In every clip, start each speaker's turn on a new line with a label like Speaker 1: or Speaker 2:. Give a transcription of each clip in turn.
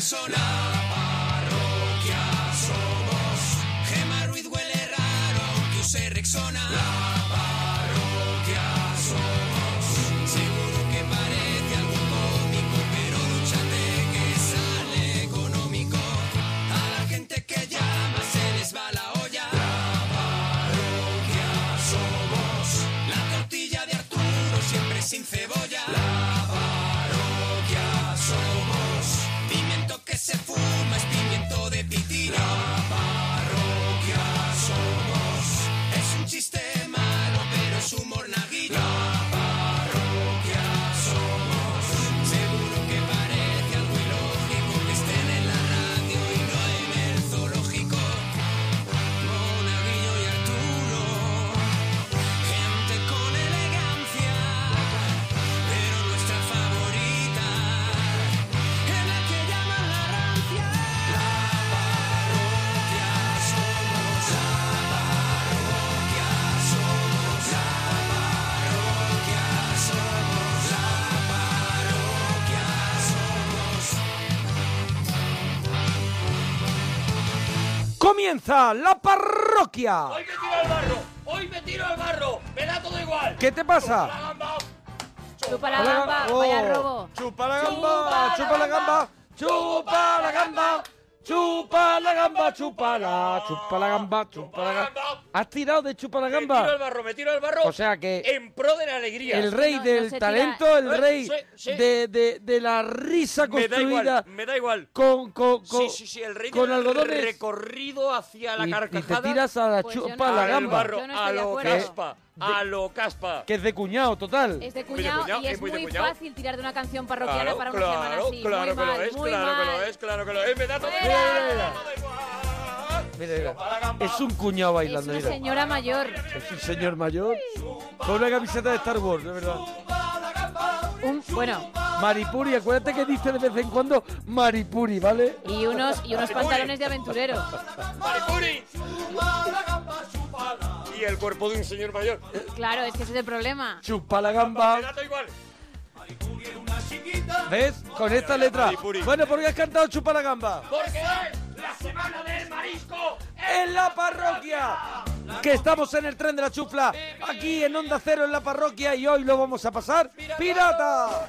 Speaker 1: son la parroquia somos. Gema Ruiz huele raro, que use Rexona. La parroquia somos. Seguro que parece algo cómico, pero duchate que sale económico. A la gente que llama se les va la olla. La parroquia somos. La tortilla de Arturo siempre sin cebolla. La parroquia somos. Pimiento que se fuma es pimiento de pitina. La parroquia somos. Es un chiste malo, pero es humor naguillo. La parroquia somos. Seguro que parece algo ilógico que estén en la radio y no en el zoológico. Monaguillo y Arturo, gente con elegancia, pero nuestra favorita es la que llaman la rancia. La parroquia somos, la parroquia somos, la parroquia somos, la parroquia somos.
Speaker 2: Comienza la parroquia.
Speaker 3: Hoy me tiro al barro, hoy me tiro al barro, me da todo igual.
Speaker 2: ¿Qué te pasa?
Speaker 4: Chupa la gamba,
Speaker 2: Oh.
Speaker 4: vaya robo.
Speaker 2: Chupa la gamba, chupa la gamba, chupa la gamba, chupa la gamba, chupa la, chupa la gamba, chupa la gamba. ¿Has tirado de chupa la
Speaker 3: Me tiro al
Speaker 2: gamba?
Speaker 3: barro, me tiro al barro.
Speaker 2: O sea que-
Speaker 3: En pro de la alegría.
Speaker 2: El rey del talento, el
Speaker 3: Eh,
Speaker 2: rey
Speaker 3: sí, sí.
Speaker 2: de, de- de la risa
Speaker 3: Me da igual,
Speaker 2: construida
Speaker 3: me da igual.
Speaker 2: con, con,
Speaker 3: Sí,
Speaker 2: con,
Speaker 3: sí, sí, el rey
Speaker 2: con
Speaker 3: del
Speaker 2: algodones.
Speaker 3: recorrido hacia la
Speaker 2: Y- y te
Speaker 3: carcajada.
Speaker 2: tiras a la Pues yo chupa no- la
Speaker 3: Al
Speaker 2: gamba. Eh,
Speaker 3: barro,
Speaker 4: yo no
Speaker 3: a
Speaker 4: estoy de
Speaker 3: lo
Speaker 4: acuerdo.
Speaker 3: caspa, a lo caspa.
Speaker 2: Que es de cuñado, total.
Speaker 4: Es de
Speaker 3: Muy de
Speaker 4: cuñado
Speaker 3: cuñado,
Speaker 4: y
Speaker 3: es
Speaker 4: es,
Speaker 3: muy
Speaker 4: muy,
Speaker 3: de cuñado.
Speaker 4: fácil tirar de una canción parroquiana
Speaker 3: Claro,
Speaker 4: para una semana
Speaker 3: claro,
Speaker 4: así.
Speaker 3: claro
Speaker 4: muy
Speaker 3: que
Speaker 4: mal,
Speaker 3: lo es,
Speaker 4: muy
Speaker 3: claro que lo
Speaker 4: mal.
Speaker 3: es, claro que lo es. Me da todo
Speaker 4: Fuera.
Speaker 3: igual.
Speaker 2: Mira, mira. Es un cuñado
Speaker 4: Es
Speaker 2: bailando,
Speaker 4: una
Speaker 2: mira.
Speaker 4: señora mayor,
Speaker 2: Es un señor mayor con una camiseta de Star Wars, de verdad.
Speaker 4: un, bueno,
Speaker 2: Maripuri, acuérdate que dice de vez en cuando Maripuri, ¿vale?
Speaker 4: y unos, y unos pantalones de aventurero.
Speaker 3: Maripuri. Y el cuerpo de un señor mayor.
Speaker 4: Claro, es que ese es el problema.
Speaker 2: Chupa la
Speaker 3: Me
Speaker 2: gamba.
Speaker 3: da todo igual.
Speaker 2: ¿Ves? Con esta letra.
Speaker 3: Maripuri.
Speaker 2: Bueno, porque has cantado Chupa la gamba.
Speaker 3: Porque es la semana del marisco.
Speaker 2: En la parroquia. Que estamos en el tren de la chufla. Aquí en Onda Cero, en la parroquia. Y hoy lo vamos a pasar. ¡Pirata!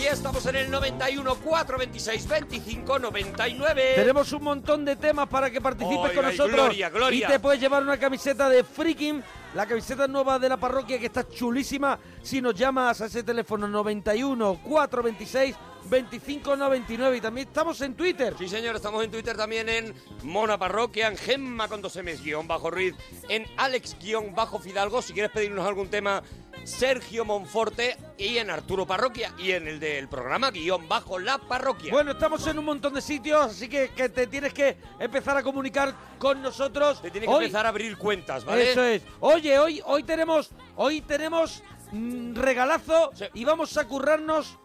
Speaker 3: Y estamos en el 91 426 25 99.
Speaker 2: Tenemos un montón de temas para que participes
Speaker 3: Oiga,
Speaker 2: con
Speaker 3: y
Speaker 2: nosotros.
Speaker 3: Gloria, Gloria.
Speaker 2: Y te puedes llevar una camiseta de freaking, la camiseta nueva de la parroquia que está chulísima. Si nos llamas a ese teléfono 91 426 2599. Y también estamos en Twitter.
Speaker 3: Sí, señor, estamos en Twitter también en Mona Parroquia, en Gemma con dos M's, guión bajo Ruiz, en Alex guión bajo Fidalgo, si quieres pedirnos algún tema, Sergio Monforte y en Arturo Parroquia y en el del programa guión bajo La Parroquia.
Speaker 2: Bueno, estamos en un montón de sitios, así que, que te tienes que empezar a comunicar con nosotros.
Speaker 3: Te tiene que
Speaker 2: Hoy-
Speaker 3: empezar a abrir cuentas, ¿vale?
Speaker 2: Eso es. Oye, hoy, hoy tenemos, hoy tenemos mm, regalazo
Speaker 3: Sí.
Speaker 2: y vamos a currarnos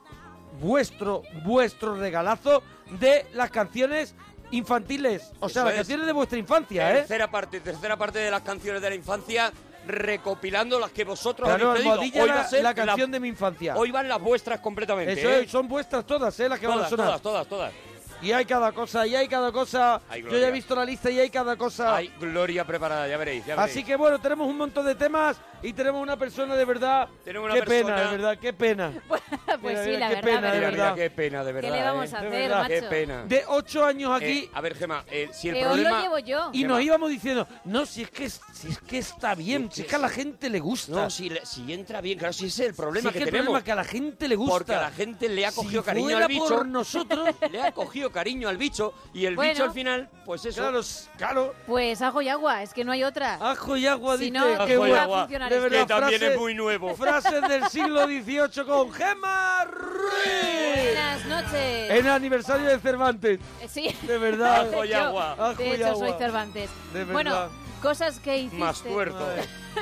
Speaker 2: vuestro, vuestro regalazo de las canciones infantiles. O sea,
Speaker 3: Eso
Speaker 2: las
Speaker 3: es.
Speaker 2: canciones de vuestra infancia, ¿eh?
Speaker 3: Tercera parte, tercera parte de las canciones de la infancia, recopilando las que vosotros
Speaker 2: Claro,
Speaker 3: habéis pedido.
Speaker 2: Almohadilla
Speaker 3: Hoy va a
Speaker 2: la,
Speaker 3: ser
Speaker 2: la canción de mi infancia.
Speaker 3: Hoy van las vuestras completamente.
Speaker 2: Eso
Speaker 3: ¿eh?
Speaker 2: es, son vuestras todas, ¿eh? Las que van a
Speaker 3: todas,
Speaker 2: sonar.
Speaker 3: todas, todas, todas.
Speaker 2: Y hay cada cosa, y hay cada cosa.
Speaker 3: Ay,
Speaker 2: Yo ya
Speaker 3: Gloria.
Speaker 2: he visto la lista y hay cada cosa.
Speaker 3: Hay gloria preparada, ya veréis, ya veréis.
Speaker 2: Así que bueno, tenemos un montón de temas y tenemos una persona de verdad.
Speaker 3: Tenemos una
Speaker 2: qué pena,
Speaker 3: persona-
Speaker 2: de verdad, qué pena.
Speaker 4: pues
Speaker 2: Mira,
Speaker 4: sí,
Speaker 2: mira,
Speaker 4: la
Speaker 2: qué
Speaker 4: verdad,
Speaker 2: pena,
Speaker 4: pero bueno.
Speaker 3: Mira, mira,
Speaker 2: de verdad.
Speaker 3: qué pena, de verdad.
Speaker 4: le vamos
Speaker 3: ¿eh?
Speaker 4: a
Speaker 2: De
Speaker 4: hacer,
Speaker 2: verdad.
Speaker 3: Qué
Speaker 4: macho?
Speaker 3: pena.
Speaker 2: de ocho años aquí
Speaker 3: Eh, a ver, Gema, eh, si el
Speaker 4: Que hoy
Speaker 3: problema...
Speaker 4: lo llevo yo.
Speaker 2: y
Speaker 3: Qué
Speaker 2: nos
Speaker 3: va.
Speaker 2: íbamos diciendo, no, si es que si es que está bien, si es que a la gente le gusta.
Speaker 3: No, si, le- si entra bien, claro, si ese es el
Speaker 2: Si
Speaker 3: problema
Speaker 2: es que
Speaker 3: que
Speaker 2: el
Speaker 3: tenemos.
Speaker 2: problema es que a la gente le gusta.
Speaker 3: Porque a la gente le ha
Speaker 2: Si
Speaker 3: cogido cariño
Speaker 2: fuera
Speaker 3: al bicho.
Speaker 2: por nosotros.
Speaker 3: Le ha cogido cariño al bicho y el
Speaker 4: Bueno.
Speaker 3: bicho al final, pues eso.
Speaker 2: claro, s- claro,
Speaker 4: Pues ajo y agua, es que no hay otra.
Speaker 2: ajo y agua
Speaker 4: Si
Speaker 2: dice
Speaker 4: no,
Speaker 2: qué
Speaker 4: no
Speaker 3: Ajo
Speaker 4: va
Speaker 3: y
Speaker 4: a
Speaker 2: bueno.
Speaker 3: agua,
Speaker 4: funcionar
Speaker 2: de
Speaker 4: esto.
Speaker 3: que
Speaker 2: verdad,
Speaker 3: también
Speaker 2: frase-
Speaker 3: es muy nuevo.
Speaker 2: Frases del siglo XVIII con Gemma Ruiz.
Speaker 4: Buenas noches.
Speaker 2: En el aniversario de Cervantes.
Speaker 4: Eh, Sí.
Speaker 2: De verdad.
Speaker 3: Ajo y
Speaker 4: Yo,
Speaker 3: agua.
Speaker 2: Ajo y
Speaker 4: De hecho, soy
Speaker 2: agua.
Speaker 4: Cervantes.
Speaker 2: De
Speaker 4: Bueno,
Speaker 2: verdad.
Speaker 4: cosas que hiciste.
Speaker 3: Más tuerto.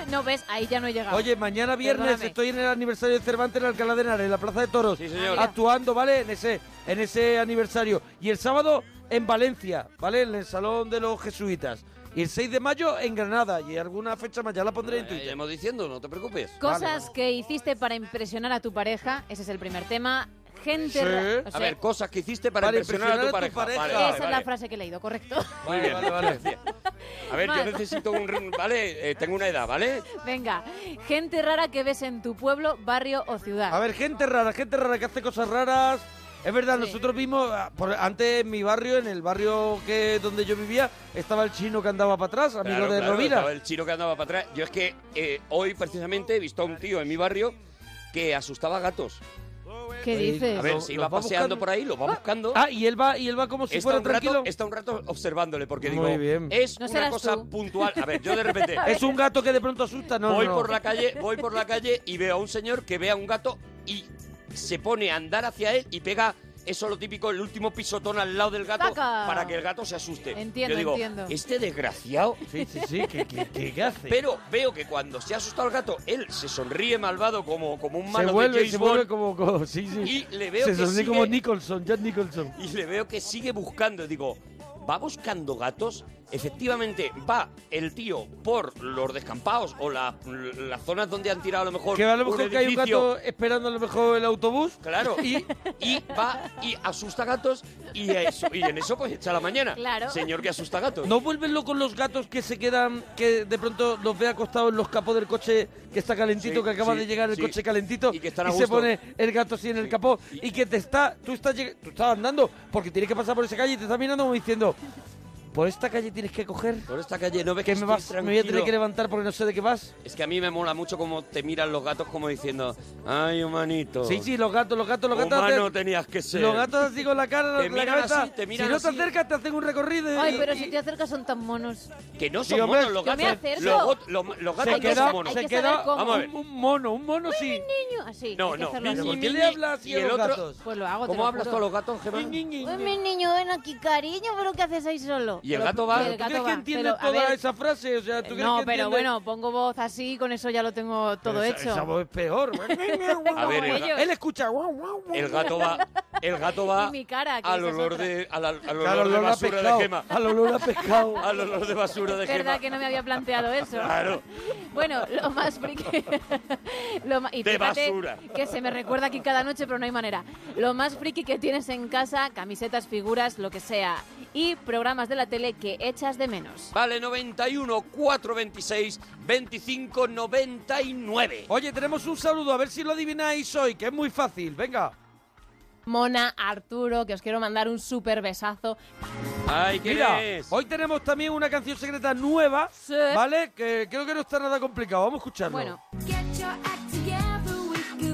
Speaker 4: No ves, ahí ya no he
Speaker 3: Ah.
Speaker 4: llegado.
Speaker 2: Oye, mañana viernes
Speaker 4: Perdóname.
Speaker 2: estoy en el aniversario de Cervantes en Alcalá de Henares, en la Plaza de Toros.
Speaker 3: Sí, señor.
Speaker 4: Ah,
Speaker 2: actuando, ¿vale? En ese, en ese aniversario. Y el sábado en Valencia, ¿vale? En el Salón de los Jesuitas. Y el 6 de mayo en Granada. Y alguna fecha más ya la pondré en
Speaker 3: Ya
Speaker 2: Twitter.
Speaker 3: iremos diciendo, no te preocupes.
Speaker 4: Cosas que hiciste para impresionar a tu pareja, ese es el primer tema. Gente. ra- o
Speaker 3: A
Speaker 4: sea,
Speaker 3: ver, cosas que hiciste para,
Speaker 2: Para
Speaker 3: impresionar, a tu pareja. Vale,
Speaker 4: esa
Speaker 3: vale,
Speaker 4: es
Speaker 3: vale.
Speaker 4: la frase que he leído, correcto.
Speaker 3: Muy bien. A ver, yo
Speaker 4: Vale.
Speaker 3: necesito un... rin- Vale, eh, tengo una edad, ¿vale?
Speaker 4: Venga, gente rara que ves en tu pueblo, barrio o ciudad.
Speaker 2: A ver, gente rara, gente rara que hace cosas raras. Es verdad,
Speaker 4: Sí.
Speaker 2: nosotros vimos, ah, por- antes en mi barrio, en el barrio que donde yo vivía, estaba el chino que andaba para atrás, amigo
Speaker 3: Claro,
Speaker 2: de
Speaker 3: claro,
Speaker 2: Rovira.
Speaker 3: estaba el chino que andaba para atrás. Yo es que eh, hoy precisamente he visto a un tío en mi barrio que asustaba gatos.
Speaker 4: ¿Qué
Speaker 2: Sí,
Speaker 4: dices?
Speaker 3: A ver,
Speaker 2: Lo-
Speaker 3: se
Speaker 2: los
Speaker 3: iba
Speaker 2: va
Speaker 3: paseando
Speaker 2: buscando.
Speaker 3: por ahí, lo va buscando.
Speaker 2: Ah, y él va, y él va como si
Speaker 3: está,
Speaker 2: fuera
Speaker 3: un rato,
Speaker 2: tranquilo.
Speaker 3: está un rato observándole porque digo,
Speaker 2: Muy bien.
Speaker 3: es
Speaker 4: No
Speaker 3: una
Speaker 4: serás
Speaker 3: cosa
Speaker 4: tú.
Speaker 3: puntual. A ver, yo de repente
Speaker 2: Es un gato que de pronto asusta, ¿no?
Speaker 3: voy
Speaker 2: no.
Speaker 3: por la calle, voy por la calle y veo a un señor que ve a un gato y se pone a andar hacia él y pega eso lo típico, el último pisotón al lado del gato
Speaker 4: Taca.
Speaker 3: para que el gato se asuste.
Speaker 4: Entiendo,
Speaker 3: yo digo,
Speaker 4: entiendo.
Speaker 3: este desgraciado
Speaker 2: Sí, sí, sí, ¿qué, qué, qué- qué hace?
Speaker 3: Pero veo que cuando se ha asustado el gato, él se sonríe malvado como, como un malo
Speaker 2: se vuelve,
Speaker 3: de James
Speaker 2: se
Speaker 3: Bond
Speaker 2: vuelve como, como- sí, sí.
Speaker 3: y le veo
Speaker 2: se
Speaker 3: que
Speaker 2: sonríe
Speaker 3: sigue,
Speaker 2: como Nicholson, John Nicholson.
Speaker 3: y le veo que sigue buscando. Digo, ¿va buscando gatos? Efectivamente, va el tío por los descampados o la- las zonas donde han tirado a lo mejor
Speaker 2: Que a lo mejor que hay un
Speaker 3: edificio.
Speaker 2: gato esperando a lo mejor el autobús.
Speaker 3: Claro, y, y va y asusta gatos y, eso, y en eso pues echa la mañana.
Speaker 4: Claro.
Speaker 3: Señor que asusta gatos.
Speaker 2: ¿No vuelven locos los gatos que se quedan, que de pronto los ve acostados en los capó del coche que está calentito,
Speaker 3: Sí,
Speaker 2: que acaba
Speaker 3: sí,
Speaker 2: de llegar el
Speaker 3: sí.
Speaker 2: coche calentito
Speaker 3: Y que están a
Speaker 2: se
Speaker 3: gusto.
Speaker 2: pone el gato así en el capó y, que te está, tú estás, lleg- tú estás andando porque tienes que pasar por esa calle y te está mirando como diciendo, por esta calle tienes que coger,
Speaker 3: Por esta calle no ves
Speaker 2: que me,
Speaker 3: estoy
Speaker 2: vas, me voy a tener
Speaker 3: tranquilo?
Speaker 2: que levantar porque no sé de qué vas.
Speaker 3: Es que a mí me mola mucho cómo te miran los gatos como diciendo, ay, humanito.
Speaker 2: Sí, sí, los gatos, los gatos, los gatos.
Speaker 3: humano
Speaker 2: hacen-
Speaker 3: tenías que ser.
Speaker 2: Los gatos así con la cara,
Speaker 3: Te
Speaker 2: la
Speaker 3: miran
Speaker 2: cabeza.
Speaker 3: así, te miran
Speaker 2: si no
Speaker 3: así.
Speaker 2: te acercas, te hacen un recorrido. y-
Speaker 4: Ay, pero
Speaker 2: y-
Speaker 4: si te acercas son tan monos.
Speaker 3: Que no son
Speaker 2: Digo,
Speaker 3: monos
Speaker 2: eh, hombre,
Speaker 3: los
Speaker 4: yo me
Speaker 3: gatos.
Speaker 4: acerco.
Speaker 3: Los, got- los ma- los gatos
Speaker 2: se
Speaker 4: hay que
Speaker 3: no
Speaker 2: queda,
Speaker 3: son
Speaker 4: sa-
Speaker 3: monos.
Speaker 4: hay que
Speaker 2: se queda
Speaker 4: saber cómo.
Speaker 3: Vamos a ver.
Speaker 2: un, un mono, un mono sí.
Speaker 4: Niño, así. hay
Speaker 3: No,
Speaker 4: que
Speaker 3: no.
Speaker 4: hacerlo
Speaker 2: Pero
Speaker 4: así.
Speaker 2: ¿por qué le hablas así
Speaker 3: y
Speaker 2: a
Speaker 3: el
Speaker 2: los
Speaker 3: otro-
Speaker 2: gatos?
Speaker 4: Pues lo hago, te
Speaker 3: ¿Cómo
Speaker 4: lo
Speaker 3: hablas
Speaker 4: juro.
Speaker 3: con los gatos, Gemma?
Speaker 2: Ñi, ñi,
Speaker 4: Uy,
Speaker 2: ñi.
Speaker 4: mi niño, ven aquí, cariño, pero ¿qué haces ahí solo?
Speaker 3: Y el
Speaker 4: Pero-
Speaker 3: gato va.
Speaker 4: pero el
Speaker 3: ¿Tú
Speaker 2: ¿Tú
Speaker 4: gato
Speaker 2: crees
Speaker 4: va,
Speaker 2: que entiende
Speaker 4: pero, a
Speaker 2: toda
Speaker 4: ver,
Speaker 2: esa frase? O sea, ¿tú crees
Speaker 4: No,
Speaker 2: que
Speaker 4: pero
Speaker 2: entiende?
Speaker 4: bueno, pongo voz así, con eso ya lo tengo todo
Speaker 2: Pero esa-
Speaker 4: hecho.
Speaker 2: Esa voz es peor.
Speaker 3: A ver, el, ga-
Speaker 4: ellos.
Speaker 2: Él escucha. guau, guau, guau.
Speaker 3: el gato va, el gato va
Speaker 4: Y mi cara, que
Speaker 3: al
Speaker 4: esa es
Speaker 3: olor
Speaker 4: otra.
Speaker 3: de, al, al- al olor
Speaker 2: Al
Speaker 3: de
Speaker 2: olor a
Speaker 3: basura de
Speaker 2: pescado.
Speaker 3: Gema.
Speaker 2: Al olor a pescado.
Speaker 3: Al olor de basura de
Speaker 4: Es verdad
Speaker 3: Gema.
Speaker 4: que no me había planteado eso.
Speaker 3: Claro.
Speaker 4: Bueno, lo más friki. lo ma- y
Speaker 3: De
Speaker 4: fíjate
Speaker 3: basura.
Speaker 4: Que se me recuerda aquí cada noche, pero no hay manera. Lo más friki que tienes en casa, camisetas, figuras, lo que sea. Y programas de la tele que echas de menos.
Speaker 3: Vale, 91, 426, 25, 99.
Speaker 2: Oye, tenemos un saludo. A ver si lo adivináis hoy, que es muy fácil. Venga.
Speaker 5: Mona, Arturo, que os quiero mandar un súper besazo.
Speaker 3: Ay, ¿qué
Speaker 2: Mira,
Speaker 3: es?
Speaker 2: hoy tenemos también una canción secreta nueva.
Speaker 4: Sí.
Speaker 2: ¿Vale? Que creo que no está nada complicado. Vamos a escucharlo.
Speaker 4: Bueno,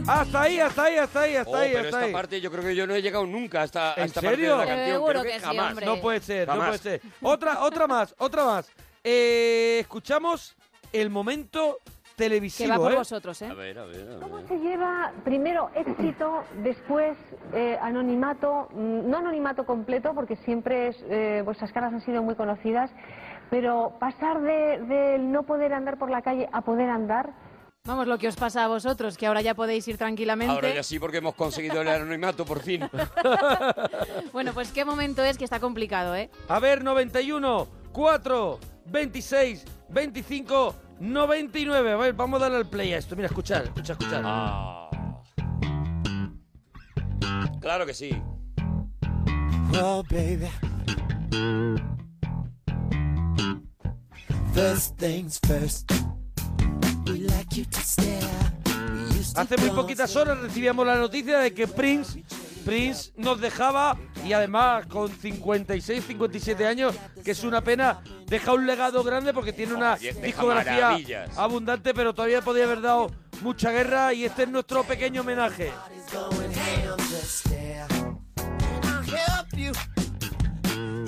Speaker 2: Hasta ahí, hasta ahí, hasta ahí, hasta
Speaker 3: Oh,
Speaker 2: ahí,
Speaker 3: pero
Speaker 2: hasta
Speaker 3: esta
Speaker 2: ahí.
Speaker 3: parte yo creo que yo no he llegado nunca hasta,
Speaker 2: ¿En
Speaker 3: esta
Speaker 2: serio?
Speaker 3: parte de la canción.
Speaker 4: Seguro
Speaker 3: creo
Speaker 4: que sí,
Speaker 3: jamás.
Speaker 4: hombre.
Speaker 2: No puede ser, no
Speaker 3: Jamás.
Speaker 2: puede ser. Otra, otra más, otra más. Eh, escuchamos el momento
Speaker 4: que
Speaker 2: televisivo,
Speaker 4: va por
Speaker 2: ¿eh?
Speaker 4: vosotros, ¿eh?
Speaker 3: A ver, a ver, a ver.
Speaker 6: ¿Cómo se lleva primero éxito, después eh, anonimato, mm, no anonimato completo, porque siempre es, eh, vuestras caras han sido muy conocidas, pero pasar de, del no poder andar por la calle a poder andar,
Speaker 4: Vamos, lo que os pasa a vosotros, que ahora ya podéis ir tranquilamente.
Speaker 3: Ahora ya sí, porque hemos conseguido el anonimato por fin.
Speaker 4: Bueno, pues qué momento es que está complicado, ¿eh?
Speaker 2: A ver, 91, 4, 26, 25, 99. A ver, vamos a darle al play a esto. Mira, escuchar, escuchar, escuchar.
Speaker 3: Ah. Claro que sí.
Speaker 7: Well,
Speaker 8: Oh,
Speaker 7: baby. First things first. We like you to stare. We used to
Speaker 2: Hace muy
Speaker 7: dance
Speaker 2: poquitas horas recibíamos la noticia de que Prince, Prince nos dejaba y además con 56, 57 años, que es una pena, deja un legado grande porque tiene una
Speaker 3: Oye, deja
Speaker 2: discografía
Speaker 3: maravillas.
Speaker 2: abundante, pero todavía podía haber dado mucha guerra y este es nuestro pequeño homenaje.
Speaker 7: is going ham, just stare. And I'll help you.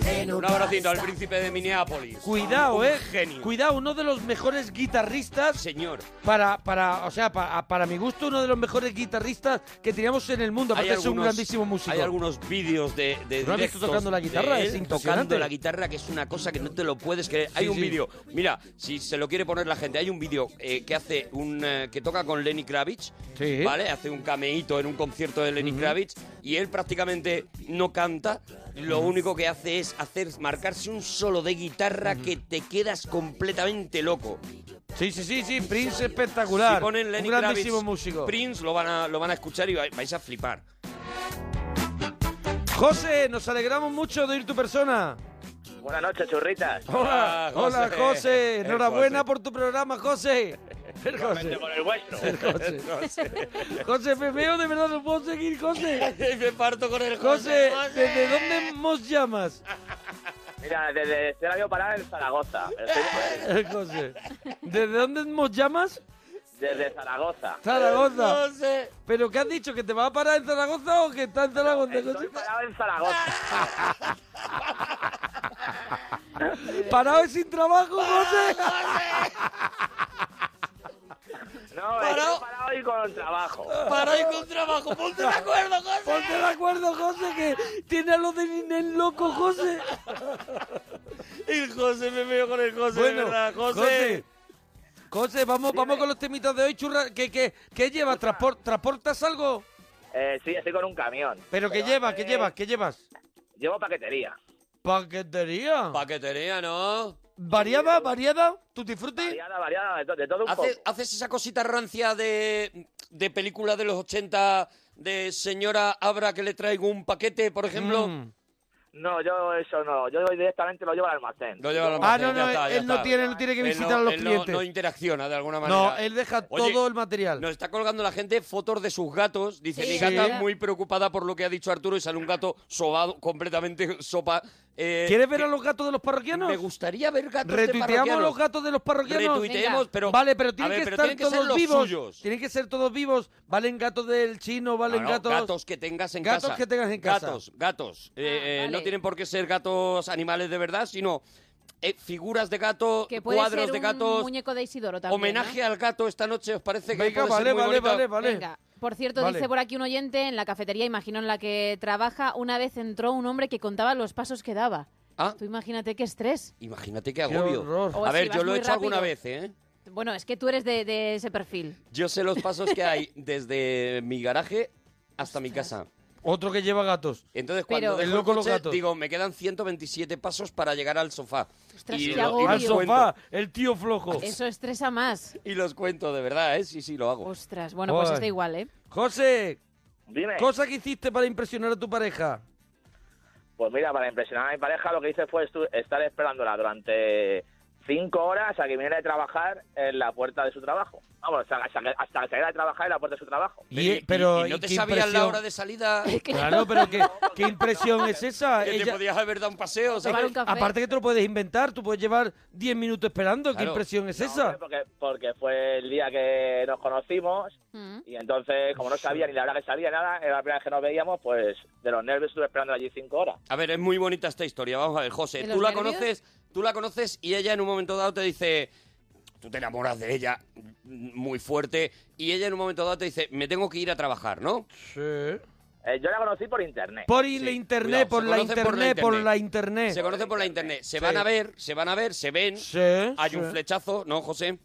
Speaker 7: Ain't
Speaker 3: Un
Speaker 7: nobody
Speaker 3: abracito al
Speaker 7: stop-
Speaker 3: príncipe de Minneapolis.
Speaker 2: Cuidado,
Speaker 3: Un
Speaker 2: eh.
Speaker 3: Genio.
Speaker 2: Cuidado, uno de los mejores guitarristas
Speaker 3: Señor.
Speaker 2: para, para, o sea, para, para mi gusto, uno de los mejores guitarristas que teníamos en el mundo. Aparte es un grandísimo músico.
Speaker 3: Hay algunos vídeos de, de
Speaker 2: ¿Lo has visto
Speaker 3: directos
Speaker 2: tocando la guitarra?
Speaker 3: de
Speaker 2: Es
Speaker 3: él
Speaker 2: impresionante.
Speaker 3: Tocando la guitarra, que es una cosa que no te lo puedes creer. hay un
Speaker 2: sí.
Speaker 3: vídeo, mira, si se lo quiere poner la gente, hay un vídeo eh, que hace un eh, que toca con Lenny Kravitz,
Speaker 2: Sí.
Speaker 3: ¿vale? Hace un cameíto en un concierto de Lenny Kravitz y él prácticamente no canta, lo único que hace es hacer marcarse un solo de guitarra que te quedas completamente loco.
Speaker 2: Sí, sí, sí, sí, Prince espectacular.
Speaker 3: Si ponen Lenny
Speaker 2: un grandísimo
Speaker 3: Kravitz,
Speaker 2: músico.
Speaker 3: Prince lo van a, lo van a escuchar y va- vais a flipar.
Speaker 2: José, nos alegramos mucho de ir tu persona.
Speaker 9: Buenas noches, churritas.
Speaker 3: Ah,
Speaker 2: Hola, hola
Speaker 3: Eh,
Speaker 2: José, enhorabuena por tu programa, José. El José.
Speaker 9: Por el vuestro.
Speaker 2: El José. José, me veo de verdad, no puedo seguir, José.
Speaker 3: Me parto con el
Speaker 2: José, ¿desde dónde nos llamas?
Speaker 9: Mira, desde este radio parada en Zaragoza. Estoy-
Speaker 2: El José. ¿Desde dónde nos llamas?
Speaker 9: Desde Zaragoza.
Speaker 2: Zaragoza.
Speaker 3: José.
Speaker 2: ¿Pero qué has dicho? ¿Que te vas a parar en Zaragoza o que estás en Zaragoza?
Speaker 9: Estoy
Speaker 2: José?
Speaker 9: parado en Zaragoza.
Speaker 2: ¿Parado y sin trabajo, José?
Speaker 9: No,
Speaker 3: Parado.
Speaker 9: estoy parado y con trabajo.
Speaker 3: Para ir con trabajo, ponte de acuerdo, José.
Speaker 2: Ponte de acuerdo, José, que tiene a los de Ninel loco, José.
Speaker 3: El José, me veo con el José, de verdad. José.
Speaker 2: José. José, vamos, vamos con los temitas de hoy, churra. ¿Qué, qué, qué llevas? ¿Transpor- ¿Transportas algo?
Speaker 9: Eh, sí, estoy con un camión.
Speaker 2: ¿Pero qué llevas? ¿Qué llevas? ¿Qué llevas?
Speaker 9: Llevo paquetería.
Speaker 2: ¿Paquetería?
Speaker 3: Paquetería, ¿no?
Speaker 2: ¿Variada? ¿Variada? ¿Tú disfrutes?
Speaker 9: Variada, variada, de, to- de todo un
Speaker 3: ¿Haces,
Speaker 9: poco.
Speaker 3: haces esa cosita rancia de, de película de los 80 de señora Abra que le traigo un paquete, por ejemplo?
Speaker 2: Mm.
Speaker 9: No, yo eso no. Yo directamente lo llevo al almacén.
Speaker 3: Lo lleva al
Speaker 2: Ah,
Speaker 3: almacén, ya
Speaker 2: no, no,
Speaker 3: está, ya
Speaker 2: él no
Speaker 3: está.
Speaker 2: tiene, no tiene que
Speaker 3: Él no-
Speaker 2: visitar a los
Speaker 3: él no-
Speaker 2: clientes.
Speaker 3: No, interacciona de alguna manera.
Speaker 2: No, él deja
Speaker 3: Oye,
Speaker 2: todo el material.
Speaker 3: Nos está colgando la gente fotos de sus gatos. Dice,
Speaker 5: Sí.
Speaker 3: mi
Speaker 5: Sí.
Speaker 3: gata muy preocupada por lo que ha dicho Arturo y sale un gato sobado, completamente sopa. Eh,
Speaker 2: ¿Quieres ver a los gatos de los parroquianos?
Speaker 3: Me gustaría ver gatos de
Speaker 2: Retuiteamos
Speaker 3: parroquianos.
Speaker 2: los gatos de los parroquianos.
Speaker 3: Retuiteemos,
Speaker 5: Venga.
Speaker 3: pero...
Speaker 2: vale, pero
Speaker 3: a
Speaker 2: tienen
Speaker 3: ver,
Speaker 2: que
Speaker 3: pero
Speaker 2: estar
Speaker 3: tienen que ser
Speaker 2: todos
Speaker 3: los
Speaker 2: vivos.
Speaker 3: suyos.
Speaker 2: Tienen que ser todos vivos. Valen gatos del chino, valen
Speaker 3: No, no,
Speaker 2: gatos.
Speaker 3: que tengas en
Speaker 2: Gatos
Speaker 3: casa.
Speaker 2: que tengas en casa.
Speaker 3: Gatos,
Speaker 4: Ah,
Speaker 3: gatos. Eh, eh,
Speaker 5: vale.
Speaker 3: No tienen por qué ser gatos animales de verdad, sino eh, figuras de gato,
Speaker 4: Que puede
Speaker 3: cuadros
Speaker 4: ser
Speaker 3: de
Speaker 4: un
Speaker 3: gatos.
Speaker 4: muñeco de Isidoro también.
Speaker 3: Homenaje
Speaker 4: ¿no?
Speaker 3: al gato esta noche, ¿os parece que
Speaker 2: Venga,
Speaker 3: puede ser
Speaker 2: vale,
Speaker 3: muy
Speaker 2: vale,
Speaker 3: bonita?
Speaker 2: vale, vale.
Speaker 4: Venga. Por cierto,
Speaker 2: Vale.
Speaker 4: dice por aquí un oyente en la cafetería, imagino en la que trabaja, una vez entró un hombre que contaba los pasos que daba.
Speaker 3: Ah,
Speaker 4: Tú imagínate qué estrés.
Speaker 3: imagínate qué
Speaker 2: Qué
Speaker 3: agobio.
Speaker 2: horror.
Speaker 4: O
Speaker 3: a
Speaker 4: si
Speaker 3: ver,
Speaker 4: vas
Speaker 3: yo lo he
Speaker 4: muy
Speaker 3: hecho alguna
Speaker 4: rápido.
Speaker 3: vez, ¿eh?
Speaker 4: Bueno, es que tú eres de, de ese perfil.
Speaker 3: Yo sé los pasos que hay desde mi garaje hasta mi casa.
Speaker 2: Otro que lleva gatos.
Speaker 3: Entonces,
Speaker 4: Pero-
Speaker 3: cuando
Speaker 2: El
Speaker 3: dejo
Speaker 2: loco los
Speaker 3: coche,
Speaker 2: gatos.
Speaker 3: digo, me quedan 127 pasos para llegar al sofá.
Speaker 4: Ostras,
Speaker 3: y,
Speaker 4: qué
Speaker 3: lo- y
Speaker 4: agobio.
Speaker 2: Al
Speaker 3: los
Speaker 4: Obvio.
Speaker 2: sofá,
Speaker 3: cuento,
Speaker 2: el tío flojo.
Speaker 4: Eso estresa más.
Speaker 3: y los cuento, de verdad, ¿eh? Sí, sí, lo hago.
Speaker 4: Ostras, bueno, pues
Speaker 2: Ay.
Speaker 4: está igual, ¿eh?
Speaker 2: José,
Speaker 9: Dime.
Speaker 2: cosa que hiciste para impresionar a tu pareja.
Speaker 9: Pues mira, para impresionar a mi pareja, lo que hice fue estu- estar esperándola durante cinco horas a que viniera de trabajar en la puerta de su trabajo. Vamos, hasta, hasta que- hasta que saliera de trabajar en la puerta de su trabajo.
Speaker 2: Y- pero,
Speaker 3: Eh, y no te
Speaker 2: ¿qué
Speaker 3: sabías la
Speaker 2: impresión?
Speaker 3: hora de salida.
Speaker 2: Claro, pero ¿qué, qué impresión es esa?
Speaker 3: Que te
Speaker 2: Ella-
Speaker 3: podías haber dado un paseo,
Speaker 4: Tomar un
Speaker 3: ¿sabes?
Speaker 4: café.
Speaker 2: Aparte que te lo puedes inventar, tú puedes llevar 10 minutos esperando. ¿Qué
Speaker 3: Claro.
Speaker 2: impresión es
Speaker 9: No, hombre,
Speaker 2: esa?
Speaker 9: Porque, porque fue el día que nos conocimos
Speaker 4: Mm.
Speaker 9: y entonces, como no sabía ni la hora que salía nada, era la primera vez que nos veíamos, pues de los nervios estuve esperando allí cinco horas.
Speaker 3: A ver, es muy bonita esta historia. Vamos a ver, José,
Speaker 4: ¿De
Speaker 3: tú
Speaker 4: los
Speaker 3: la
Speaker 4: nervios?
Speaker 3: conoces, tú la conoces y ella en un momento dado te dice, tú te enamoras de ella muy fuerte y ella en un momento dado te dice, me tengo que ir a trabajar, ¿no?
Speaker 2: Sí.
Speaker 9: Eh, yo la conocí por internet.
Speaker 2: Por la
Speaker 3: Sí, cuidado,
Speaker 2: internet, por,
Speaker 3: se
Speaker 2: la
Speaker 3: conocen por
Speaker 2: internet
Speaker 3: la
Speaker 2: por
Speaker 3: internet.
Speaker 2: la internet,
Speaker 3: Se conocen por la internet, se van a ver, se van a ver, se ven,
Speaker 2: Sí,
Speaker 3: hay
Speaker 2: sí.
Speaker 3: un flechazo, ¿no, José?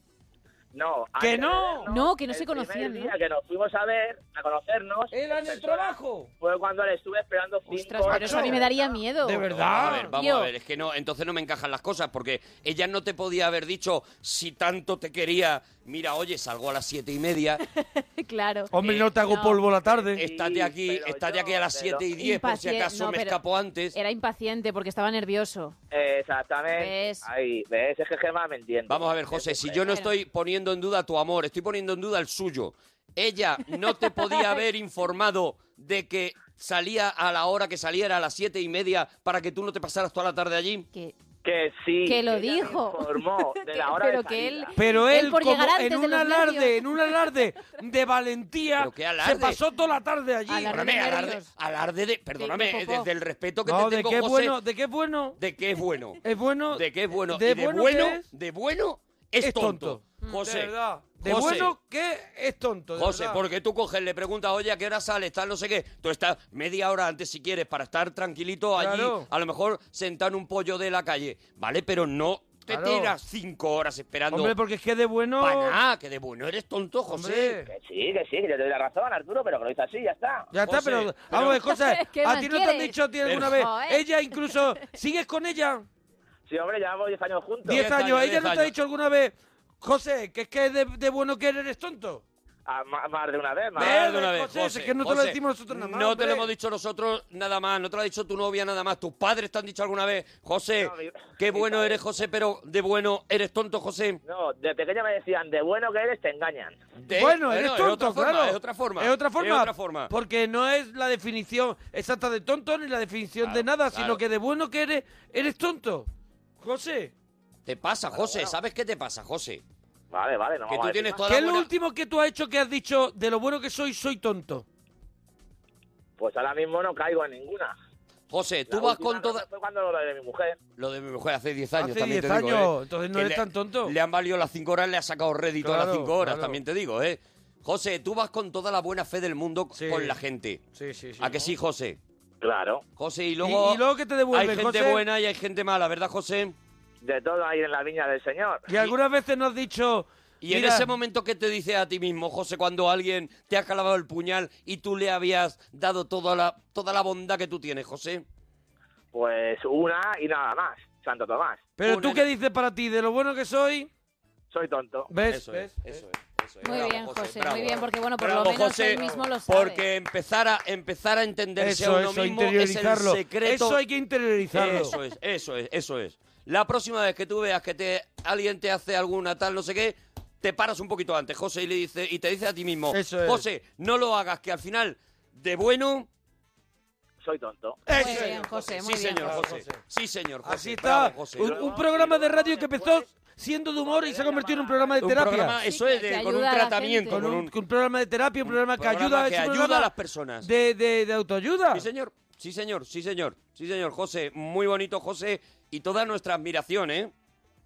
Speaker 9: No,
Speaker 2: ¡Que
Speaker 9: antes de
Speaker 2: no!
Speaker 9: vernos,
Speaker 4: No, que no se
Speaker 9: el primer
Speaker 4: conocían, ¿no?
Speaker 9: día que nos fuimos a ver, a conocernos.
Speaker 2: Era en el
Speaker 9: persona,
Speaker 2: trabajo.
Speaker 9: Fue cuando le estuve esperando cinco
Speaker 4: Ostras,
Speaker 9: horas.
Speaker 4: pero eso a mí me daría miedo.
Speaker 2: De verdad.
Speaker 3: Vamos a ver, vamos
Speaker 4: Tío.
Speaker 3: a ver, es que no, entonces no me encajan las cosas, porque ella no te podía haber dicho, si tanto te quería, mira, oye, salgo a las siete y media, eh,
Speaker 4: claro.
Speaker 2: Hombre, no te hago
Speaker 4: No.
Speaker 2: polvo la tarde.
Speaker 3: estate aquí,
Speaker 9: pero
Speaker 3: estate
Speaker 9: yo-
Speaker 3: aquí a las
Speaker 9: pero-
Speaker 3: siete y diez, por si
Speaker 4: Impacien-
Speaker 3: acaso
Speaker 4: no,
Speaker 3: me
Speaker 4: pero-
Speaker 3: escapo antes.
Speaker 4: Era impaciente porque estaba nervioso.
Speaker 9: Exactamente.
Speaker 4: ¿Ves?
Speaker 9: Ahí, ¿ves? Es que Gemma me entiende.
Speaker 3: Vamos a ver, José, si yo no estoy poniendo en duda tu amor, estoy poniendo en duda el suyo. Ella no te podía haber informado de que salía a la hora que saliera, a las siete y media, para que tú no te pasaras toda la tarde allí.
Speaker 4: Que,
Speaker 9: Que sí.
Speaker 4: que lo
Speaker 9: ella me
Speaker 4: dijo.
Speaker 9: informó de la hora
Speaker 4: pero
Speaker 9: de
Speaker 4: que él.
Speaker 9: salida.
Speaker 2: Pero él,
Speaker 4: por
Speaker 2: como
Speaker 4: llegar antes
Speaker 2: en
Speaker 4: de
Speaker 2: un
Speaker 4: los
Speaker 2: alarde,
Speaker 4: nervios.
Speaker 2: en un alarde de valentía,
Speaker 3: Pero qué alarde.
Speaker 2: se pasó toda la tarde allí.
Speaker 4: Alarde.
Speaker 3: Perdóname,
Speaker 4: de
Speaker 3: alarde,
Speaker 4: nervios.
Speaker 3: alarde de,
Speaker 4: Sí,
Speaker 3: perdóname,
Speaker 4: popó.
Speaker 3: desde el respeto que
Speaker 2: No,
Speaker 3: te
Speaker 2: de
Speaker 3: tengo,
Speaker 2: qué
Speaker 3: José,
Speaker 2: bueno, de qué bueno,
Speaker 3: de que es bueno,
Speaker 2: es bueno,
Speaker 3: de que es bueno,
Speaker 2: de
Speaker 3: y de
Speaker 2: bueno
Speaker 3: bueno,
Speaker 2: que es-
Speaker 3: de bueno es,
Speaker 2: es tonto.
Speaker 3: tonto.
Speaker 2: Mm, de
Speaker 3: José,
Speaker 2: verdad, de
Speaker 3: José.
Speaker 2: bueno que es tonto. de
Speaker 3: José,
Speaker 2: verdad.
Speaker 3: porque tú coges, le preguntas, oye, ¿a qué hora sales? Tal, no sé qué. Tú estás media hora antes, si quieres, para estar tranquilito allí.
Speaker 2: Claro.
Speaker 3: A lo mejor sentado en un pollo de la calle. ¿Vale? Pero no te
Speaker 2: Claro.
Speaker 3: tiras cinco horas esperando.
Speaker 2: Hombre, porque es que de bueno...
Speaker 3: Para nada, que de bueno eres tonto, José.
Speaker 2: Hombre.
Speaker 9: Que sí, que sí, que yo te doy la razón, Arturo, pero que lo hice así, ya está.
Speaker 2: Ya está,
Speaker 3: José,
Speaker 2: pero,
Speaker 3: pero-
Speaker 2: vamos a ver cosas.
Speaker 4: ¿Qué
Speaker 2: ¿A
Speaker 4: más
Speaker 2: ti no te han
Speaker 4: quieres?
Speaker 2: dicho a ti alguna
Speaker 4: Pero-
Speaker 2: vez?
Speaker 9: eh.
Speaker 4: Joder.
Speaker 2: Ella incluso... ¿Sigues con ella?
Speaker 9: Sí, hombre, llevamos 10 años juntos.
Speaker 2: Diez
Speaker 3: años,
Speaker 2: años. ¿Ella
Speaker 3: diez
Speaker 2: no te ha
Speaker 3: años.
Speaker 2: dicho alguna vez, José, que es que de, de bueno que eres tonto?
Speaker 9: Ah, ma- más de una vez, más.
Speaker 2: Ve-
Speaker 3: Más de una vez,
Speaker 2: José,
Speaker 3: José,
Speaker 2: es que no te lo
Speaker 3: José,
Speaker 2: decimos nosotros nada más,
Speaker 3: No
Speaker 2: hombre.
Speaker 3: te lo hemos dicho nosotros nada más, no te lo ha dicho tu novia nada más. Tus padres te han dicho alguna vez, José,
Speaker 9: No, mi-
Speaker 3: qué
Speaker 9: mi
Speaker 3: bueno
Speaker 9: padre.
Speaker 3: eres, José, pero de bueno eres tonto, José.
Speaker 9: No, de pequeña me decían, de bueno que eres, te engañan.
Speaker 3: De-
Speaker 2: bueno,
Speaker 3: ¿eh? es
Speaker 2: eres
Speaker 3: otra
Speaker 2: tonto,
Speaker 3: forma,
Speaker 2: claro.
Speaker 3: Es otra forma.
Speaker 2: Es otra forma.
Speaker 3: Es otra forma.
Speaker 2: Porque no es la definición exacta de tonto ni la definición de
Speaker 3: Claro,
Speaker 2: nada,
Speaker 3: claro.
Speaker 2: sino que de bueno que eres, eres tonto. José,
Speaker 3: Te pasa, José, ¿sabes qué te pasa, José?
Speaker 9: Vale, vale, no vamos
Speaker 3: Que tú
Speaker 9: a decir
Speaker 3: tienes
Speaker 9: más.
Speaker 3: toda
Speaker 2: ¿qué
Speaker 3: la
Speaker 2: es lo
Speaker 3: buena-
Speaker 2: último que tú has hecho que has dicho de lo bueno que soy, soy tonto?
Speaker 9: Pues ahora mismo no caigo en ninguna.
Speaker 3: José, tú
Speaker 9: La
Speaker 3: vas
Speaker 9: última
Speaker 3: con toda...
Speaker 9: razón Fue cuando lo de mi mujer.
Speaker 3: Lo de mi mujer hace 10 años
Speaker 2: Hace
Speaker 3: también
Speaker 2: 10
Speaker 3: te digo,
Speaker 2: años,
Speaker 3: ¿eh?
Speaker 2: entonces no
Speaker 3: Que
Speaker 2: eres
Speaker 3: le-
Speaker 2: tan tonto.
Speaker 3: Le han valido las 5 horas, le ha sacado rédito a las
Speaker 2: Claro,
Speaker 3: 5 horas,
Speaker 2: claro.
Speaker 3: también te digo, ¿eh? José, tú vas con toda la buena fe del mundo
Speaker 2: Sí.
Speaker 3: con la gente.
Speaker 2: Sí, sí, sí.
Speaker 3: ¿A que sí, José?
Speaker 9: Claro.
Speaker 3: José, y luego...
Speaker 2: Y- y luego que te devuelven,
Speaker 3: Hay gente
Speaker 2: José.
Speaker 3: buena y hay gente mala, ¿verdad, José?
Speaker 9: De todo ahí en la viña del Señor.
Speaker 2: Y algunas veces nos has dicho...
Speaker 3: Y en
Speaker 2: "Mira,
Speaker 3: ese momento que te dices a ti mismo, José, cuando alguien te ha clavado el puñal y tú le habías dado toda la, toda la bondad que tú tienes, José.
Speaker 9: Pues una y nada más. Santo Tomás.
Speaker 2: Pero
Speaker 3: Un
Speaker 2: tú
Speaker 3: en-
Speaker 2: qué dices para ti, de lo bueno que soy,
Speaker 9: Soy tonto.
Speaker 2: ¿ves?
Speaker 3: Eso
Speaker 2: ¿ves?
Speaker 3: es, eso es, eso es.
Speaker 4: Muy
Speaker 3: Bravo,
Speaker 4: bien, José,
Speaker 3: bravo.
Speaker 4: muy bien, porque bueno, por
Speaker 3: Bravo,
Speaker 4: lo menos
Speaker 3: José,
Speaker 4: él mismo lo sabe.
Speaker 3: Porque empezar a, empezar a entenderse a
Speaker 2: Eso,
Speaker 3: uno
Speaker 2: eso,
Speaker 3: mismo es el
Speaker 2: interiorizarlo.
Speaker 3: secreto.
Speaker 2: Eso hay que interiorizarlo.
Speaker 3: Eso es, eso es, eso es. La próxima vez que tú veas que te, alguien te hace alguna tal, no sé qué, te paras un poquito antes, José, y, le dice, y te dices a ti mismo,
Speaker 2: Eso es.
Speaker 3: José, no lo hagas, que al final, de bueno...
Speaker 9: Soy tonto.
Speaker 2: Eso
Speaker 4: Muy
Speaker 2: es.
Speaker 4: bien, José, muy
Speaker 3: sí,
Speaker 4: bien,
Speaker 3: señor,
Speaker 4: José.
Speaker 3: José. Sí, señor, José.
Speaker 2: Así está.
Speaker 3: Bravo, José.
Speaker 2: un,
Speaker 3: Bravo.
Speaker 2: un programa de radio que empezó siendo de humor y se ha convertido en un programa de
Speaker 3: Un
Speaker 2: terapia.
Speaker 3: programa, eso
Speaker 4: Sí,
Speaker 3: es,
Speaker 4: que
Speaker 3: de-
Speaker 4: ayuda
Speaker 3: con un
Speaker 4: a la
Speaker 3: tratamiento,
Speaker 4: gente.
Speaker 2: con
Speaker 3: con
Speaker 2: un,
Speaker 3: un...
Speaker 2: con un programa de terapia, un programa que
Speaker 3: programa
Speaker 2: ayuda,
Speaker 3: que
Speaker 2: es un
Speaker 3: ayuda
Speaker 2: programa
Speaker 3: a las personas.
Speaker 2: De, de, de autoayuda.
Speaker 3: Sí, señor, sí, señor, sí, señor, sí, señor, José, muy bonito, José, y toda nuestra admiración, ¿eh?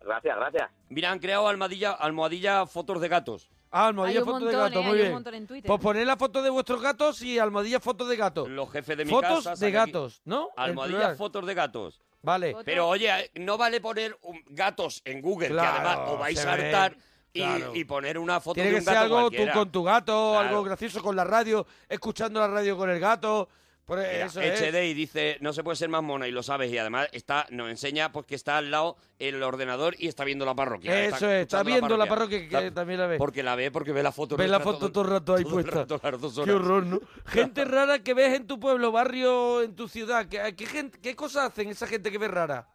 Speaker 9: Gracias, gracias.
Speaker 3: Mira, han creado almohadilla, almohadilla fotos de gatos.
Speaker 2: Ah, almohadilla
Speaker 4: Hay un
Speaker 2: foto de
Speaker 4: montón,
Speaker 2: gato,
Speaker 4: ¿eh?
Speaker 2: muy
Speaker 4: Hay un
Speaker 2: bien.
Speaker 4: montón en Twitter.
Speaker 2: Pues poner la foto de vuestros gatos y almohadilla foto de gato.
Speaker 3: Los jefes de mi
Speaker 2: Fotos
Speaker 3: casa.
Speaker 2: de
Speaker 3: saca aquí-
Speaker 2: gatos, ¿no? En
Speaker 3: Almohadilla
Speaker 2: plural.
Speaker 3: fotos de gatos.
Speaker 2: Vale.
Speaker 4: Foto-
Speaker 3: Pero oye, no vale poner un- gatos en Google,
Speaker 2: Claro,
Speaker 3: que además os vais
Speaker 2: se
Speaker 3: a
Speaker 2: ven,
Speaker 3: hartar y,
Speaker 2: claro.
Speaker 3: y poner una foto
Speaker 2: Tiene
Speaker 3: de
Speaker 2: que
Speaker 3: un
Speaker 2: ser
Speaker 3: gato
Speaker 2: algo tú
Speaker 3: cualquiera.
Speaker 2: con tu gato,
Speaker 3: Claro.
Speaker 2: algo gracioso con la radio, escuchando la radio con el gato. Por
Speaker 3: Mira,
Speaker 2: eso es.
Speaker 3: HDI dice, no se puede ser más mona y lo sabes y además está nos enseña pues que está al lado el ordenador y está viendo la parroquia.
Speaker 2: Eso es, está
Speaker 3: escuchando
Speaker 2: viendo la parroquia, que
Speaker 3: Está-
Speaker 2: también la ve.
Speaker 3: Porque la ve, porque ve la foto.
Speaker 2: Ve la
Speaker 3: nuestra
Speaker 2: foto todo el rato ahí
Speaker 3: todo el
Speaker 2: puesta.
Speaker 3: rato, las dos
Speaker 2: Qué
Speaker 3: horas.
Speaker 2: horror, ¿no? Gente rara que ves en tu pueblo, barrio, en tu ciudad. ¿Qué, qué, gente- qué cosas hacen esa gente que ves rara?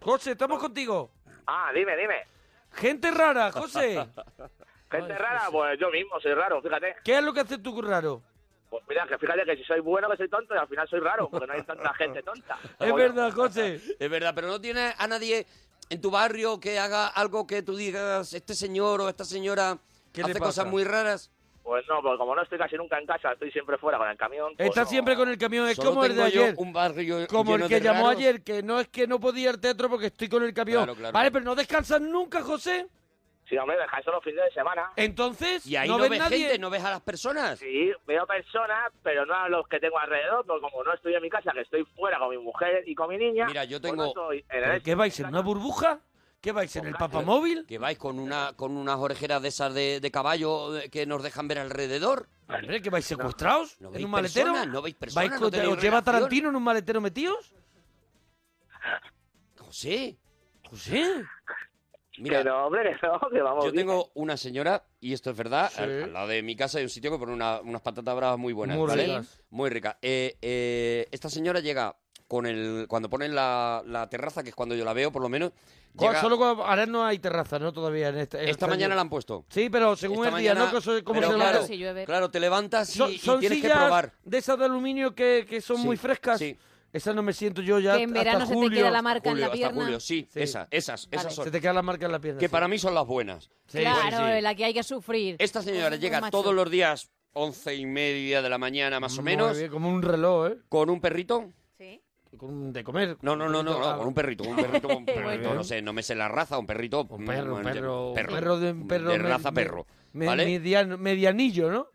Speaker 2: José, estamos contigo.
Speaker 9: Ah, dime, dime.
Speaker 2: Gente rara,
Speaker 3: Ah,
Speaker 2: José.
Speaker 9: Gente
Speaker 2: Ay,
Speaker 9: rara, pues yo mismo soy raro, fíjate.
Speaker 2: ¿Qué es lo que haces tú raro?
Speaker 9: Pues mira, que fíjate que si soy bueno que soy tonto y al final soy raro, porque no hay tanta gente tonta.
Speaker 2: Es
Speaker 9: Joder.
Speaker 2: verdad, José.
Speaker 3: Es verdad, pero no tienes a nadie en tu barrio que haga algo que tú digas, este señor o esta señora
Speaker 2: ¿Qué le
Speaker 3: hace
Speaker 2: pasa?
Speaker 3: cosas muy raras.
Speaker 9: Pues no, porque como no estoy casi nunca en casa, estoy siempre fuera con el camión. pues
Speaker 2: Está
Speaker 9: no.
Speaker 2: siempre con el camión, es
Speaker 3: Solo
Speaker 2: como el de
Speaker 3: tengo yo
Speaker 2: ayer.
Speaker 3: un barrio
Speaker 2: Como
Speaker 3: lleno
Speaker 2: el que
Speaker 3: de
Speaker 2: llamó
Speaker 3: raros.
Speaker 2: ayer, que no es que no podía ir al teatro porque estoy con el camión.
Speaker 3: Claro, claro,
Speaker 2: vale,
Speaker 3: claro.
Speaker 2: pero no descansas nunca, José.
Speaker 9: Sí, hombre, dejáis solo fines de semana.
Speaker 2: Entonces,
Speaker 3: Y ahí
Speaker 2: no,
Speaker 3: no,
Speaker 2: ves
Speaker 3: ves
Speaker 2: nadie.
Speaker 3: gente, no ves a las personas.
Speaker 9: Sí, veo personas, pero no a los que tengo alrededor, porque como no estoy en mi casa, que estoy fuera con mi mujer y con mi niña.
Speaker 3: Mira, yo
Speaker 9: pues
Speaker 3: tengo-
Speaker 9: no estoy en el-
Speaker 2: ¿Pero qué vais? ¿En una burbuja? ¿Qué vais? ¿En el papamóvil?
Speaker 3: Que vais con una con unas orejeras de esas de, de caballo eh, que nos dejan ver alrededor.
Speaker 2: Hombre, que vais secuestrados
Speaker 3: No
Speaker 2: en
Speaker 3: veis
Speaker 2: un maletero.
Speaker 3: personas, no veis personas,
Speaker 2: ¿Vais
Speaker 3: no
Speaker 2: con-
Speaker 3: tenéis
Speaker 2: ¿Os lleva
Speaker 3: relación.
Speaker 2: Tarantino en un maletero metidos?
Speaker 3: José,
Speaker 2: José.
Speaker 3: pues mira,
Speaker 9: Que no, hombre, que no, que vamos.
Speaker 3: yo
Speaker 9: bien.
Speaker 3: tengo una señora, y esto es verdad,
Speaker 2: Sí.
Speaker 3: al, al lado de mi casa hay un sitio que pone una- unas patatas bravas muy buenas,
Speaker 2: Muy
Speaker 3: ¿vale?
Speaker 2: ricas.
Speaker 3: Muy ricas. Eh, eh, esta señora llega con el cuando ponen la, la terraza, que es cuando yo la veo, por lo menos. llega-
Speaker 2: Solo cuando- ahora no hay terraza, ¿no? Todavía en este. en
Speaker 3: esta
Speaker 2: este
Speaker 3: mañana
Speaker 2: año.
Speaker 3: la han puesto.
Speaker 2: Sí, pero según
Speaker 3: Esta
Speaker 2: el día,
Speaker 3: mañana-
Speaker 2: ¿no? Que eso- ¿Cómo
Speaker 3: pero
Speaker 2: se
Speaker 3: claro,
Speaker 2: levanta?
Speaker 4: levanta? Sí, llueve.
Speaker 3: claro, te levantas y,
Speaker 2: Son,
Speaker 3: y
Speaker 2: son
Speaker 3: tienes que
Speaker 2: sillas
Speaker 3: probar.
Speaker 2: de esas de aluminio que, que son
Speaker 3: Sí,
Speaker 2: muy frescas.
Speaker 3: sí.
Speaker 2: Esas no me siento yo ya
Speaker 4: Que en
Speaker 2: hasta
Speaker 4: verano se te
Speaker 2: julio.
Speaker 4: queda la marca en
Speaker 3: Julio,
Speaker 4: la
Speaker 3: hasta
Speaker 4: pierna.
Speaker 3: julio, sí,
Speaker 2: Sí.
Speaker 3: esas, esas, esas son.
Speaker 2: Se te queda la marca en la pierna.
Speaker 3: Que
Speaker 2: sí.
Speaker 3: para mí son las buenas.
Speaker 2: Sí,
Speaker 4: Claro,
Speaker 2: sí, sí.
Speaker 4: la que hay que sufrir.
Speaker 3: Esta señora
Speaker 4: Un
Speaker 3: llega
Speaker 4: macho.
Speaker 3: todos los días, once y media de la mañana más o
Speaker 2: Muy
Speaker 3: menos,
Speaker 2: bien, como un reloj, ¿eh?
Speaker 3: con un perrito.
Speaker 4: Sí.
Speaker 2: Con un- de comer. ah.
Speaker 3: No, no, no, no, no, con un perrito, un perrito, un perrito,
Speaker 2: Bueno.
Speaker 3: no sé, no me sé la raza, un perrito.
Speaker 2: Un perro, un
Speaker 3: mm,
Speaker 2: perro, un perro de un perro
Speaker 3: de
Speaker 2: me-
Speaker 3: raza
Speaker 2: me-
Speaker 3: perro.
Speaker 2: me-
Speaker 3: ¿Vale?
Speaker 2: mediano- medianillo, ¿no?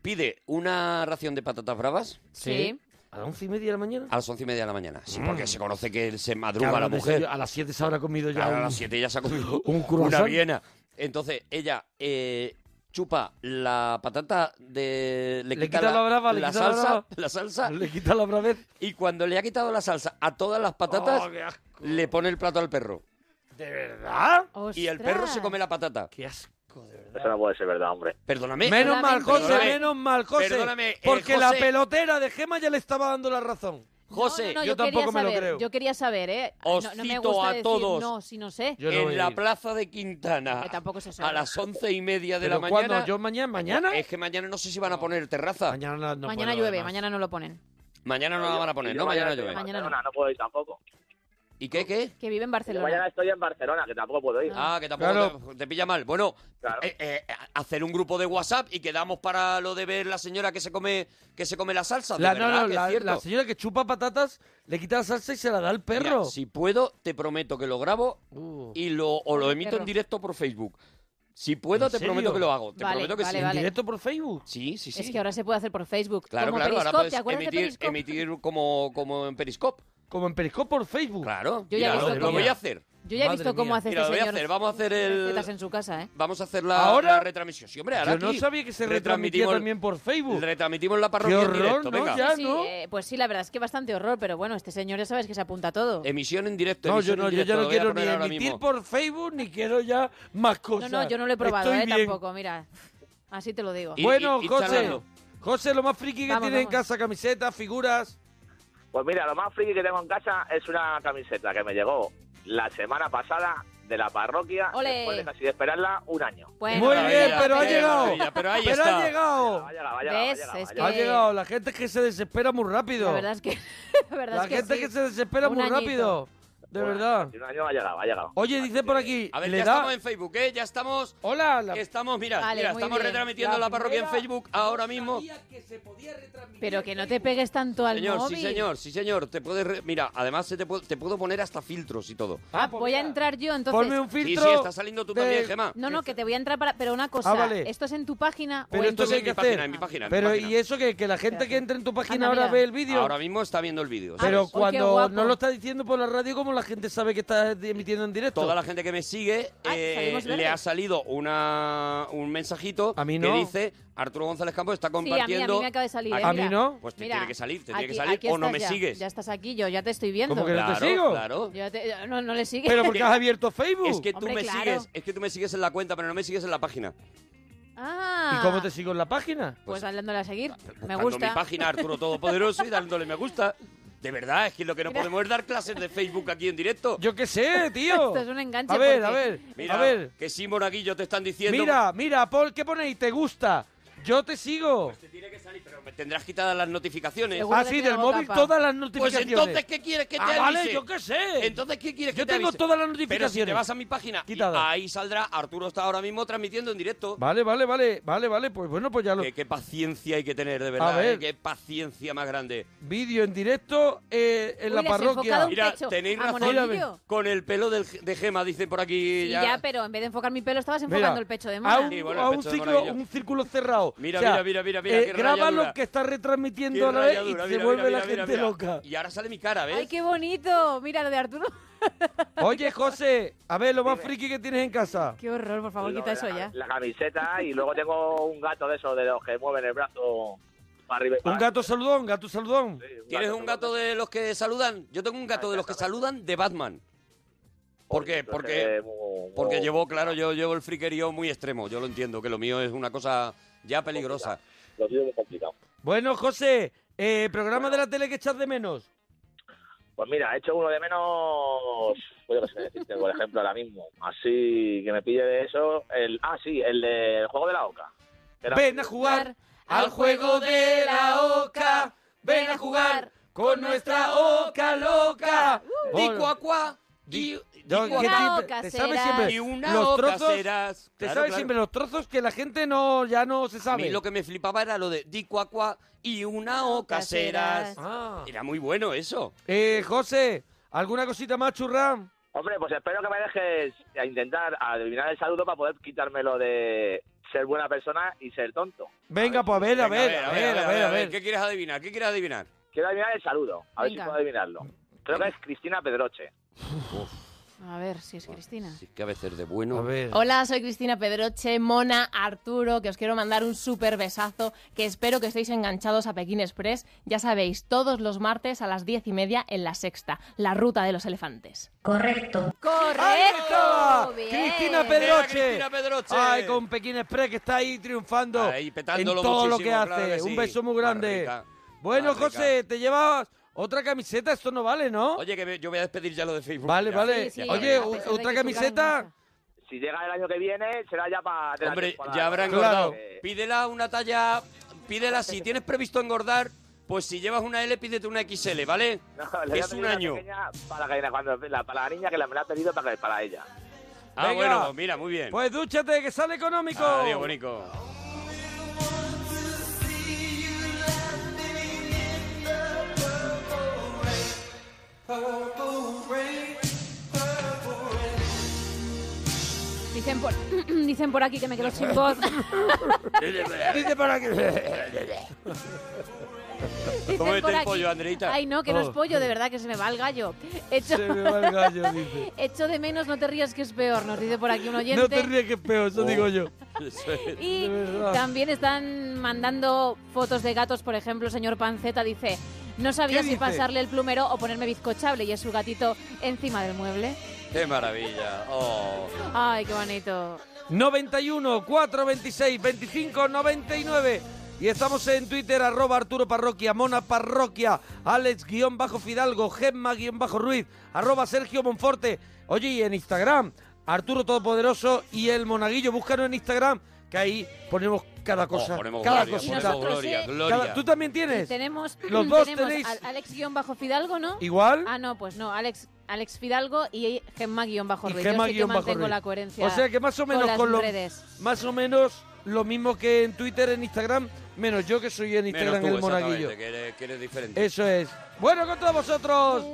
Speaker 3: Pide una ración de patatas bravas,
Speaker 4: Sí.
Speaker 2: ¿A las once y media de la mañana?
Speaker 3: A las once y media de la mañana. Sí, porque
Speaker 2: Mm.
Speaker 3: se conoce que se madruga
Speaker 2: Claro,
Speaker 3: la
Speaker 2: desde-
Speaker 3: mujer.
Speaker 2: A las siete se habrá comido ya.
Speaker 3: Claro, a
Speaker 2: un-
Speaker 3: las 7 ya se ha comido
Speaker 2: un
Speaker 3: una
Speaker 2: croissant.
Speaker 3: viena. Entonces, ella eh, chupa la patata de... Le,
Speaker 2: quita la brava, le quita la
Speaker 3: salsa,
Speaker 2: brava.
Speaker 3: la salsa.
Speaker 2: Le quita la bravez.
Speaker 3: Y cuando le ha quitado la salsa a todas las patatas,
Speaker 2: Oh, qué asco.
Speaker 3: le pone el plato al perro.
Speaker 2: ¿De verdad?
Speaker 3: Y el perro se
Speaker 4: ¡Ostras!
Speaker 3: come la patata.
Speaker 2: Qué asco, de verdad.
Speaker 9: Eso no puede ser verdad, hombre.
Speaker 3: Perdóname.
Speaker 2: Menos mal,
Speaker 4: Solamente-
Speaker 2: José,
Speaker 3: Perdóname.
Speaker 2: menos mal, José.
Speaker 3: Perdóname, eh,
Speaker 2: porque la
Speaker 3: José.
Speaker 2: pelotera de Gema ya le estaba dando la razón.
Speaker 3: José,
Speaker 4: No, no, no, quería
Speaker 2: yo tampoco me lo
Speaker 4: saber,
Speaker 2: creo.
Speaker 4: Yo quería saber, ¿eh?
Speaker 3: Os
Speaker 4: no, no me
Speaker 3: cito
Speaker 4: gusta
Speaker 3: a
Speaker 4: decir,
Speaker 3: todos.
Speaker 4: No, si no sé.
Speaker 2: Yo no voy
Speaker 3: en
Speaker 2: a
Speaker 3: la
Speaker 2: ir.
Speaker 3: plaza de Quintana,
Speaker 4: Que tampoco se sabe.
Speaker 3: a las once y media de la
Speaker 2: ¿Pero
Speaker 3: mañana...
Speaker 2: cuándo? ¿Yo mañana? ¿Mañana?
Speaker 3: Es que mañana no sé si van a poner terraza. Mañana,
Speaker 2: Mañana, no
Speaker 4: mañana
Speaker 2: puedo,
Speaker 4: llueve,
Speaker 2: además.
Speaker 4: mañana no lo ponen.
Speaker 3: no la van a poner,
Speaker 9: Y
Speaker 3: ¿no?
Speaker 9: yo
Speaker 3: Mañana
Speaker 9: estoy
Speaker 3: llueve.
Speaker 9: en
Speaker 4: Mañana no.
Speaker 9: Barcelona, no puedo ir tampoco.
Speaker 3: ¿Y qué, qué?
Speaker 4: Que vive en
Speaker 9: Yo
Speaker 4: Barcelona.
Speaker 9: mañana estoy en Barcelona, que tampoco puedo ir.
Speaker 3: Ah, que tampoco
Speaker 2: Claro.
Speaker 3: te, te pilla mal. Bueno,
Speaker 9: Claro.
Speaker 3: eh, eh, hacer un grupo de WhatsApp y quedamos para lo de ver la señora que se come que se come la salsa. de
Speaker 2: La, no,
Speaker 3: verdad,
Speaker 2: no,
Speaker 3: que es
Speaker 2: la,
Speaker 3: cierto.
Speaker 2: la señora que chupa patatas le quita la salsa y se la da al
Speaker 3: Mira,
Speaker 2: perro.
Speaker 3: si puedo, te prometo que lo grabo
Speaker 2: Uh.
Speaker 3: y lo, o lo emito en
Speaker 4: Perro.
Speaker 3: directo por Facebook. Si puedo,
Speaker 2: ¿En
Speaker 3: te prometo
Speaker 2: serio?
Speaker 3: que lo hago. Te
Speaker 4: Vale,
Speaker 3: prometo que
Speaker 4: vale,
Speaker 3: sí.
Speaker 2: ¿En
Speaker 4: vale.
Speaker 2: directo por Facebook?
Speaker 3: Sí, sí, sí.
Speaker 4: Es que ahora se puede hacer por Facebook.
Speaker 3: Claro,
Speaker 4: como
Speaker 3: claro, ahora
Speaker 4: Periscope, ¿te
Speaker 3: puedes
Speaker 4: acuerdas de
Speaker 3: emitir,
Speaker 4: Periscope?
Speaker 3: emitir como, como en Periscope.
Speaker 2: Como en Periscope por Facebook.
Speaker 3: Claro,
Speaker 4: Yo ya he
Speaker 3: Mira,
Speaker 4: visto
Speaker 3: lo- lo
Speaker 4: cómo-
Speaker 3: voy a hacer.
Speaker 4: Yo ya he
Speaker 2: Madre
Speaker 4: visto cómo
Speaker 2: mía.
Speaker 4: hace
Speaker 3: Mira,
Speaker 4: este
Speaker 3: lo voy a
Speaker 4: señor
Speaker 3: hacer. Vamos a hacer el-
Speaker 4: recetas en su casa, ¿eh?
Speaker 3: Vamos a hacer la,
Speaker 2: ¿Ahora?
Speaker 3: la retransmisión. Sí, hombre, ahora
Speaker 2: Yo no
Speaker 3: aquí
Speaker 2: sabía que se retransmitía
Speaker 3: retransmitimos-
Speaker 2: también por Facebook.
Speaker 3: Retransmitimos la
Speaker 2: Qué
Speaker 3: parroquia en
Speaker 2: horror,
Speaker 3: directo.
Speaker 2: ¿no?
Speaker 3: Venga.
Speaker 2: Ya,
Speaker 4: Sí,
Speaker 2: ¿no?
Speaker 4: eh, pues sí, la verdad es que bastante horror, pero bueno, este señor ya sabes que se apunta a todo.
Speaker 3: Emisión en directo.
Speaker 2: No, yo
Speaker 3: emisión
Speaker 2: no,
Speaker 3: en
Speaker 2: yo ya
Speaker 3: directo,
Speaker 2: no
Speaker 3: lo voy a
Speaker 2: quiero ni
Speaker 3: poner ahora
Speaker 2: emitir
Speaker 3: mismo.
Speaker 2: por Facebook ni quiero ya más
Speaker 4: no,
Speaker 2: cosas.
Speaker 4: no, yo no lo he probado,
Speaker 2: Estoy
Speaker 4: ¿eh?
Speaker 2: bien.
Speaker 4: Tampoco, mira. Así te lo digo.
Speaker 3: Y-
Speaker 2: Bueno,
Speaker 3: ir
Speaker 2: José,
Speaker 3: charlando.
Speaker 2: José, lo más friki que
Speaker 4: Vamos,
Speaker 2: tiene en
Speaker 4: vamos.
Speaker 2: casa, camisetas, figuras.
Speaker 9: Pues mira, lo más friki que tengo en casa es una camiseta que me llegó la semana pasada de la parroquia,
Speaker 4: Ole.
Speaker 9: después de casi de esperarla un año.
Speaker 4: Bueno,
Speaker 2: Muy
Speaker 4: ya
Speaker 2: bien,
Speaker 4: está,
Speaker 2: pero ha
Speaker 3: qué
Speaker 2: llegado.
Speaker 3: maravilla, pero ahí
Speaker 2: Pero
Speaker 3: está.
Speaker 2: ha llegado.
Speaker 9: Ha llegado, ha llegado, ha
Speaker 4: ¿Ves?
Speaker 9: llegado, ha
Speaker 4: Es que-
Speaker 9: llegado.
Speaker 2: Ha llegado. La gente es que se desespera muy rápido.
Speaker 4: La verdad es que. La, verdad
Speaker 2: La
Speaker 4: es que
Speaker 2: gente
Speaker 4: sí.
Speaker 2: que se desespera
Speaker 4: Un
Speaker 2: muy
Speaker 4: añito.
Speaker 2: rápido. De
Speaker 9: Un año,
Speaker 2: verdad.
Speaker 9: Un año ha llegado, ha llegado.
Speaker 2: Oye, dice por aquí.
Speaker 3: A ver,
Speaker 2: le
Speaker 3: ya
Speaker 2: da-
Speaker 3: estamos en Facebook, ¿eh? Ya estamos.
Speaker 2: Hola. la-
Speaker 3: Estamos, mira,
Speaker 4: Vale,
Speaker 3: mira,
Speaker 4: muy
Speaker 3: estamos
Speaker 4: bien.
Speaker 3: retransmitiendo la, parroquia en
Speaker 2: primera
Speaker 3: Facebook ahora mismo.
Speaker 2: sabía que se podía retransmitir
Speaker 4: Pero
Speaker 2: en
Speaker 4: que no te
Speaker 2: Facebook.
Speaker 4: pegues tanto al
Speaker 3: Señor,
Speaker 4: móvil.
Speaker 3: sí, señor, sí, señor. Te puedes. re- Mira, además se te, puedo, te puedo poner hasta filtros y todo.
Speaker 4: Ah,
Speaker 2: Ah, pues
Speaker 4: voy a
Speaker 2: mira.
Speaker 4: entrar yo, entonces.
Speaker 2: Ponme un filtro.
Speaker 3: sí, sí, está saliendo tú
Speaker 2: de-
Speaker 3: también, Gemma.
Speaker 4: No, no, que te voy a entrar para. Pero una cosa,
Speaker 2: Ah, vale.
Speaker 4: ¿esto es en tu página
Speaker 2: Pero
Speaker 4: o en
Speaker 2: esto
Speaker 4: tu-
Speaker 2: sí hay
Speaker 3: en
Speaker 2: que
Speaker 3: mi
Speaker 2: hacer.
Speaker 3: página, en mi página. en mi
Speaker 2: Pero,
Speaker 3: página.
Speaker 2: ¿y eso que, que la gente que entra en tu página
Speaker 4: Anda,
Speaker 2: ahora
Speaker 4: Ah, mira.
Speaker 2: ve el vídeo?
Speaker 3: Ahora mismo está viendo el vídeo. ¿sabes?
Speaker 2: Pero
Speaker 4: Uy, qué
Speaker 2: cuando
Speaker 4: guapo.
Speaker 2: no lo está diciendo por la radio, ¿cómo la gente sabe que está emitiendo en directo?
Speaker 3: Toda la gente que me sigue
Speaker 4: Ay,
Speaker 3: eh,
Speaker 4: salimos verdes.
Speaker 3: le ha salido una, un mensajito
Speaker 2: A mí
Speaker 3: que
Speaker 2: no.
Speaker 3: dice Arturo González Campos está
Speaker 4: Sí, a mí, a
Speaker 3: compartiendo.
Speaker 4: mí me acaba de salir.
Speaker 3: Ah,
Speaker 4: eh,
Speaker 2: ¿A
Speaker 4: mira.
Speaker 2: mí no?
Speaker 3: Pues te
Speaker 4: Mira,
Speaker 3: tiene que salir, te tiene
Speaker 4: aquí-
Speaker 3: que salir
Speaker 4: aquí
Speaker 3: o no
Speaker 4: estás
Speaker 3: me
Speaker 4: ya.
Speaker 3: sigues.
Speaker 4: Ya estás aquí, yo ya te estoy viendo.
Speaker 2: ¿Cómo que no te
Speaker 3: claro,
Speaker 2: sigo?
Speaker 3: claro.
Speaker 4: Yo te- no, no le sigues.
Speaker 2: Pero porque has abierto Facebook.
Speaker 3: Es que tú
Speaker 4: Hombre,
Speaker 3: me
Speaker 4: claro.
Speaker 3: sigues, es que tú me sigues en la cuenta, pero no me sigues en la página.
Speaker 4: Ah.
Speaker 2: ¿Y cómo te sigo en la página?
Speaker 4: Pues dándole a seguir. Me
Speaker 3: Buscando
Speaker 4: gusta.
Speaker 3: mi página Arturo Todopoderoso y dándole me gusta. De verdad, es que lo que no podemos es dar clases de Facebook aquí en directo.
Speaker 2: Yo qué sé, Eh, tío.
Speaker 4: Esto es un enganche
Speaker 2: A ver,
Speaker 4: porque-
Speaker 2: a ver,
Speaker 3: Mira,
Speaker 2: a ver.
Speaker 3: que sí, Monaguillo, te están diciendo...
Speaker 2: Mira, mira, Paul, ¿qué ponéis? ¿Te gusta? Yo te sigo.
Speaker 3: Te tiene que salir, pero me tendrás quitadas las notificaciones.
Speaker 4: Seguro.
Speaker 2: Ah, sí,
Speaker 4: tiene
Speaker 2: del
Speaker 4: la
Speaker 2: móvil
Speaker 4: boca,
Speaker 2: todas las
Speaker 3: Pues
Speaker 2: notificaciones.
Speaker 3: entonces, ¿qué quieres que te
Speaker 2: Ah, vale,
Speaker 3: avise?
Speaker 2: yo qué sé.
Speaker 3: Entonces, ¿qué quieres
Speaker 2: Yo
Speaker 3: que te
Speaker 2: tengo
Speaker 3: avise?
Speaker 2: todas las
Speaker 3: Pero si te
Speaker 2: notificaciones.
Speaker 3: vas a mi página, y
Speaker 2: Quitadas.
Speaker 3: ahí saldrá Arturo está ahora mismo transmitiendo en directo.
Speaker 2: Vale, vale, vale, vale, vale. Pues bueno, pues ya lo...
Speaker 3: Qué, qué paciencia hay que tener, de verdad.
Speaker 2: A ver.
Speaker 3: ¿eh? Qué paciencia más grande.
Speaker 2: Vídeo en directo eh, en
Speaker 4: Uy,
Speaker 2: la
Speaker 4: les he
Speaker 2: parroquia.
Speaker 4: enfocado un-
Speaker 3: Mira,
Speaker 4: techo.
Speaker 3: tenéis
Speaker 4: A
Speaker 3: razón
Speaker 4: Monaguillo.
Speaker 3: con el pelo del- de Gema, dicen por aquí.
Speaker 4: Sí,
Speaker 3: ya.
Speaker 4: ya, pero en vez de enfocar mi pelo, estabas
Speaker 2: Mira,
Speaker 4: enfocando el pecho de Mona.
Speaker 2: A un,
Speaker 3: Sí, bueno,
Speaker 2: a
Speaker 3: el
Speaker 2: un
Speaker 3: pecho de
Speaker 2: círculo,
Speaker 3: Monaguillo.
Speaker 2: un círculo cerrado.
Speaker 3: Mira,
Speaker 2: O sea,
Speaker 3: mira, mira, mira, mira, qué
Speaker 2: graba
Speaker 3: rayadura.
Speaker 2: lo que está
Speaker 3: Qué
Speaker 2: retransmitiendo a la vez y
Speaker 3: rayadura,
Speaker 2: se
Speaker 3: mira,
Speaker 2: vuelve
Speaker 3: mira,
Speaker 2: la
Speaker 3: mira,
Speaker 2: gente
Speaker 3: mira.
Speaker 2: loca.
Speaker 3: Y ahora sale mi cara, ¿ves?
Speaker 4: ¡Ay, qué bonito! Mira lo de Arturo.
Speaker 2: Oye, José, a ver, lo más friki que tienes en casa.
Speaker 4: Qué horror, por favor,
Speaker 9: Lo
Speaker 4: quita
Speaker 9: de
Speaker 4: eso
Speaker 9: la-
Speaker 4: ya.
Speaker 9: La camiseta y luego tengo un gato de esos, de los que mueven el brazo para arriba y para
Speaker 2: Un gato saludón, gato saludón.
Speaker 9: abajo. Sí, un
Speaker 3: ¿Tienes un gato de los que saludan? Yo tengo un gato de los que saludan de Batman. ¿Por qué?
Speaker 9: Entonces,
Speaker 3: Porque,
Speaker 9: eh, muy-
Speaker 3: porque
Speaker 9: muy-
Speaker 3: llevo, claro, yo llevo el friquerío muy extremo. Yo lo entiendo, que lo mío es una cosa ya peligrosa.
Speaker 9: Lo siento muy complicado.
Speaker 2: Bueno, José, eh, programa de la tele que echas de menos.
Speaker 9: Pues mira, he hecho uno de menos, pues yo qué sé decirte, por ejemplo, ahora mismo. Así que me pille de eso. El, ah, sí, el del juego de la oca. Era-
Speaker 2: Ven a jugar al juego de la oca. Ven a jugar con nuestra oca loca.
Speaker 3: Dico aqua y,
Speaker 2: Uh. Di- No,
Speaker 3: dico
Speaker 2: que
Speaker 4: Una
Speaker 3: aqua,
Speaker 2: siempre-
Speaker 4: oca
Speaker 2: te sabes
Speaker 4: serás.
Speaker 2: siempre
Speaker 3: y una
Speaker 2: los
Speaker 3: oca
Speaker 2: trozos,
Speaker 3: serás.
Speaker 2: te
Speaker 3: Claro,
Speaker 2: sabes
Speaker 3: claro.
Speaker 2: siempre los trozos que la gente no ya no se
Speaker 3: A
Speaker 2: sabe.
Speaker 3: mí lo que me flipaba era lo de dico aqua y una oca serás.
Speaker 2: Ah.
Speaker 3: Era muy bueno eso.
Speaker 2: Eh, José, ¿alguna cosita más, churram?
Speaker 9: Hombre, pues espero que me dejes a intentar adivinar el saludo para poder quitármelo de ser buena persona y ser tonto.
Speaker 2: Venga, pues a ver, a
Speaker 3: Venga,
Speaker 2: ver, a ver, a ver, a ver.
Speaker 3: ¿Qué quieres adivinar? ¿Qué quieres adivinar?
Speaker 9: Quiero adivinar el saludo. A ver
Speaker 4: Venga.
Speaker 9: si puedo adivinarlo. Creo que es Cristina Pedroche.
Speaker 4: A ver si es Cristina.
Speaker 3: Sí, que a veces de bueno.
Speaker 2: A ver.
Speaker 5: Hola, soy Cristina Pedroche, Mona, Arturo, que os quiero mandar un súper besazo, que espero que estéis enganchados a Pekín Express, ya sabéis, todos los martes a las diez y media en la sexta, la ruta de los elefantes.
Speaker 2: ¡Ahí estaba!
Speaker 4: ¡Correcto! ¡Bien!
Speaker 2: Cristina
Speaker 3: Venga,
Speaker 2: Pedroche.
Speaker 3: Cristina Pedroche.
Speaker 2: Ay, con Pekín Express que está ahí triunfando
Speaker 3: Ahí, petándolo
Speaker 2: en todo lo que
Speaker 3: muchísimo,
Speaker 2: hace.
Speaker 3: claro que sí.
Speaker 2: Un beso muy
Speaker 3: Más
Speaker 2: grande.
Speaker 3: rica,
Speaker 2: bueno,
Speaker 3: más rica.
Speaker 2: José, te llevas otra camiseta, esto no vale, ¿no?
Speaker 3: Oye, que me- yo voy a despedir ya lo de Facebook.
Speaker 2: vale,
Speaker 3: Ya.
Speaker 2: vale.
Speaker 4: Sí, sí,
Speaker 2: Oye,
Speaker 4: a
Speaker 2: u-
Speaker 4: pesar de
Speaker 2: otra
Speaker 4: que tu cara
Speaker 2: camiseta.
Speaker 4: no
Speaker 9: Si llega el año que viene, será ya para...
Speaker 3: Hombre, ya habrá
Speaker 2: Claro.
Speaker 3: engordado. Pídela una talla, pídela si tienes previsto engordar, pues si llevas una L, pídete una XL, ¿vale? es un año.
Speaker 9: Para, la, cuando, la, para la niña que la me la ha pedido para, para ella.
Speaker 3: Ah,
Speaker 2: Venga.
Speaker 3: bueno, mira, muy bien.
Speaker 2: Pues dúchate, que sale económico.
Speaker 3: Adiós, bonito.
Speaker 4: Dicen por, dicen por aquí que me quedo sin voz.
Speaker 2: Dice para que...
Speaker 4: Dicen
Speaker 3: Cómete
Speaker 4: por
Speaker 3: el
Speaker 4: aquí-
Speaker 3: pollo, Andreita.
Speaker 4: Ay, no, que no es
Speaker 2: Oh.
Speaker 4: pollo, de verdad que se me va el gallo. Hecho,
Speaker 2: Se me va el gallo, dice.
Speaker 4: hecho de menos, no te rías que es peor, nos dice por aquí un oyente.
Speaker 2: No te ríes que es peor, eso
Speaker 3: Oh.
Speaker 2: digo yo.
Speaker 3: Eso es.
Speaker 4: Y
Speaker 2: De verdad.
Speaker 4: también están mandando fotos de gatos, por ejemplo, el señor Panceta dice, no sabía
Speaker 2: ¿Qué
Speaker 4: si
Speaker 2: dice?
Speaker 4: pasarle el plumero o ponerme bizcochable y es su gatito encima del mueble.
Speaker 3: Qué maravilla. Oh.
Speaker 4: Ay, qué bonito.
Speaker 2: 91 426 25 99 y estamos en Twitter arroba Arturo Parroquia, Mona Parroquia, Alex guión bajo Fidalgo, Gemma guión bajo Ruiz, arroba Sergio Monforte. Oye, y en Instagram, Arturo Todopoderoso y el Monaguillo, búscanos en Instagram, que ahí ponemos cada cosa.
Speaker 3: Oh, ponemos
Speaker 2: cada
Speaker 3: gloria,
Speaker 2: cosita.
Speaker 3: ponemos
Speaker 4: Nosotros,
Speaker 3: gloria,
Speaker 4: eh,
Speaker 3: gloria.
Speaker 2: Cada- ¿Tú también
Speaker 4: Y
Speaker 2: tienes?
Speaker 4: tenemos
Speaker 2: Los dos
Speaker 4: tenemos
Speaker 2: tenéis-
Speaker 4: al- Alex-Fidalgo, ¿no?
Speaker 2: ¿Igual?
Speaker 4: Ah, no, pues no, Alex, Alex Fidalgo y Gemma-Bajo
Speaker 2: y
Speaker 4: Ruiz. Yo
Speaker 2: Gemma
Speaker 4: sí que
Speaker 2: guión bajo
Speaker 4: mantengo
Speaker 2: Ruiz.
Speaker 4: la coherencia
Speaker 2: O sea que más o menos
Speaker 4: con,
Speaker 2: con
Speaker 4: las
Speaker 2: lo,
Speaker 4: redes.
Speaker 2: más o menos lo mismo que en Twitter, en Instagram, menos yo que soy en
Speaker 3: Menos
Speaker 2: Instagram
Speaker 3: tú,
Speaker 2: el monaguillo.
Speaker 3: exactamente, que eres, que eres diferente.
Speaker 2: Eso es. Bueno, con todos vosotros,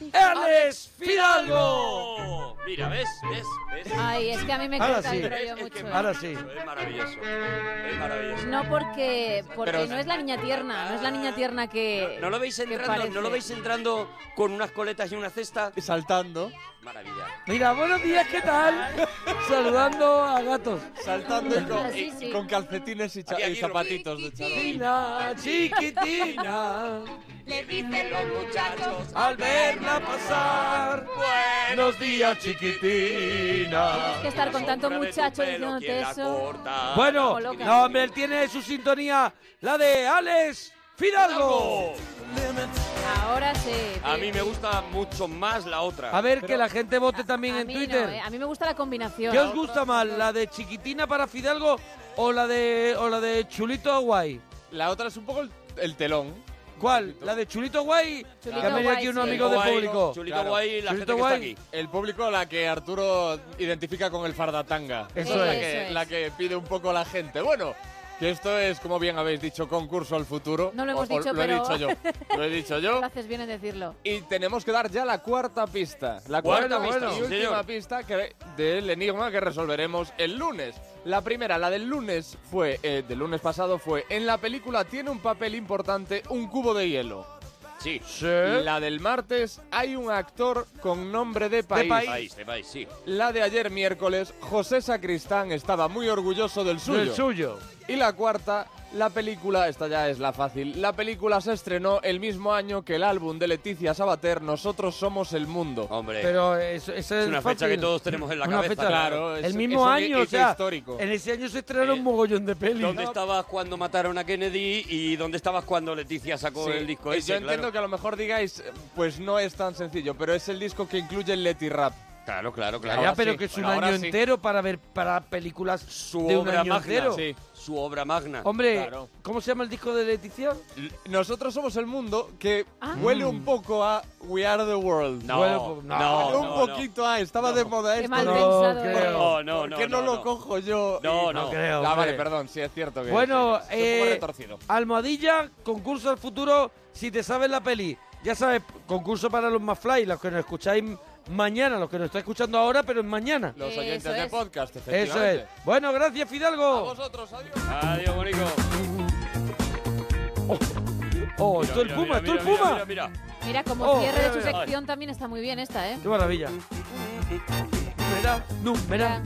Speaker 2: Eh, Alex Fidalgo.
Speaker 3: Oh, Mira, ¿ves? ¿Ves? ¿Ves?
Speaker 4: Ay, es que a mí me
Speaker 2: Ahora
Speaker 4: corta
Speaker 2: sí.
Speaker 4: el
Speaker 3: ¿Ves?
Speaker 4: rollo
Speaker 3: Es que
Speaker 4: mucho.
Speaker 2: Ahora sí.
Speaker 3: Es maravilloso. Es maravilloso.
Speaker 4: No porque, porque
Speaker 3: Pero-
Speaker 4: no es la niña tierna, no es la niña tierna que.
Speaker 3: ¿No lo veis
Speaker 4: que
Speaker 3: entrando? ¿No
Speaker 4: parece.
Speaker 3: lo veis entrando con unas coletas y una cesta?
Speaker 10: Saltando,
Speaker 3: Maravilla.
Speaker 2: Mira, buenos días, ¿qué tal? Saludando a gatos.
Speaker 10: saltando y con,
Speaker 4: Sí, sí.
Speaker 10: con calcetines y, cha-
Speaker 3: Aquí, aquí,
Speaker 10: y zapatitos de charol.
Speaker 2: Chiquitina, chiquitina,
Speaker 3: Le dicen los muchachos
Speaker 2: al verla pasar. Buenos días, chiquitina.
Speaker 4: Tienes que estar con tanto muchacho diciéndote eso.
Speaker 2: Bueno,
Speaker 4: Como loca.
Speaker 2: no, hombre, él tiene su sintonía, la de Alex Fidalgo.
Speaker 4: Ahora sí.
Speaker 3: A mí me gusta mucho más la otra.
Speaker 2: A ver, que la gente vote también
Speaker 4: A
Speaker 2: en
Speaker 4: mí
Speaker 2: Twitter.
Speaker 4: no, eh, A mí me gusta la combinación.
Speaker 2: ¿Qué os gusta más, la de chiquitina para Fidalgo o la de o la de chulito guay?
Speaker 10: La otra es un poco el, el telón.
Speaker 2: ¿Cuál? ¿La de chulito guay?
Speaker 4: Chulito
Speaker 2: que han venido
Speaker 4: guay,
Speaker 2: aquí un
Speaker 4: sí.
Speaker 2: amigo de
Speaker 3: Guay,
Speaker 2: público.
Speaker 3: Chulito
Speaker 10: Claro.
Speaker 3: guay, la
Speaker 2: Chulito
Speaker 3: gente
Speaker 2: guay.
Speaker 3: que está aquí.
Speaker 10: El público la que Arturo identifica con el fardatanga.
Speaker 2: Eso
Speaker 10: la,
Speaker 4: es.
Speaker 10: que,
Speaker 4: Eso es.
Speaker 10: la que pide un poco la gente. Bueno, que esto es, como bien habéis dicho, concurso al futuro.
Speaker 4: No lo hemos dicho,
Speaker 10: lo
Speaker 4: pero-
Speaker 10: he dicho yo. Lo he dicho yo.
Speaker 4: Lo haces bien en decirlo.
Speaker 10: Y tenemos que dar ya la cuarta pista. La
Speaker 3: Bueno,
Speaker 10: cuarta
Speaker 3: bueno,
Speaker 10: pista y
Speaker 3: sí,
Speaker 10: última
Speaker 3: señor.
Speaker 10: pista que, del enigma que resolveremos el lunes. La primera, la del lunes, fue eh, del lunes pasado, fue en la película tiene un papel importante un cubo de hielo.
Speaker 3: Sí.
Speaker 10: La del martes hay un actor con nombre de país.
Speaker 3: De país, de país, sí.
Speaker 10: La de ayer miércoles, José Sacristán estaba muy orgulloso del suyo.
Speaker 2: El suyo.
Speaker 10: Y la cuarta, la película, esta ya es la fácil, la película se estrenó el mismo año que el álbum de Leticia Sabater, Nosotros Somos el Mundo.
Speaker 3: Hombre.
Speaker 2: Pero eso, eso es,
Speaker 3: es una fecha
Speaker 2: fácil.
Speaker 3: que todos tenemos en la
Speaker 2: Una
Speaker 3: cabeza.
Speaker 2: fecha-
Speaker 10: Claro, es-
Speaker 2: el mismo
Speaker 10: es un
Speaker 2: año, o
Speaker 10: hito
Speaker 2: sea,
Speaker 10: histórico.
Speaker 2: en ese año se estrenaron
Speaker 3: Eh,
Speaker 2: un mogollón de pelis.
Speaker 3: ¿Dónde estabas cuando mataron a Kennedy y dónde estabas cuando Leticia sacó
Speaker 10: Sí,
Speaker 3: el disco
Speaker 10: eh,
Speaker 3: ese?
Speaker 10: yo entiendo que a lo mejor digáis, eh, pues no es tan sencillo, pero es el disco que incluye el Leti Rap.
Speaker 3: Claro, claro,
Speaker 2: Ya,
Speaker 3: claro.
Speaker 2: pero
Speaker 10: Ah, sí.
Speaker 2: que es un
Speaker 10: Bueno, ahora
Speaker 2: año
Speaker 10: sí.
Speaker 2: entero para ver para películas
Speaker 3: Su
Speaker 2: de un
Speaker 3: obra
Speaker 2: año
Speaker 3: magna.
Speaker 2: entero.
Speaker 10: sí.
Speaker 3: Su obra magna.
Speaker 2: Hombre,
Speaker 10: Claro.
Speaker 2: ¿cómo se llama el disco de Leticia?
Speaker 10: Nosotros somos el mundo que
Speaker 4: Ah.
Speaker 10: huele un poco a We Are the World.
Speaker 3: No,
Speaker 2: Bueno,
Speaker 3: no,
Speaker 10: Huele
Speaker 3: no,
Speaker 10: un
Speaker 3: no.
Speaker 10: poquito a, estaba de moda
Speaker 4: Qué
Speaker 10: esto.
Speaker 4: mal
Speaker 2: no
Speaker 4: pensado.
Speaker 2: creo.
Speaker 4: eres.
Speaker 3: No, no,
Speaker 10: ¿Por qué no,
Speaker 3: no,
Speaker 10: lo
Speaker 3: no.
Speaker 10: cojo yo?
Speaker 3: No,
Speaker 10: Y-
Speaker 3: no.
Speaker 2: creo.
Speaker 10: Ah, vale,
Speaker 2: hombre.
Speaker 10: perdón, sí, es cierto que
Speaker 2: Bueno,
Speaker 10: sí, sí, es un poco
Speaker 2: eh,
Speaker 10: retorcido.
Speaker 2: Almohadilla, concurso al futuro, si te sabes la peli. Ya sabes, concurso para los más fly, los que nos escucháis mañana, los que nos estáis escuchando ahora, pero es mañana.
Speaker 10: Los
Speaker 4: Eso
Speaker 10: oyentes de
Speaker 4: es.
Speaker 10: podcast,
Speaker 2: Eso
Speaker 10: efectivamente.
Speaker 2: es. Bueno, gracias Fidalgo.
Speaker 10: A vosotros, adiós.
Speaker 3: Adiós, bonito.
Speaker 2: ¡Oh, esto el
Speaker 3: Mira,
Speaker 2: Puma, esto
Speaker 3: mira,
Speaker 2: el
Speaker 3: mira,
Speaker 2: Puma!
Speaker 3: Mira, mira.
Speaker 4: Mira, como
Speaker 2: Oh,
Speaker 4: cierre
Speaker 2: mira,
Speaker 4: de su
Speaker 2: mira.
Speaker 4: sección también está muy bien esta, ¿eh?
Speaker 2: ¡Qué maravilla! Numera, numera,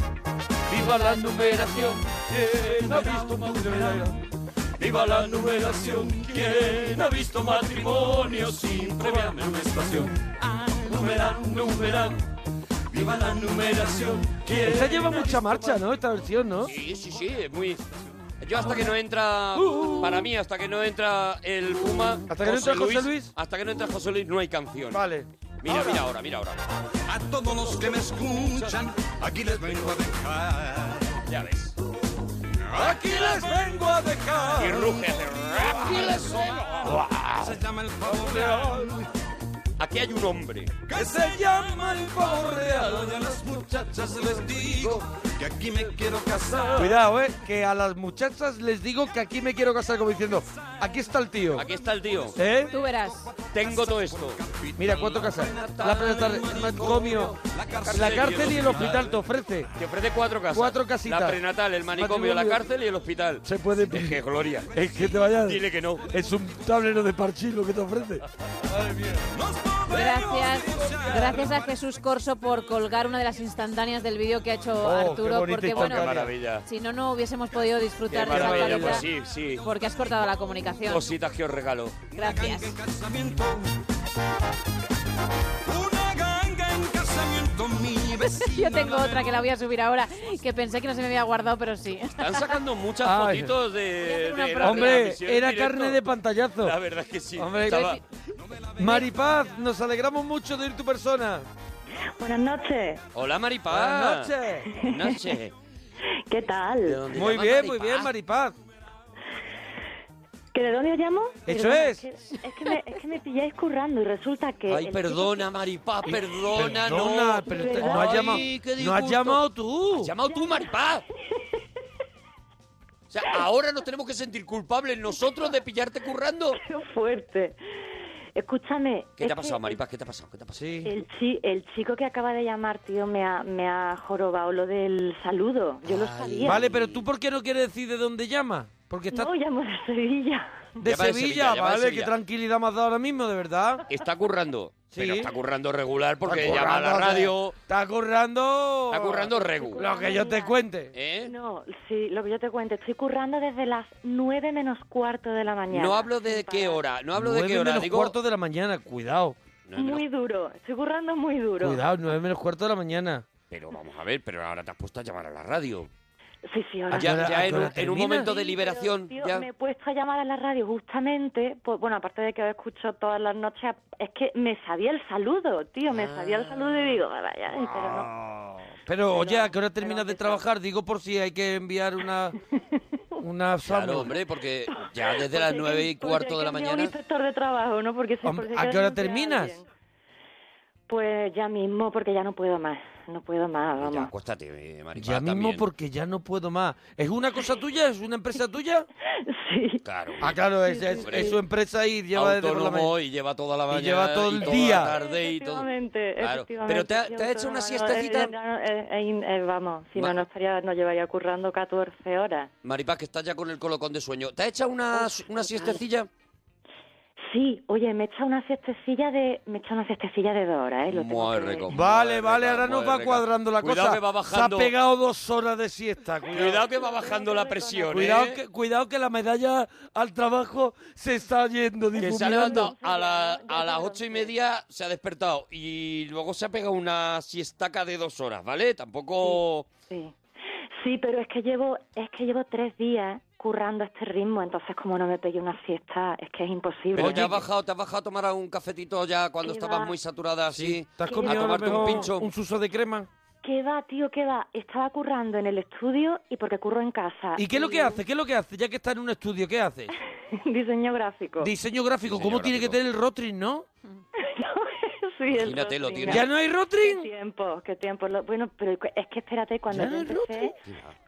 Speaker 1: Viva la numeración, ¿quién ha visto matrimonio? Viva la numeración, ¿quién ha visto matrimonio sin previa menstruación?
Speaker 3: Ah.
Speaker 1: Numeral, numeral, viva la numeración, ¿quién
Speaker 2: Esta lleva mucha marcha, ¿no? Esta versión, ¿no?
Speaker 3: Sí, sí, sí, es muy... Yo hasta que no entra, para mí, hasta que no entra el Puma...
Speaker 2: Uh, Hasta que no entra José Luis.
Speaker 3: Hasta que no entra José Luis no hay canción.
Speaker 2: Vale.
Speaker 3: Mira, mira ahora, mira ahora.
Speaker 1: A todos los que me escuchan, aquí les vengo a dejar.
Speaker 3: Ya ves.
Speaker 1: Aquí les vengo a dejar.
Speaker 3: Y ruge.
Speaker 1: Aquí les vengo. Se llama el pavo real.
Speaker 3: Aquí hay un hombre.
Speaker 1: Que se llama el pavo real. Y a las muchachas les digo que aquí me quiero casar.
Speaker 2: Cuidado, ¿eh? Que a las muchachas les digo que aquí me quiero casar, como diciendo, aquí está el tío.
Speaker 3: Aquí está el tío.
Speaker 2: ¿Eh?
Speaker 4: Tú verás.
Speaker 3: Tengo todo esto.
Speaker 2: Mira, cuatro casas. La plata el manicomio, la cárcel y el hospital te ofrece.
Speaker 3: Te ofrece cuatro casas.
Speaker 2: Cuatro casitas.
Speaker 3: La prenatal, el manicomio, la
Speaker 2: Manicomio.
Speaker 3: cárcel y el hospital.
Speaker 2: Se puede...
Speaker 3: Es que gloria.
Speaker 2: Es que te vayas...
Speaker 3: Dile que no.
Speaker 2: Es un tablero de parchís lo que te ofrece.
Speaker 4: Gracias, gracias a Jesús Corso por colgar una de las instantáneas del vídeo que ha hecho
Speaker 2: Oh, qué
Speaker 4: Arturo,
Speaker 2: bonita
Speaker 4: porque bueno,
Speaker 3: Qué maravilla.
Speaker 4: si no, no hubiésemos podido
Speaker 3: Qué
Speaker 4: disfrutar de esa
Speaker 3: maravilla.
Speaker 4: calidad,
Speaker 3: Pues sí, Pues sí.
Speaker 4: porque has cortado la comunicación.
Speaker 3: Cositas que os regalo.
Speaker 4: Gracias.
Speaker 1: casamiento. Una ganga en casamiento, mi vecina.
Speaker 4: Yo tengo otra que la voy a subir ahora, que pensé que no se me había guardado, pero sí.
Speaker 3: Están sacando muchas
Speaker 2: Ay.
Speaker 3: fotitos de,
Speaker 4: hacer una
Speaker 3: de la
Speaker 4: propia.
Speaker 2: Hombre,
Speaker 3: transmisión en
Speaker 2: era
Speaker 3: directo.
Speaker 2: carne de pantallazo.
Speaker 3: La verdad es que sí.
Speaker 2: Hombre,
Speaker 3: Estaba-
Speaker 2: Maripaz, nos alegramos mucho de ir tu persona.
Speaker 11: Buenas noches.
Speaker 3: Hola, Maripaz.
Speaker 2: Buenas noches.
Speaker 3: Noche.
Speaker 11: ¿Qué
Speaker 3: ¿De
Speaker 11: tal?
Speaker 3: dónde
Speaker 2: Muy
Speaker 3: llama
Speaker 2: bien, muy bien, Maripaz.
Speaker 11: ¿Que ¿De dónde os llamo?
Speaker 2: Eso
Speaker 11: Perdón,
Speaker 2: es.
Speaker 11: que- es, que me, es que me pilláis currando y resulta que...
Speaker 3: Ay,
Speaker 11: el
Speaker 3: perdona, Maripaz, perdona,
Speaker 2: Perdona,
Speaker 3: no.
Speaker 2: pero te- no has
Speaker 3: Ay,
Speaker 2: llamado,
Speaker 3: qué
Speaker 2: no has
Speaker 3: disgusto.
Speaker 2: llamado tú.
Speaker 3: Has llamado tú, Maripaz. O sea, ahora nos tenemos que sentir culpables nosotros de pillarte currando.
Speaker 11: chico es fuerte. Escúchame.
Speaker 3: ¿Qué
Speaker 11: es
Speaker 3: te ha pasado,
Speaker 11: que
Speaker 3: Maripaz? ¿Qué te ha pasado? ¿Qué te ha pasado?
Speaker 2: Sí.
Speaker 11: El, chi- el chico que acaba de llamar, tío, me ha, me ha jorobado lo del saludo. Yo lo
Speaker 3: Ay.
Speaker 11: sabía.
Speaker 2: Vale, pero tú por qué no quieres decir de dónde llama? Porque estás
Speaker 11: No, llamo de Sevilla.
Speaker 2: de,
Speaker 3: Llama de
Speaker 2: Sevilla,
Speaker 3: Sevilla, llama de
Speaker 2: vale,
Speaker 3: Sevilla.
Speaker 2: qué tranquilidad me has dado ahora mismo, de verdad.
Speaker 3: Está currando.
Speaker 2: Sí.
Speaker 3: Pero está currando regular porque
Speaker 2: Está
Speaker 3: llama a la
Speaker 2: currando,
Speaker 3: radio.
Speaker 2: Está currando.
Speaker 3: Está currando regu.
Speaker 2: Lo que yo te cuente.
Speaker 3: ¿Eh?
Speaker 11: No, sí, lo que yo te cuento, estoy currando desde las nueve menos cuarto de la mañana.
Speaker 3: No hablo de
Speaker 11: sin
Speaker 3: qué
Speaker 11: parar.
Speaker 3: hora, no hablo de
Speaker 2: Nueve
Speaker 3: qué hora,
Speaker 2: menos
Speaker 3: digo...
Speaker 2: cuarto de la mañana, cuidado.
Speaker 3: No, no,
Speaker 11: Muy duro, estoy currando muy duro.
Speaker 2: Cuidado, nueve menos cuarto de la mañana.
Speaker 3: Pero vamos a ver, pero ahora te has puesto a llamar a la radio.
Speaker 11: Sí, sí, ahora
Speaker 2: qué
Speaker 3: Ya,
Speaker 2: hora-
Speaker 3: ya
Speaker 2: a qué
Speaker 3: en, un,
Speaker 2: hora
Speaker 3: en un
Speaker 2: termina?
Speaker 3: momento de
Speaker 11: Sí,
Speaker 3: liberación.
Speaker 11: pero, tío,
Speaker 3: ya.
Speaker 11: Me he puesto a llamar a la radio justamente, pues, bueno, aparte de que os escucho todas las noches, es que me sabía el saludo, tío, me sabía el saludo
Speaker 3: Ah.
Speaker 11: y digo, "Ah, vaya, ya, pero no.
Speaker 2: Pero oye, ¿a qué hora terminas
Speaker 11: pero
Speaker 2: de
Speaker 11: que-
Speaker 2: trabajar? Digo por si hay que enviar una... Una
Speaker 3: Claro,
Speaker 2: sámula.
Speaker 3: hombre, porque ya desde
Speaker 11: Pues
Speaker 3: las
Speaker 11: hay que-
Speaker 3: nueve y
Speaker 11: pues
Speaker 3: cuarto
Speaker 11: hay
Speaker 3: de
Speaker 11: que
Speaker 3: la
Speaker 11: enviar un
Speaker 3: mañana.
Speaker 11: inspector de trabajo, ¿no? Porque si-
Speaker 2: Hombre,
Speaker 11: por si
Speaker 2: ¿a
Speaker 11: hay
Speaker 2: qué hora
Speaker 11: denunciar a
Speaker 2: terminas?
Speaker 11: alguien. Pues ya mismo, porque ya no puedo más, no puedo más,
Speaker 3: Ya,
Speaker 11: vamos.
Speaker 3: acuéstate, eh, Maripaz,
Speaker 2: Ya mismo
Speaker 3: también.
Speaker 2: porque ya no puedo más. ¿Es una cosa tuya? ¿Es una empresa tuya?
Speaker 11: Sí,
Speaker 3: Claro.
Speaker 2: Ah, claro, es, es-
Speaker 3: Hombre.
Speaker 2: es su empresa y lleva desde por la
Speaker 3: Autónomo
Speaker 2: mañana.
Speaker 3: y lleva toda la mañana.
Speaker 2: Y lleva todo el
Speaker 3: toda
Speaker 2: día.
Speaker 3: la tarde y todo.
Speaker 11: efectivamente,
Speaker 3: Claro.
Speaker 11: efectivamente.
Speaker 3: Pero te ha-
Speaker 11: sí,
Speaker 3: te ha hecho
Speaker 11: autónoma,
Speaker 3: una
Speaker 11: no,
Speaker 3: siestecita.
Speaker 11: eh, ya no, eh, eh, eh, vamos, si
Speaker 3: Ma-
Speaker 11: no, no estaría, no llevaría currando 14 horas.
Speaker 3: Maripaz, que estás ya con el colocón de sueño. ¿Te ha echado una, una siestecilla?
Speaker 11: Sí, oye, me echa una siestecilla de, me echa una siestecilla de dos horas, ¿eh? Lo tengo
Speaker 3: Muy
Speaker 11: que-
Speaker 3: rico.
Speaker 2: Vale,
Speaker 3: Madre
Speaker 2: vale,
Speaker 3: mía,
Speaker 2: ahora nos
Speaker 3: madre
Speaker 2: va
Speaker 3: mía.
Speaker 2: cuadrando la
Speaker 3: Cuidado
Speaker 2: cosa.
Speaker 3: que va bajando.
Speaker 2: Se ha pegado dos horas de siesta. Cuidado,
Speaker 3: Cuidado que va bajando la presión.
Speaker 2: Cuidado
Speaker 3: ¿eh?
Speaker 2: que, cuidado que la medalla al trabajo se está yendo.
Speaker 3: Que se ha
Speaker 2: difuminando.
Speaker 3: levantado a, la-
Speaker 11: Ya
Speaker 3: a las
Speaker 11: llegaron,
Speaker 3: ocho y
Speaker 11: sí.
Speaker 3: media, se ha despertado y luego se ha pegado una siestaca de dos horas, ¿vale? Tampoco...
Speaker 11: Sí. Sí, pero es que llevo, es que llevo tres días currando a este ritmo, entonces como no me pegué una siesta, es que es imposible.
Speaker 3: Pero ya has bajado, te has bajado a tomar un cafetito ya cuando
Speaker 11: Sí,
Speaker 3: estabas
Speaker 11: va.
Speaker 3: muy saturada así.
Speaker 2: ¿Te has
Speaker 11: Sí,
Speaker 2: comido
Speaker 3: a
Speaker 2: a lo
Speaker 3: tomarte un
Speaker 2: mejor
Speaker 3: pincho.
Speaker 2: un suso de crema?
Speaker 11: ¿Qué va, tío? ¿Qué va? Estaba currando en el estudio y porque curro en casa.
Speaker 2: ¿Y qué es lo que hace? ¿Qué es lo que hace? Ya que está en un estudio, ¿qué hace?
Speaker 11: Diseño gráfico.
Speaker 2: Diseño gráfico.
Speaker 3: Diseño
Speaker 2: ¿Cómo tiene que
Speaker 3: gráfico.
Speaker 2: tener el rotring, no?
Speaker 11: sí, el
Speaker 3: Imagínatelo,
Speaker 11: rostring,
Speaker 3: tiene-
Speaker 11: ¿no?
Speaker 2: ¿Ya no hay
Speaker 11: Qué
Speaker 2: rotring?
Speaker 11: tiempo, qué tiempo. Lo- Bueno, pero es que espérate, cuando
Speaker 2: Ya,
Speaker 11: yo
Speaker 2: el
Speaker 11: empecé,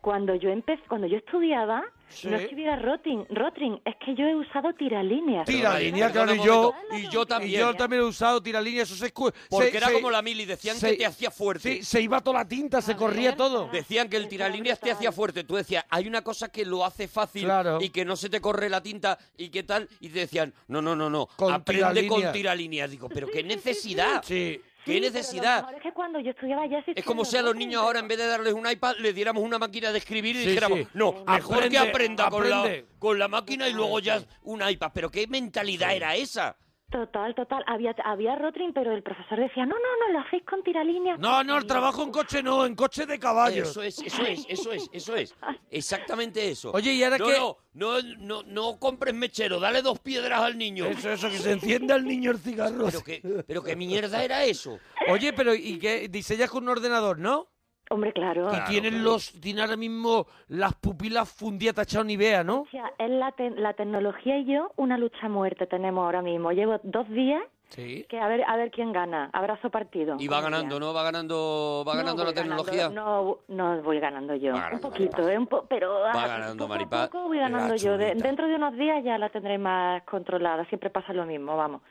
Speaker 11: cuando yo empecé, cuando yo estudiaba,
Speaker 2: Sí.
Speaker 11: No es que hubiera rotring, rotring, es que yo he usado tiralíneas.
Speaker 2: Tira línea, claro, y yo. Y yo también. yo también he usado tira línea, eso se escu-
Speaker 3: Porque
Speaker 2: se-
Speaker 3: era
Speaker 2: se-
Speaker 3: como la mili, decían
Speaker 2: se-
Speaker 3: que te hacía fuerte.
Speaker 2: Sí, se iba toda la tinta, se corría todo.
Speaker 3: Decían que el tiralíneas te
Speaker 11: ¿eh?
Speaker 3: hacía fuerte. Tú decías, hay una cosa que lo hace fácil
Speaker 2: Claro.
Speaker 3: y que no se te corre la tinta y qué tal. Y te decían, no, no, no, no,
Speaker 2: Con
Speaker 3: aprende
Speaker 2: tiralíneas.
Speaker 3: con tiralíneas. Digo, pero qué necesidad. Qué necesidad.
Speaker 11: Es que cuando yo estudiaba ya
Speaker 3: Es como si a los niños ahora, en vez de darles un iPad, les diéramos una máquina de escribir y
Speaker 2: Sí,
Speaker 3: dijéramos,
Speaker 2: sí.
Speaker 3: no, mejor
Speaker 2: Aprende,
Speaker 3: que aprenda con la,
Speaker 2: aprende.
Speaker 3: con la máquina y luego ya un iPad. Pero qué mentalidad era esa.
Speaker 11: Total, total. Había, había rotring, pero el profesor decía, no, no, no, lo hacéis con tiralíneas.
Speaker 2: No, no, el trabajo en coche no, en coche de caballo.
Speaker 3: Eso es, eso es, eso es, eso es. Exactamente eso.
Speaker 2: Oye, ¿y ahora
Speaker 3: no,
Speaker 2: qué?
Speaker 3: No, no, no, no compres mechero, dale dos piedras al niño.
Speaker 2: Eso, eso, que se encienda el niño el cigarro.
Speaker 3: Pero qué, pero qué mierda era eso.
Speaker 2: Oye, pero ¿y qué? Diseñas con un ordenador, ¿no?
Speaker 11: Hombre, claro.
Speaker 2: Y tienen los, tienen ahora mismo las pupilas fundidas tachado Nivea, ¿no?
Speaker 11: O sea, es la, te- la tecnología y yo una lucha a muerte tenemos ahora mismo. Llevo dos días
Speaker 2: Sí.
Speaker 11: que a ver, a ver quién gana. Abrazo partido.
Speaker 3: Y va ganando, ¿no? Va ganando, va ganando
Speaker 11: No
Speaker 3: la
Speaker 11: voy ganando,
Speaker 3: tecnología.
Speaker 11: no, no voy ganando yo.
Speaker 3: ganando,
Speaker 11: un poquito, eh, un po- pero ah,
Speaker 3: Va ganando Maripaz.
Speaker 11: poco voy ganando yo. De- dentro de unos días ya la tendré más controlada. Siempre pasa lo mismo, vamos.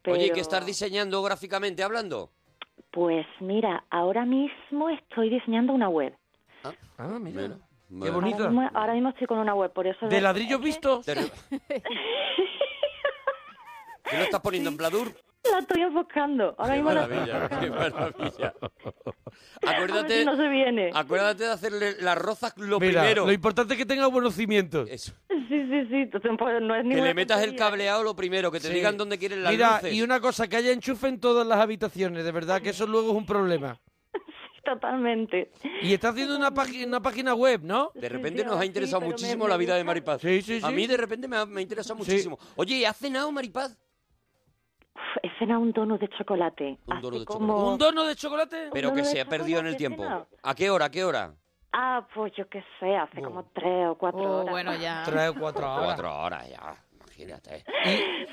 Speaker 11: Pero,
Speaker 3: Oye, ¿y ¿qué estás diseñando gráficamente hablando?
Speaker 11: Pues mira, ahora mismo estoy diseñando una web.
Speaker 2: Ah, mira. Qué
Speaker 3: Bueno.
Speaker 11: Ahora
Speaker 2: bonito.
Speaker 11: mismo, ahora mismo estoy con una web, por eso...
Speaker 2: ¿De ladrillos vistos?
Speaker 3: ¿Qué lo estás poniendo en Bladur?
Speaker 11: La estoy enfocando. Ahora
Speaker 3: Qué
Speaker 11: mismo la estoy
Speaker 3: maravilla, qué
Speaker 11: enfocando.
Speaker 3: maravilla.
Speaker 11: A ver si
Speaker 3: Acuérdate,
Speaker 11: no se viene.
Speaker 3: acuérdate de hacerle las rozas lo
Speaker 2: Mira,
Speaker 3: primero.
Speaker 2: lo importante es que tenga buenos cimientos.
Speaker 3: Eso.
Speaker 11: Sí, sí, sí. Entonces, pues, no es
Speaker 3: Que
Speaker 11: ninguna
Speaker 3: le metas el
Speaker 11: tontería. ¿eh?
Speaker 3: cableado lo primero, que te
Speaker 2: Sí.
Speaker 3: digan dónde quieren las
Speaker 2: Mira,
Speaker 3: luces.
Speaker 2: y una cosa, que haya enchufe en todas las habitaciones, de verdad, que eso luego es un problema.
Speaker 11: Totalmente.
Speaker 2: Y está haciendo una, página una página web, ¿no?
Speaker 3: De repente
Speaker 11: sí,
Speaker 3: nos
Speaker 11: ahora
Speaker 3: ha
Speaker 11: sí,
Speaker 3: interesado
Speaker 11: pero me-
Speaker 3: muchísimo
Speaker 11: me
Speaker 3: la vida de
Speaker 11: gusta.
Speaker 3: Maripaz.
Speaker 2: Sí, sí,
Speaker 3: A
Speaker 2: sí.
Speaker 3: mí de repente me ha, me ha interesado muchísimo. Oye, ¿y ¿has cenado, Maripaz?
Speaker 11: Uf, He cenado un donut de chocolate.
Speaker 3: Un
Speaker 11: Hace
Speaker 3: donut de
Speaker 11: como-
Speaker 3: chocolate.
Speaker 2: ¿Un dono de chocolate?
Speaker 3: Pero
Speaker 11: no
Speaker 3: que
Speaker 11: lo he
Speaker 3: se ha
Speaker 11: hecho,
Speaker 3: perdido en
Speaker 11: bueno,
Speaker 3: el
Speaker 11: que he
Speaker 3: tiempo.
Speaker 11: cenado.
Speaker 3: ¿A qué hora? ¿A qué hora?
Speaker 11: Ah, pues yo qué sé,
Speaker 2: Oh.
Speaker 11: hace como tres o cuatro
Speaker 4: Oh,
Speaker 11: horas.
Speaker 4: bueno, ya.
Speaker 2: Trae cuatro horas.
Speaker 3: Cuatro horas ya, imagínate.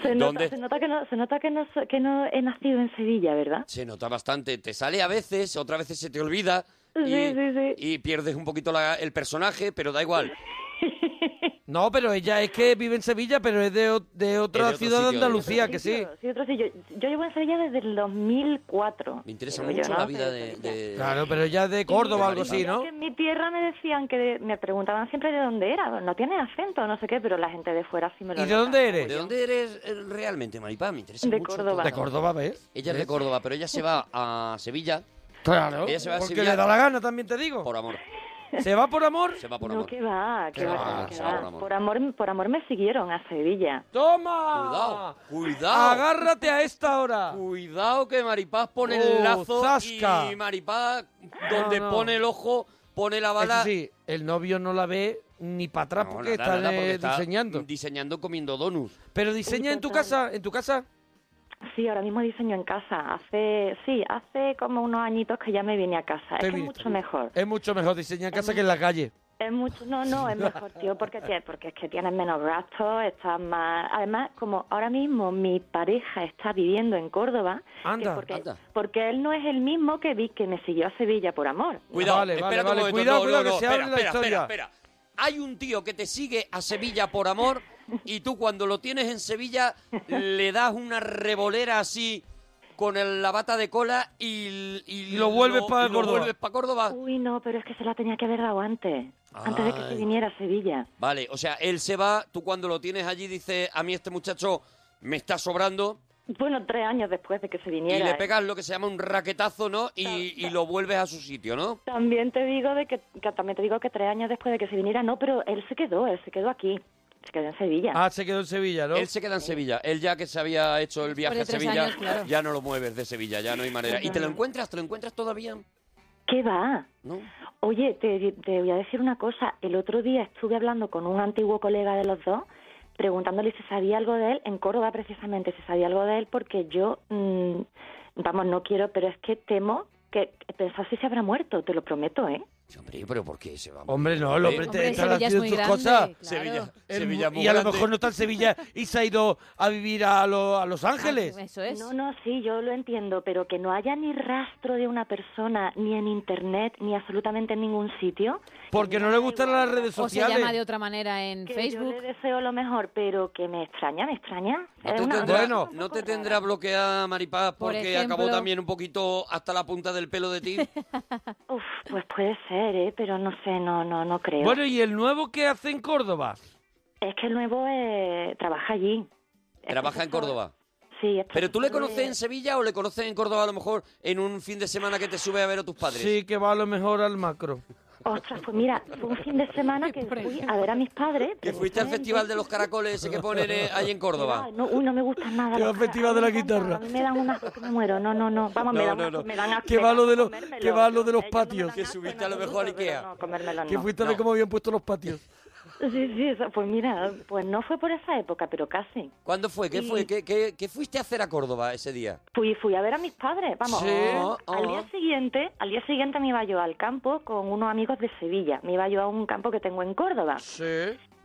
Speaker 11: Se nota,
Speaker 3: ¿Dónde?
Speaker 11: se nota que no, se nota que no, so- que no he nacido en Sevilla, ¿verdad?
Speaker 3: Se nota bastante. Te sale a veces, otras veces se te olvida. Y,
Speaker 11: Sí, sí, sí.
Speaker 3: y pierdes un poquito la- el personaje, pero da igual.
Speaker 2: No, pero ella es que vive en Sevilla, pero es de, o- de
Speaker 3: Es de
Speaker 2: otra
Speaker 3: otro
Speaker 2: ciudad de
Speaker 3: sitio, ¿eh? de
Speaker 2: Andalucía, que sí.
Speaker 11: Otro sitio, otro sitio. Yo, yo llevo en Sevilla desde el 2004.
Speaker 3: Me interesa
Speaker 11: Digo yo,
Speaker 3: mucho
Speaker 11: ¿no?
Speaker 3: la vida de... de-
Speaker 2: Claro, pero ella es de Córdoba, algo así, ¿no?
Speaker 11: Que en mi tierra me decían que me preguntaban siempre de dónde era, no tiene acento, no sé qué, pero la gente de fuera sí me lo
Speaker 2: ¿Y de
Speaker 11: nota.
Speaker 2: dónde
Speaker 3: ¿De
Speaker 2: eres?
Speaker 3: dónde eres eh, realmente, Maripaz? Me interesa
Speaker 11: De
Speaker 3: mucho. todo.
Speaker 11: Córdoba.
Speaker 2: De Córdoba, ¿ves?
Speaker 3: Ella es de Córdoba, pero ella se va a Sevilla
Speaker 2: Claro.
Speaker 3: Ella se va a
Speaker 2: Porque
Speaker 3: Sevilla-
Speaker 2: le da la gana, también te digo.
Speaker 3: por amor.
Speaker 2: ¿Se va por amor?
Speaker 3: Se va por
Speaker 11: No,
Speaker 3: amor.
Speaker 11: que va, que
Speaker 3: Qué
Speaker 11: va,
Speaker 3: va,
Speaker 11: que
Speaker 3: se
Speaker 11: va.
Speaker 3: va por amor.
Speaker 11: Por amor, por amor me siguieron a Sevilla.
Speaker 2: ¡Toma!
Speaker 3: Cuidado, cuidado.
Speaker 2: ¡Agárrate a esta hora!
Speaker 3: Cuidado que Maripaz pone
Speaker 2: Oh,
Speaker 3: el lazo
Speaker 2: zasca.
Speaker 3: y Maripaz donde
Speaker 2: No, no.
Speaker 3: pone el ojo pone la
Speaker 2: Eso
Speaker 3: bala.
Speaker 2: sí, el novio no la ve ni para atrás
Speaker 3: No,
Speaker 2: porque,
Speaker 3: nada,
Speaker 2: está,
Speaker 3: nada, porque
Speaker 2: eh,
Speaker 3: está
Speaker 2: diseñando.
Speaker 3: Diseñando comiendo donuts.
Speaker 2: Pero diseña en tu casa, en tu casa.
Speaker 11: Sí, ahora mismo diseño en casa. Hace, sí, hace como unos añitos que ya me vine a
Speaker 2: Te
Speaker 11: casa. Ah, Es que es
Speaker 2: viniste.
Speaker 11: mucho mejor.
Speaker 2: Es mucho mejor diseñar en casa que en la calle.
Speaker 11: Es mucho, no, no, es mejor, tío, porque, tie- porque es que tienes menos gastos, estás más... Además, como ahora mismo mi pareja está viviendo en Córdoba... que
Speaker 2: Anda,
Speaker 11: porque,
Speaker 3: anda.
Speaker 11: Porque él no es el mismo que vi que me siguió a Sevilla por amor.
Speaker 3: Cuidado,
Speaker 2: Vale, vale,
Speaker 3: espérate
Speaker 2: vale.
Speaker 3: un momento.
Speaker 2: Cuidado,
Speaker 3: No,
Speaker 2: cuidado,
Speaker 3: no, no,
Speaker 2: que se
Speaker 3: espera,
Speaker 2: abre la
Speaker 3: espera,
Speaker 2: historia.
Speaker 3: espera, espera. Hay un tío que te sigue a Sevilla por amor y tú cuando lo tienes en Sevilla le das una revolera así con el- la bata de cola y,
Speaker 2: Y lo vuelves pa'
Speaker 3: y lo
Speaker 2: Córdoba.
Speaker 3: vuelves pa' Córdoba.
Speaker 11: Uy, no, pero es que se la tenía que haber dado antes, antes de que se
Speaker 3: Ay.
Speaker 11: viniera a Sevilla.
Speaker 3: Vale, o sea, él se va, tú cuando lo tienes allí dices, a mí este muchacho me está sobrando
Speaker 11: Bueno, tres años después de que se
Speaker 3: y
Speaker 11: viniera.
Speaker 3: le
Speaker 11: ¿eh?
Speaker 3: pegas lo que se llama un raquetazo, ¿no? Y, y lo vuelves a su sitio, ¿no?
Speaker 11: También te digo de que, que también te digo que tres años después de que se viniera, no, pero él se quedó, él se quedó aquí, se quedó en Sevilla.
Speaker 2: Ah, se quedó en Sevilla, ¿no?
Speaker 3: Él se queda en Sevilla. Él ya que se había hecho el viaje a
Speaker 4: de tres
Speaker 3: Sevilla,
Speaker 4: años, claro.
Speaker 3: ya no lo mueves de Sevilla, ya no hay manera. ¿Y te lo encuentras? ¿Te lo encuentras todavía?
Speaker 11: ¿Qué va?
Speaker 3: ¿No?
Speaker 11: Oye, te, te voy a decir una cosa. El otro día estuve hablando con un antiguo colega de los dos, preguntándole si sabía algo de él, en Córdoba precisamente, si sabía algo de él, porque yo, mm, vamos, no quiero, pero es que temo que pensar si se habrá muerto, te lo prometo, ¿eh?
Speaker 3: Hombre, pero ¿por qué se va? ¿Eh?
Speaker 2: Hombre, no, el hombre, te- Hombre, estará Sevilla es haciendo muy sus grande, cosas. claro.
Speaker 3: Sevilla,
Speaker 2: El
Speaker 3: Sevilla es
Speaker 2: mu-
Speaker 3: muy
Speaker 2: y a lo
Speaker 3: grande.
Speaker 2: mejor no está en Sevilla y se ha ido a vivir a, lo- a Los
Speaker 11: Ah,
Speaker 2: Ángeles.
Speaker 4: Ah,
Speaker 11: pues
Speaker 4: Eso es.
Speaker 11: No, no, sí, yo lo entiendo, pero que no haya ni rastro de una persona, ni en internet, ni absolutamente en ningún sitio.
Speaker 2: Porque no le gustan las redes
Speaker 4: O se
Speaker 2: sociales.
Speaker 4: llama de otra manera en
Speaker 11: Que
Speaker 4: Facebook.
Speaker 11: yo le deseo lo mejor, pero que me extraña, me extraña.
Speaker 3: No
Speaker 11: Es
Speaker 3: te,
Speaker 11: una-
Speaker 3: tendrá, no te tendrá bloqueada, Maripaz, porque
Speaker 11: ejemplo-
Speaker 3: acabó también un poquito hasta la punta del pelo de ti.
Speaker 11: Pues puede ser, ¿eh? pero no sé, no, no, no creo.
Speaker 2: Bueno, ¿y el nuevo que hace en Córdoba?
Speaker 11: Es que el nuevo eh, trabaja allí.
Speaker 3: Trabaja en Córdoba.
Speaker 11: Sí, es
Speaker 3: ¿Pero tú le
Speaker 11: profesor de-
Speaker 3: conoces en Sevilla o le conoces en Córdoba a lo mejor en un fin de semana que te sube a ver a tus padres?
Speaker 2: Sí, que va a lo mejor al macro.
Speaker 11: Ostras, pues mira, fue un fin de semana que fui a ver a mis padres.
Speaker 3: Que fuiste al Festival de los Caracoles ese que ponen eh, ahí en Córdoba.
Speaker 11: No, uy, no me gustan nada. los caras.
Speaker 2: de la guitarra.
Speaker 11: A mí me dan unas que me muero. No, no, no. Vamos, me
Speaker 2: No,
Speaker 11: dan,
Speaker 2: no,
Speaker 11: unas-
Speaker 2: no.
Speaker 11: Me dan
Speaker 2: Que va lo de los,
Speaker 11: comérmelo.
Speaker 2: que va lo de los patios.
Speaker 3: Que subiste a lo mejor a Ikea.
Speaker 2: Que fuiste a ver cómo habían puesto los patios.
Speaker 11: Sí, sí, eso, pues mira, pues no fue por esa época, pero casi.
Speaker 3: ¿Cuándo fue? ¿Qué
Speaker 11: Sí.
Speaker 3: fue? ¿Qué, qué, qué fuiste a hacer a Córdoba ese día?
Speaker 11: Fui, fui a ver a mis padres, vamos.
Speaker 3: Sí,
Speaker 11: Al
Speaker 3: oh.
Speaker 11: día siguiente, al día siguiente me iba yo al campo con unos amigos de Sevilla. Me iba yo a un campo que tengo en Córdoba.
Speaker 3: Sí.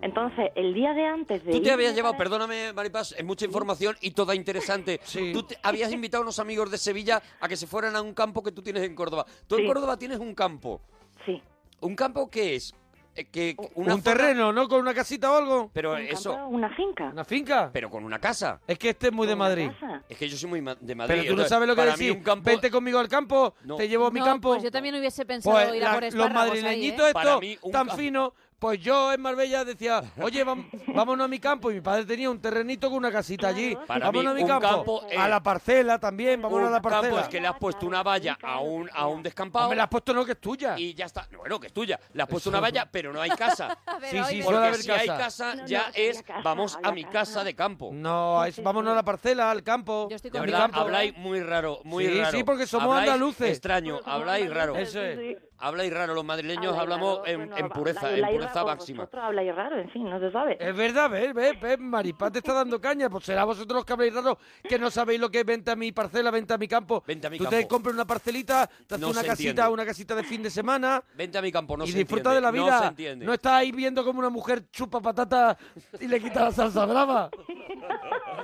Speaker 11: Entonces, el día de antes de
Speaker 3: Tú te
Speaker 11: irme
Speaker 3: habías
Speaker 11: para
Speaker 3: llevado, perdóname, Maripaz, es mucha información y toda interesante. Tú te- habías invitado a unos amigos de Sevilla a que se fueran a un campo que tú tienes en Córdoba. Tú en
Speaker 11: Sí.
Speaker 3: Córdoba tienes un campo.
Speaker 11: Sí.
Speaker 3: ¿Un campo qué es? Eh, que,
Speaker 2: Un terreno, ¿no? Con una casita o algo.
Speaker 3: Pero
Speaker 11: un
Speaker 3: eso.
Speaker 11: campo, Una finca.
Speaker 2: ¿Una finca?
Speaker 3: Pero con una casa.
Speaker 2: Es que este es muy de Madrid.
Speaker 11: casa.
Speaker 3: Es que yo soy muy ma- de Madrid.
Speaker 2: Pero tú no
Speaker 3: entonces,
Speaker 2: sabes lo que
Speaker 3: para mí
Speaker 2: decir.
Speaker 3: un campo-
Speaker 2: Vente conmigo al campo,
Speaker 3: No.
Speaker 2: te llevo a mi
Speaker 4: No,
Speaker 2: campo.
Speaker 4: pues yo también hubiese pensado
Speaker 2: Pues
Speaker 4: ir
Speaker 2: la-
Speaker 4: a por
Speaker 2: los
Speaker 4: espárragos ahí,
Speaker 2: madrileñitos
Speaker 4: ¿eh?
Speaker 3: Para
Speaker 2: estos
Speaker 3: mí, un
Speaker 2: tan
Speaker 3: campo.
Speaker 2: finos, pues yo en Marbella decía, oye, vam- vámonos a mi campo. Y mi padre tenía un terrenito con una casita allí.
Speaker 3: Para
Speaker 2: vámonos
Speaker 3: mí,
Speaker 2: a mi
Speaker 3: un
Speaker 2: campo.
Speaker 3: campo es-
Speaker 2: a la parcela también, vámonos a
Speaker 3: un
Speaker 2: la parcela.
Speaker 3: campo es que le
Speaker 11: Ah,
Speaker 3: has puesto una valla a un, a un descampado.
Speaker 2: Hombre, la has puesto no que es tuya.
Speaker 3: y ya está. No, Bueno, que es tuya. Le has puesto una valla, pero no hay casa.
Speaker 2: Sí, sí, suele
Speaker 3: Porque
Speaker 2: haber
Speaker 3: si
Speaker 2: casa.
Speaker 3: hay casa,
Speaker 11: No, no,
Speaker 3: ya
Speaker 11: sí, hay
Speaker 3: es
Speaker 11: casa,
Speaker 3: vamos a
Speaker 11: había
Speaker 3: mi
Speaker 11: casa.
Speaker 3: casa de campo.
Speaker 2: No, es, vámonos a la parcela, al campo.
Speaker 4: Pues Yo estoy
Speaker 3: De
Speaker 4: con
Speaker 3: verdad,
Speaker 2: campo. ¿eh?
Speaker 3: habláis muy raro, muy
Speaker 2: Sí,
Speaker 3: raro.
Speaker 2: sí, porque somos
Speaker 3: Habláis
Speaker 2: andaluces.
Speaker 3: extraño, habláis raro.
Speaker 2: Eso es.
Speaker 3: Habláis raro, los madrileños
Speaker 11: Habláis
Speaker 3: hablamos
Speaker 11: raro,
Speaker 3: en,
Speaker 11: bueno,
Speaker 3: en pureza,
Speaker 11: habláis
Speaker 3: en
Speaker 11: raro,
Speaker 3: pureza
Speaker 11: pues
Speaker 3: máxima.
Speaker 11: Vosotros habláis raro, en fin, no se sabe.
Speaker 2: Es verdad, ves, ves, ves, Maripaz te está dando caña. Pues será vosotros los que habléis raro que no sabéis lo que es venta a mi parcela, venta a mi campo.
Speaker 3: Vente a mi
Speaker 2: Tú te
Speaker 3: campo.
Speaker 2: compras una parcelita, te haces
Speaker 3: No
Speaker 2: una
Speaker 3: se
Speaker 2: casita,
Speaker 3: entiende.
Speaker 2: una casita de fin de semana
Speaker 3: Vente a mi campo, no
Speaker 2: y
Speaker 3: se
Speaker 2: disfruta de
Speaker 3: entiende,
Speaker 2: la vida.
Speaker 3: No se entiende.
Speaker 2: estás ahí viendo como una mujer chupa patata y le quita la salsa brava.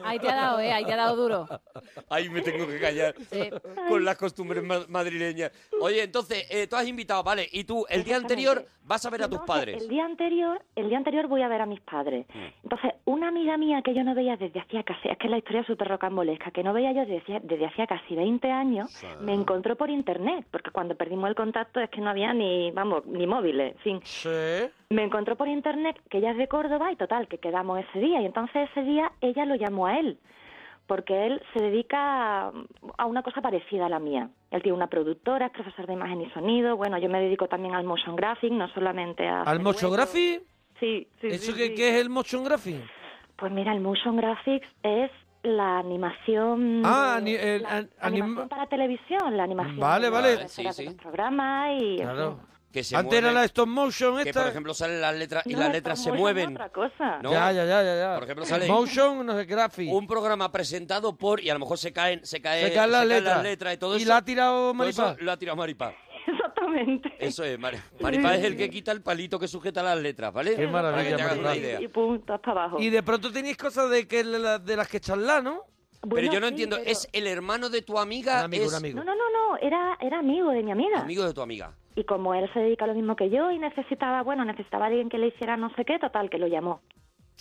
Speaker 4: Ahí te ha dado, ¿eh? Ahí te ha dado duro.
Speaker 3: Ahí me tengo que callar
Speaker 4: Sí.
Speaker 3: con las costumbres ma- madrileñas. Oye, entonces, eh, tú has invitado, vale, y tú el día anterior vas a ver a tus
Speaker 11: Entonces,
Speaker 3: padres.
Speaker 11: El día anterior, el día anterior voy a ver a mis padres.
Speaker 2: Mm.
Speaker 11: Entonces, una amiga mía que yo no veía desde hacía casi, es que la historia es súper rocambolesca, que no veía yo desde, hacía- desde hacía casi 20 años, me encontró por internet, porque cuando perdimos el contacto es que no había ni, vamos, ni móviles, en fin.
Speaker 2: Sí.
Speaker 11: Me encontró por internet que ella es de Córdoba y total, que quedamos ese día. Y entonces ese día ella lo llamó a él, porque él se dedica a una cosa parecida a la mía. Él tiene una productora, es profesor de imagen y sonido. Bueno, yo me dedico también al motion graphic, no solamente a...
Speaker 2: ¿Al motion graphic?
Speaker 11: Sí, Ah, sí.
Speaker 2: ¿Eso
Speaker 11: sí,
Speaker 2: qué,
Speaker 11: sí.
Speaker 2: qué es el motion graphic?
Speaker 11: Pues mira, el motion graphics es la animación...
Speaker 2: Ah, ani- el- an-
Speaker 11: la
Speaker 2: anim-
Speaker 11: animación para televisión, la animación...
Speaker 2: Vale,
Speaker 11: de-
Speaker 2: vale.
Speaker 11: de-
Speaker 3: Sí,
Speaker 11: de
Speaker 3: sí.
Speaker 11: los programas y... en
Speaker 2: Claro.
Speaker 11: fin.
Speaker 3: Que se
Speaker 2: Antes era
Speaker 3: mueven,
Speaker 2: la stop motion
Speaker 3: que por
Speaker 2: esta.
Speaker 3: ejemplo salen las letras y
Speaker 11: No,
Speaker 3: las
Speaker 11: el
Speaker 3: letras se
Speaker 11: motion es
Speaker 3: mueven.
Speaker 11: Otra cosa.
Speaker 3: ¿no?
Speaker 2: Ya, ya, ya, ya, ya.
Speaker 3: Por ejemplo, sale-
Speaker 2: Motion, no sé, graphic.
Speaker 3: Un programa presentado por y a lo mejor se caen, se cae,
Speaker 2: Se caen las letras.
Speaker 3: y todo
Speaker 2: Y
Speaker 3: eso.
Speaker 2: la ha tirado
Speaker 3: Todo
Speaker 2: Maripaz.
Speaker 3: eso Lo ha tirado Maripaz.
Speaker 11: Exactamente.
Speaker 3: Eso es, Mari- Maripaz es el que quita el palito que sujeta las letras, ¿vale?
Speaker 2: Qué
Speaker 3: Para que
Speaker 2: maravilla,
Speaker 3: te hagas una
Speaker 2: Maripaz.
Speaker 3: idea.
Speaker 11: Y, y pum, todas para abajo.
Speaker 2: Y de pronto tenéis cosas de que la- de las que charlar, ¿no?
Speaker 3: Pero
Speaker 11: Ah, Bueno,
Speaker 3: yo no
Speaker 11: sí,
Speaker 3: entiendo,
Speaker 11: pero-
Speaker 3: ¿es el hermano de tu amiga?
Speaker 2: Un amigo,
Speaker 3: es
Speaker 2: un amigo.
Speaker 11: No, no, no, no, era, era amigo de mi amiga.
Speaker 3: amigo de tu amiga.
Speaker 11: Y como él se dedica a lo mismo que yo y necesitaba, bueno, necesitaba a alguien que le hiciera no sé qué, total, que lo llamó.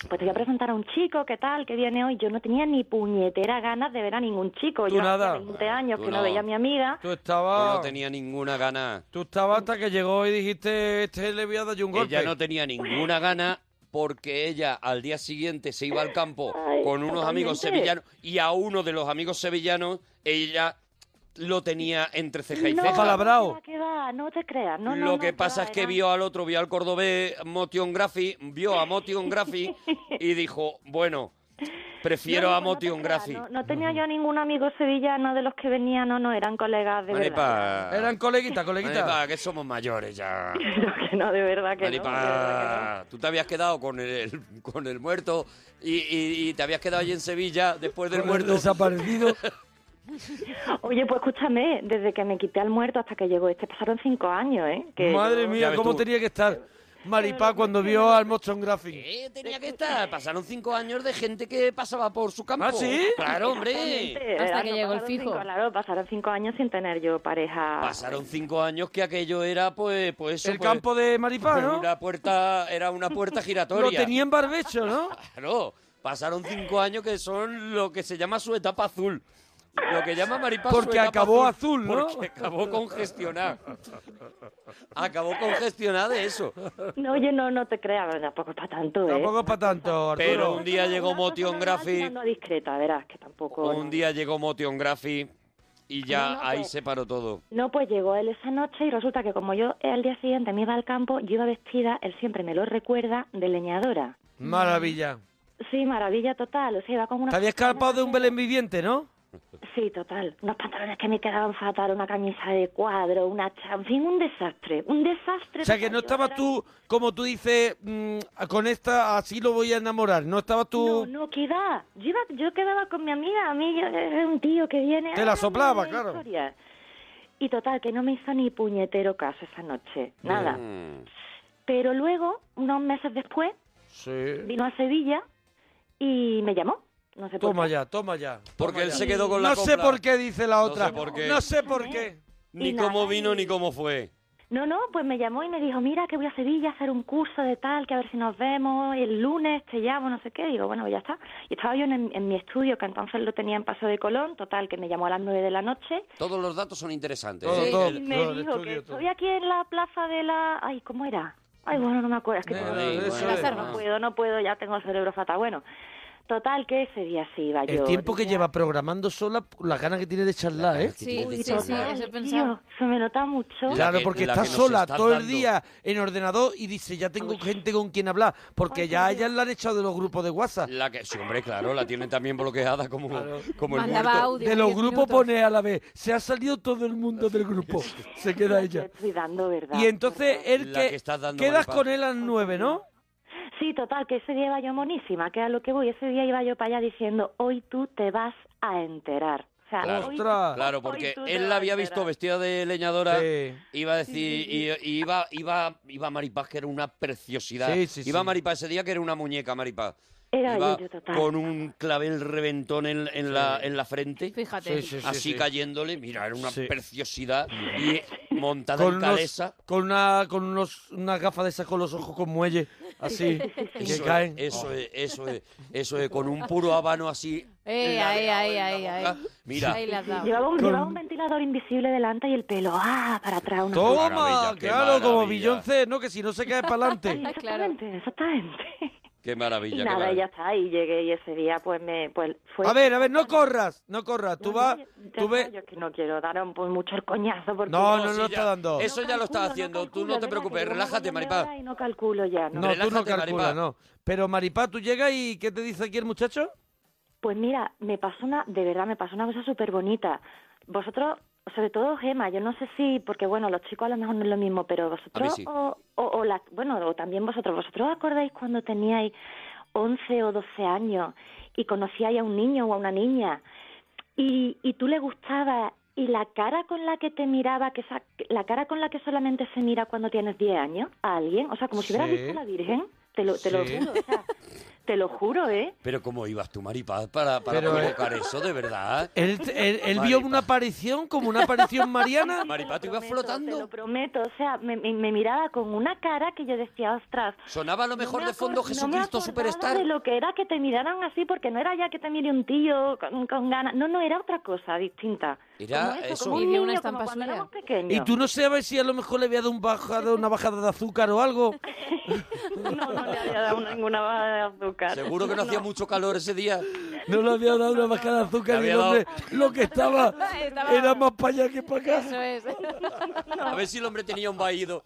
Speaker 11: Pues te voy a presentar a un chico, ¿qué tal? Que viene hoy. Yo no tenía ni puñetera ganas de ver a ningún chico.
Speaker 2: Tú
Speaker 11: yo
Speaker 2: nada.
Speaker 11: hacía 20 años
Speaker 3: Tú
Speaker 11: que no.
Speaker 3: no.
Speaker 11: veía a mi amiga.
Speaker 2: Tú
Speaker 3: Yo
Speaker 2: estabas.
Speaker 3: no tenía ninguna gana.
Speaker 2: Tú estabas hasta que llegó y dijiste, este le voy a dar yo un golpe.
Speaker 3: Ella no tenía ninguna gana porque ella al día siguiente se iba al campo
Speaker 11: Ay,
Speaker 3: con unos amigos
Speaker 11: totalmente.
Speaker 3: sevillanos y a uno de los amigos sevillanos ella lo tenía entre ceja y
Speaker 11: No,
Speaker 3: ceja.
Speaker 2: Apalabrado.
Speaker 11: no, que va, no te creas. No, no,
Speaker 3: lo
Speaker 11: no,
Speaker 3: que pasa
Speaker 11: va,
Speaker 3: es que
Speaker 11: era-
Speaker 3: vio al otro, vio al cordobés Motion Graphy, vio a Motion Graphy y dijo, bueno, prefiero
Speaker 11: No, no,
Speaker 3: a
Speaker 11: no te
Speaker 3: Motion
Speaker 11: creas,
Speaker 3: Graphy.
Speaker 11: No, no tenía yo ningún amigo sevillano de los que venían, no, no, eran colegas de verdad.
Speaker 3: Maripa,
Speaker 2: Eran coleguitas, coleguitas.
Speaker 3: Maripa, que somos mayores ya.
Speaker 11: No, que no, de verdad que no,
Speaker 3: Maripa,
Speaker 11: de verdad que no.
Speaker 3: tú te habías quedado con el, con el muerto y, y- y te habías quedado allí en Sevilla después del
Speaker 2: Con el
Speaker 3: muerto.
Speaker 2: desaparecido.
Speaker 11: Oye, pues escúchame, desde que me quité al muerto hasta que llegó este pasaron cinco años, ¿eh? Que
Speaker 2: Madre
Speaker 11: yo-
Speaker 2: mía, cómo tenía que estar Maripá cuando vio al Motion Graphic.
Speaker 3: Eh, tenía que estar. Pasaron cinco años de gente que pasaba por su campo.
Speaker 2: ¿Ah, sí?
Speaker 3: Eh, Claro,
Speaker 11: Exactamente,
Speaker 3: hombre.
Speaker 11: verás, no pasaron cinco- claro, pasaron cinco años sin tener yo pareja.
Speaker 3: Pasaron cinco años que aquello era, pues, pues eso,
Speaker 2: El
Speaker 3: pues,
Speaker 2: campo de Maripá, ¿no?
Speaker 3: Una puerta, era una puerta giratoria.
Speaker 2: Lo tenía en barbecho, ¿no?
Speaker 3: Claro, pasaron cinco años que son lo que se llama su etapa azul. Lo que llama Maripaz su
Speaker 2: Porque
Speaker 3: etapa
Speaker 2: acabó azul, ¿no?
Speaker 3: Porque acabó congestionada. Acabó congestionada de eso.
Speaker 11: No, oye, no, no te creas, bueno, tampoco es para tanto, ¿eh?
Speaker 2: Tampoco es para tanto, Arturo.
Speaker 3: Pero un día llegó Motion Graphic.
Speaker 11: No discreta, verás, que tampoco...
Speaker 3: Un día llegó Motion Graphic y
Speaker 11: No,
Speaker 3: ya
Speaker 11: no,
Speaker 3: ahí
Speaker 11: pues-
Speaker 3: se paró todo.
Speaker 11: No, pues llegó él esa noche y resulta que como yo eh, al día siguiente me iba al campo, yo iba vestida, él siempre me lo recuerda, de leñadora.
Speaker 2: Maravilla.
Speaker 11: Sí, maravilla total, o sea, iba con una...
Speaker 2: Te había escapado de un Belén viviente, ¿no?
Speaker 11: Sí, total, unos pantalones que me quedaban fatal, una camisa de cuadro, una... cha- En fin, un desastre, un desastre.
Speaker 2: O sea, que no estabas tú, como tú dices, mm, con esta así lo voy a enamorar. No estabas
Speaker 11: No,
Speaker 2: tú...
Speaker 11: no, ¿qué va? Yo, iba- yo quedaba con mi amiga, a mí yo- era un tío que viene...
Speaker 2: Te la
Speaker 11: "Ah,
Speaker 2: soplaba,
Speaker 11: mira,
Speaker 2: claro.
Speaker 11: historia". Y total, que no me hizo ni puñetero caso esa noche, nada.
Speaker 4: Mm.
Speaker 11: Pero luego, unos meses después,
Speaker 2: Sí.
Speaker 11: vino a Sevilla y me llamó. No sé por
Speaker 2: Toma
Speaker 11: qué.
Speaker 2: ya, toma ya.
Speaker 3: Porque él
Speaker 2: ya.
Speaker 3: se quedó con la
Speaker 2: No sé
Speaker 3: copla.
Speaker 2: por qué, dice la otra.
Speaker 3: sé por qué.
Speaker 2: No sé por qué.
Speaker 11: Y
Speaker 3: Ni
Speaker 11: nada,
Speaker 3: cómo vino
Speaker 11: y-
Speaker 3: ni cómo fue.
Speaker 11: No, no, pues me llamó y me dijo, mira, que voy a Sevilla a hacer un curso de tal, que a ver si nos vemos, el lunes te llamo, no sé qué. Digo, bueno, pues ya está. Y estaba yo en, en mi estudio, que entonces lo tenía en Paso de Colón, total, que me llamó a las nueve de la noche.
Speaker 3: Todos los datos son interesantes.
Speaker 2: Todo,
Speaker 3: ¿eh?
Speaker 2: todo,
Speaker 11: Y
Speaker 3: El-
Speaker 11: me
Speaker 2: todo, el
Speaker 11: dijo
Speaker 2: estudio,
Speaker 11: que
Speaker 2: todo.
Speaker 11: estoy aquí en la plaza de la... Ay, ¿cómo era? Ay, bueno, no me acuerdo. Es que
Speaker 2: Eh,
Speaker 11: tengo-
Speaker 2: eh,
Speaker 3: bueno,
Speaker 2: eso
Speaker 11: no,
Speaker 2: es.
Speaker 11: no puedo, no puedo, ya tengo el cerebro fatal. Bueno, total, que ese día sí iba yo.
Speaker 2: El tiempo que lleva programando sola, las ganas que tiene de charlar, ¿eh?
Speaker 4: Sí,
Speaker 3: Uy,
Speaker 4: sí, sí,
Speaker 3: total.
Speaker 4: eso he
Speaker 11: Tío,
Speaker 4: pensado.
Speaker 11: se me nota mucho.
Speaker 3: La
Speaker 2: Claro,
Speaker 3: que-
Speaker 2: porque
Speaker 3: la
Speaker 2: está
Speaker 3: que nos
Speaker 2: sola
Speaker 3: estás
Speaker 2: todo el
Speaker 3: dando.
Speaker 2: día en ordenador y dice, ya tengo gente con quien hablar, porque
Speaker 11: Ay,
Speaker 2: ya a
Speaker 11: qué
Speaker 2: ella la han echado de los grupos de WhatsApp.
Speaker 3: La que, sí, hombre, claro, la tienen también bloqueada como, como el
Speaker 4: Mandaba
Speaker 3: muerto.
Speaker 4: audio.
Speaker 2: De los
Speaker 4: 10
Speaker 2: grupos
Speaker 4: minutos.
Speaker 2: pone a la vez, se ha salido todo el mundo del grupo, se queda ella.
Speaker 11: Estoy dando, ¿verdad?
Speaker 2: Y entonces él
Speaker 3: La
Speaker 2: que,
Speaker 3: que estás dando,
Speaker 2: quedas
Speaker 3: Maripaz.
Speaker 2: con él a las nueve, ¿no?
Speaker 11: Sí, total, que ese día iba yo monísima, que a lo que voy, ese día iba yo para allá diciendo, hoy tú te vas a enterar. O sea,
Speaker 3: Claro.
Speaker 11: hoy-
Speaker 2: Ostras.
Speaker 3: Claro,
Speaker 11: Ay,
Speaker 3: porque
Speaker 11: tú te
Speaker 3: él
Speaker 11: vas
Speaker 3: la
Speaker 11: a
Speaker 3: había
Speaker 11: enterar.
Speaker 3: visto vestida de leñadora.
Speaker 2: Sí.
Speaker 3: Iba a decir, y, y iba, iba, iba Maripaz, que era una preciosidad.
Speaker 2: Sí, sí,
Speaker 3: iba
Speaker 2: sí.
Speaker 3: Maripaz ese día, que era una muñeca, Maripaz.
Speaker 11: Era
Speaker 3: iba
Speaker 11: yo, total.
Speaker 3: con un clavel reventón en, en la, en la frente,
Speaker 4: Fíjate.
Speaker 2: Sí, sí, sí,
Speaker 3: así
Speaker 2: sí.
Speaker 3: cayéndole. Mira, era una
Speaker 2: Sí.
Speaker 3: preciosidad. Y montada
Speaker 2: Con,
Speaker 3: en
Speaker 2: unos,
Speaker 3: calesa.
Speaker 2: con una con unos, una gafa de esas con los ojos con muelle, así, que
Speaker 3: Eso es,
Speaker 2: caen. Oh.
Speaker 3: eso es, eso es, eso es, con un puro habano así.
Speaker 4: Ey, ay,
Speaker 3: ladeado
Speaker 4: ay,
Speaker 3: en la
Speaker 4: ay,
Speaker 3: boca.
Speaker 4: ay.
Speaker 3: Mira,
Speaker 4: Ahí le has dado.
Speaker 11: Llevaba un,
Speaker 2: Con-
Speaker 11: llevaba un ventilador invisible delante y el pelo, ah, para atrás. Una...
Speaker 2: Toma,
Speaker 3: maravilla, qué
Speaker 2: claro, como
Speaker 3: maravilla.
Speaker 2: Beyoncé, ¿no? Que si no se cae para adelante.
Speaker 11: Exactamente, exactamente.
Speaker 3: qué
Speaker 11: Y
Speaker 3: maravilla. qué
Speaker 11: nada, y
Speaker 3: maravilla.
Speaker 11: ya está, y llegué y ese día pues me... Pues, fue...
Speaker 2: A ver, a ver, no corras, no corras. Tú
Speaker 11: No,
Speaker 2: vas,
Speaker 11: yo- ya
Speaker 2: tú
Speaker 11: está,
Speaker 2: ves.
Speaker 11: Yo es que no quiero dar un- pues, mucho el coñazo porque...
Speaker 2: No, no,
Speaker 3: sí,
Speaker 2: no
Speaker 3: ya.
Speaker 2: está dando.
Speaker 3: Eso ya lo estás haciendo, tú no te preocupes, relájate, Maripaz.
Speaker 11: Maripaz. Y no calculo ya,
Speaker 2: No, tú
Speaker 11: ¿no?
Speaker 2: no
Speaker 3: Relájate,
Speaker 2: calculas,
Speaker 3: Maripá.
Speaker 2: no. Pero Maripá, tú llegas y ¿qué te dice aquí el muchacho?
Speaker 11: Pues mira, me pasó una, de verdad, me pasó una cosa súper bonita. Vosotros, sobre todo Gema, yo no sé si, porque bueno, los chicos a lo mejor no es lo mismo, pero
Speaker 3: A mí
Speaker 11: vosotros,
Speaker 3: sí.
Speaker 11: o, o, o la- bueno, o también vosotros, ¿vosotros acordáis cuando teníais 11 o 12 años y conocíais a un niño o a una niña y, y tú le gustabas y la cara con la que te miraba, que esa- la cara con la que solamente se mira cuando tienes 10 años a alguien, o sea, como si hubieras
Speaker 2: Sí.
Speaker 11: visto a la Virgen, te lo, te lo
Speaker 2: Sí.
Speaker 11: juro, o sea, te lo juro, ¿eh?
Speaker 3: Pero cómo ibas tú, Maripaz, para, para
Speaker 2: Pero, eh.
Speaker 3: provocar eso, de verdad.
Speaker 2: Él, él- él vio
Speaker 3: Maripá.
Speaker 2: una aparición como una aparición mariana.
Speaker 3: Maripaz, tú ibas
Speaker 11: prometo, Te
Speaker 3: flotando.
Speaker 11: lo prometo, o sea, me, me- me miraba con una cara que yo decía, ostras.
Speaker 3: Sonaba a lo
Speaker 11: no
Speaker 3: mejor
Speaker 11: me
Speaker 3: de fondo
Speaker 11: acor- no me
Speaker 3: Jesucristo
Speaker 11: acordaba
Speaker 3: Superstar.
Speaker 11: De lo que era que te miraran así, porque no era ya que te mire un tío con, con ganas. No, no, era otra cosa distinta.
Speaker 3: Era
Speaker 11: como
Speaker 3: eso.
Speaker 11: Como
Speaker 4: Y
Speaker 11: un
Speaker 4: vio
Speaker 11: niño,
Speaker 4: una estampa
Speaker 11: como cuando
Speaker 4: suya.
Speaker 11: éramos pequeños.
Speaker 2: Y tú no sabes si a lo mejor le había dado un bajado, una bajada de azúcar o algo.
Speaker 11: No, no le había dado ninguna baja de azúcar.
Speaker 3: Seguro que no hacía mucho calor ese día.
Speaker 2: No le había dado una bajada de azúcar
Speaker 3: Le
Speaker 2: y el
Speaker 3: había
Speaker 2: hombre
Speaker 3: dado-
Speaker 2: lo que estaba
Speaker 4: Estaba-
Speaker 2: era más para allá que para acá.
Speaker 4: Eso es.
Speaker 3: A ver si el hombre tenía un vaído.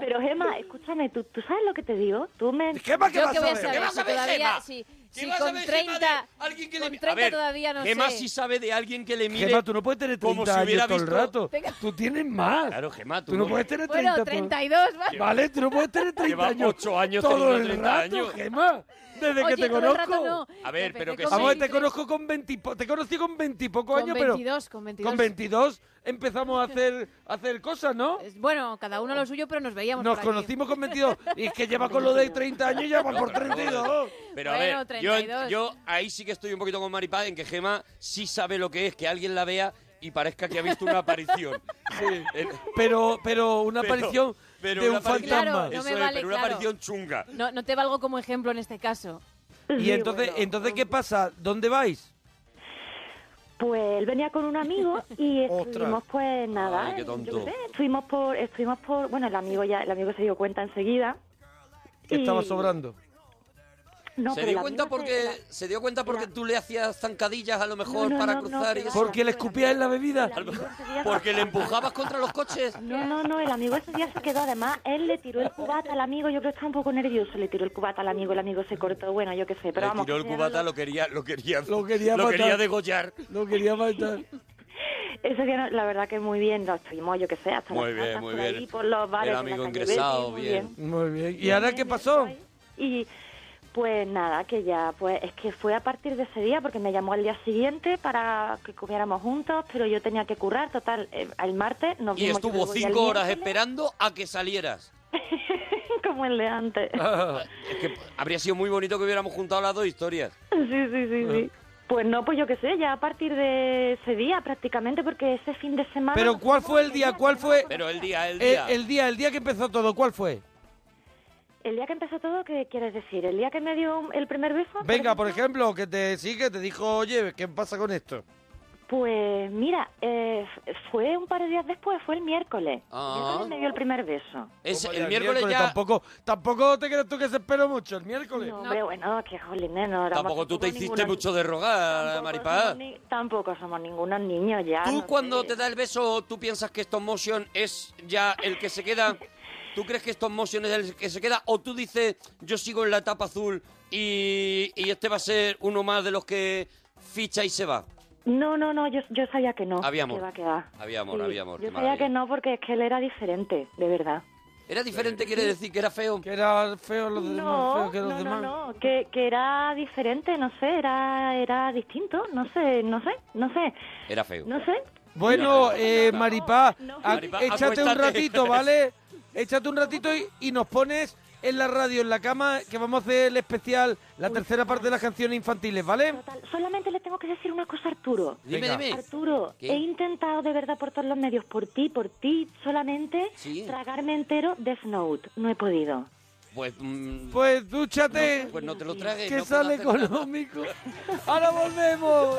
Speaker 11: Pero Gemma, escúchame, ¿tú, ¿tú sabes lo que te digo? Tú me...
Speaker 2: ¿Qué más que
Speaker 4: Yo
Speaker 2: vas
Speaker 4: que
Speaker 2: a
Speaker 4: voy a
Speaker 2: ver?
Speaker 4: saber
Speaker 3: vas a
Speaker 4: si
Speaker 3: saber, Gema?
Speaker 4: todavía... Si,
Speaker 3: ¿Qué
Speaker 4: si
Speaker 3: vas a
Speaker 4: con
Speaker 3: ver, Gema, de
Speaker 4: 30,
Speaker 3: alguien que le
Speaker 4: con
Speaker 3: mi- A
Speaker 4: 30
Speaker 3: ver,
Speaker 4: todavía no
Speaker 3: Gemma
Speaker 4: sé.
Speaker 3: sí sabe de alguien que le mire.
Speaker 2: Gemma, tú no puedes tener
Speaker 3: como
Speaker 2: 30
Speaker 3: si
Speaker 2: años
Speaker 3: hubiera
Speaker 2: todo el
Speaker 3: visto-
Speaker 2: rato. Tú tienes más.
Speaker 3: Claro, Gemma, tú
Speaker 2: Tú no
Speaker 3: no-
Speaker 2: puedes tener 30
Speaker 4: Bueno,
Speaker 2: todo-
Speaker 4: 32, va.
Speaker 2: Vale, tú no puedes tener 30
Speaker 3: Lleva
Speaker 2: años.
Speaker 3: ocho años
Speaker 2: todo
Speaker 3: teniendo
Speaker 2: el
Speaker 3: 30
Speaker 2: rato,
Speaker 3: años.
Speaker 2: Gemma. Desde
Speaker 4: Oye,
Speaker 2: que te
Speaker 4: todo el
Speaker 2: conozco.
Speaker 4: rato no.
Speaker 3: A ver, pero que
Speaker 2: Vamos, te
Speaker 3: sí.
Speaker 2: conozco con 20 y po- te conocí con 20 y pocos
Speaker 4: Con
Speaker 2: años, pero
Speaker 4: 22, con 22.
Speaker 2: con 22 empezamos a hacer a hacer cosas, ¿no?
Speaker 4: Bueno, cada uno lo suyo, pero nos veíamos
Speaker 2: Nos
Speaker 4: por aquí.
Speaker 2: conocimos con 22 y es que lleva con lo de 30 años y ya va por 32.
Speaker 3: Pero a
Speaker 4: Bueno,
Speaker 3: ver, yo,
Speaker 4: 32.
Speaker 3: yo ahí sí que estoy un poquito con Maripaz en que Gema sí sabe lo que es que alguien la vea y parezca que ha visto una aparición.
Speaker 2: Pero pero una aparición
Speaker 3: pero
Speaker 2: de
Speaker 3: una
Speaker 2: un
Speaker 3: aparición-
Speaker 2: fantasma.
Speaker 4: Claro, no
Speaker 3: Eso
Speaker 4: me
Speaker 3: es,
Speaker 4: vale,
Speaker 3: pero una
Speaker 4: claro.
Speaker 3: aparición chunga.
Speaker 4: No, no te valgo como ejemplo en este caso.
Speaker 2: Y entonces, entonces ¿qué pasa? ¿Dónde vais?
Speaker 11: Pues él venía con un amigo y
Speaker 2: Ostras.
Speaker 11: estuvimos pues nada,
Speaker 2: Ay, qué
Speaker 11: eh, yo
Speaker 2: tonto.
Speaker 11: qué sé, estuvimos por, estuvimos por, bueno el amigo ya, el amigo se dio cuenta enseguida.
Speaker 2: Que
Speaker 11: y-
Speaker 2: estaba sobrando.
Speaker 11: No,
Speaker 3: ¿Se
Speaker 11: pero
Speaker 3: dio
Speaker 11: el
Speaker 3: cuenta
Speaker 11: amigo
Speaker 3: porque se dio cuenta porque tú le hacías zancadillas a lo mejor
Speaker 11: No, no,
Speaker 3: para
Speaker 11: no, no,
Speaker 3: cruzar
Speaker 11: que
Speaker 3: y eso?
Speaker 11: va, Porque
Speaker 2: le escupías en la bebida.
Speaker 11: enseguida-
Speaker 3: Porque le empujabas contra los coches.
Speaker 11: No, no, no, el amigo ese día se quedó, además, él le tiró el cubata al amigo, yo creo que estaba un poco nervioso, le tiró el cubata al amigo, el amigo se cortó, bueno, yo qué sé, pero
Speaker 3: Le
Speaker 11: vamos.
Speaker 3: tiró el
Speaker 11: que
Speaker 3: cubata, lo quería, lo quería,
Speaker 2: Lo quería
Speaker 3: lo quería
Speaker 2: matar.
Speaker 3: degollar.
Speaker 2: Lo quería matar.
Speaker 11: Ese día, no- la verdad que muy bien, lo estuvimos, yo qué sé, hasta
Speaker 3: Muy
Speaker 11: las
Speaker 3: bien,
Speaker 11: tantas
Speaker 3: muy
Speaker 11: por
Speaker 3: bien.
Speaker 11: ahí, por los
Speaker 3: El
Speaker 11: bares de la
Speaker 3: amigo
Speaker 11: calle
Speaker 3: ingresado,
Speaker 11: Belli, muy
Speaker 3: bien.
Speaker 2: Muy bien. ¿Y ahora qué pasó?
Speaker 11: Y pues nada, que ya, pues es que fue a partir de ese día, porque me llamó al día siguiente para que comiéramos juntos, pero yo tenía que currar, total, eh, el martes nos
Speaker 3: Y
Speaker 11: vimos.
Speaker 3: estuvo
Speaker 11: luego ya el
Speaker 3: cinco horas
Speaker 11: miércoles,
Speaker 3: esperando a que salieras.
Speaker 11: Como el de antes.
Speaker 3: Ah. Es que habría sido muy bonito que hubiéramos juntado las dos historias.
Speaker 11: Sí, sí, sí,
Speaker 3: Ah.
Speaker 11: sí. Pues no, pues yo qué sé, ya a partir de ese día prácticamente, porque ese fin de semana...
Speaker 2: Pero ¿cuál fue el día? ¿Cuál fue
Speaker 3: Pero el día, el
Speaker 2: el,
Speaker 3: día.
Speaker 2: el día, el día que empezó todo? ¿Cuál fue?
Speaker 11: El día que empezó todo, ¿qué quieres decir? ¿El día que me dio el primer beso?
Speaker 2: Venga, por ejemplo, que te sí, que te dijo, oye, ¿qué pasa con esto?
Speaker 11: Pues mira, eh, f- fue un par de días después, fue el miércoles.
Speaker 3: Ah.
Speaker 11: El miércoles me dio el primer beso.
Speaker 3: Es-
Speaker 2: Oye,
Speaker 3: el miércoles ya...
Speaker 2: Tampoco, tampoco te creas tú que se esperó mucho el miércoles.
Speaker 11: No, hombre, bueno, que jolín, eh, no éramos
Speaker 3: Tampoco tú te hiciste
Speaker 11: ninguna-
Speaker 3: mucho de rogar,
Speaker 11: tampoco
Speaker 3: Maripaz.
Speaker 11: somos ni- Tampoco somos ningunos niños ya.
Speaker 3: ¿Tú
Speaker 11: no
Speaker 3: cuando
Speaker 11: sé.
Speaker 3: te da el beso, tú piensas que Stop Motion es ya el que se queda? ¿Tú crees que Stop Motion es el que se queda? ¿O tú dices, yo sigo en la etapa azul y, y este va a ser uno más de los que ficha y se va?
Speaker 11: No, no, no, yo, yo sabía que no.
Speaker 3: Había amor.
Speaker 11: Que va a quedar.
Speaker 3: Había amor,
Speaker 11: Sí,
Speaker 3: había amor,
Speaker 11: Yo
Speaker 3: qué
Speaker 11: sabía
Speaker 3: maravilla.
Speaker 11: que no porque es que él era diferente, de verdad.
Speaker 3: ¿Era diferente quiere decir que era feo?
Speaker 2: Que era feo los demás,
Speaker 11: No,
Speaker 2: feo que los
Speaker 11: no, no,
Speaker 2: demás.
Speaker 11: no, que, que era diferente, no sé, era, era distinto, no sé, no sé, no sé,
Speaker 3: Era feo.
Speaker 11: no sé.
Speaker 2: Bueno, eh, Maripá, a-
Speaker 3: Maripá,
Speaker 2: échate un
Speaker 3: acuéstate.
Speaker 2: ratito, ¿vale? Échate un ratito y, y nos pones en la radio, en la cama, que vamos a hacer el especial, la tercera parte de las canciones infantiles, ¿vale?
Speaker 11: Total, solamente le tengo que decir una cosa a Arturo.
Speaker 3: Dime,
Speaker 2: Venga.
Speaker 3: dime.
Speaker 11: Arturo,
Speaker 3: ¿Qué?
Speaker 11: he intentado de verdad por todos los medios, por ti, por ti, solamente
Speaker 3: Sí.
Speaker 11: tragarme entero Death Note. No he podido.
Speaker 3: Pues, mm,
Speaker 2: Pues dúchate,
Speaker 3: pues no te lo tragues.
Speaker 2: que
Speaker 3: no puedo
Speaker 2: sale
Speaker 3: hacer nada.
Speaker 2: económico. Ahora volvemos.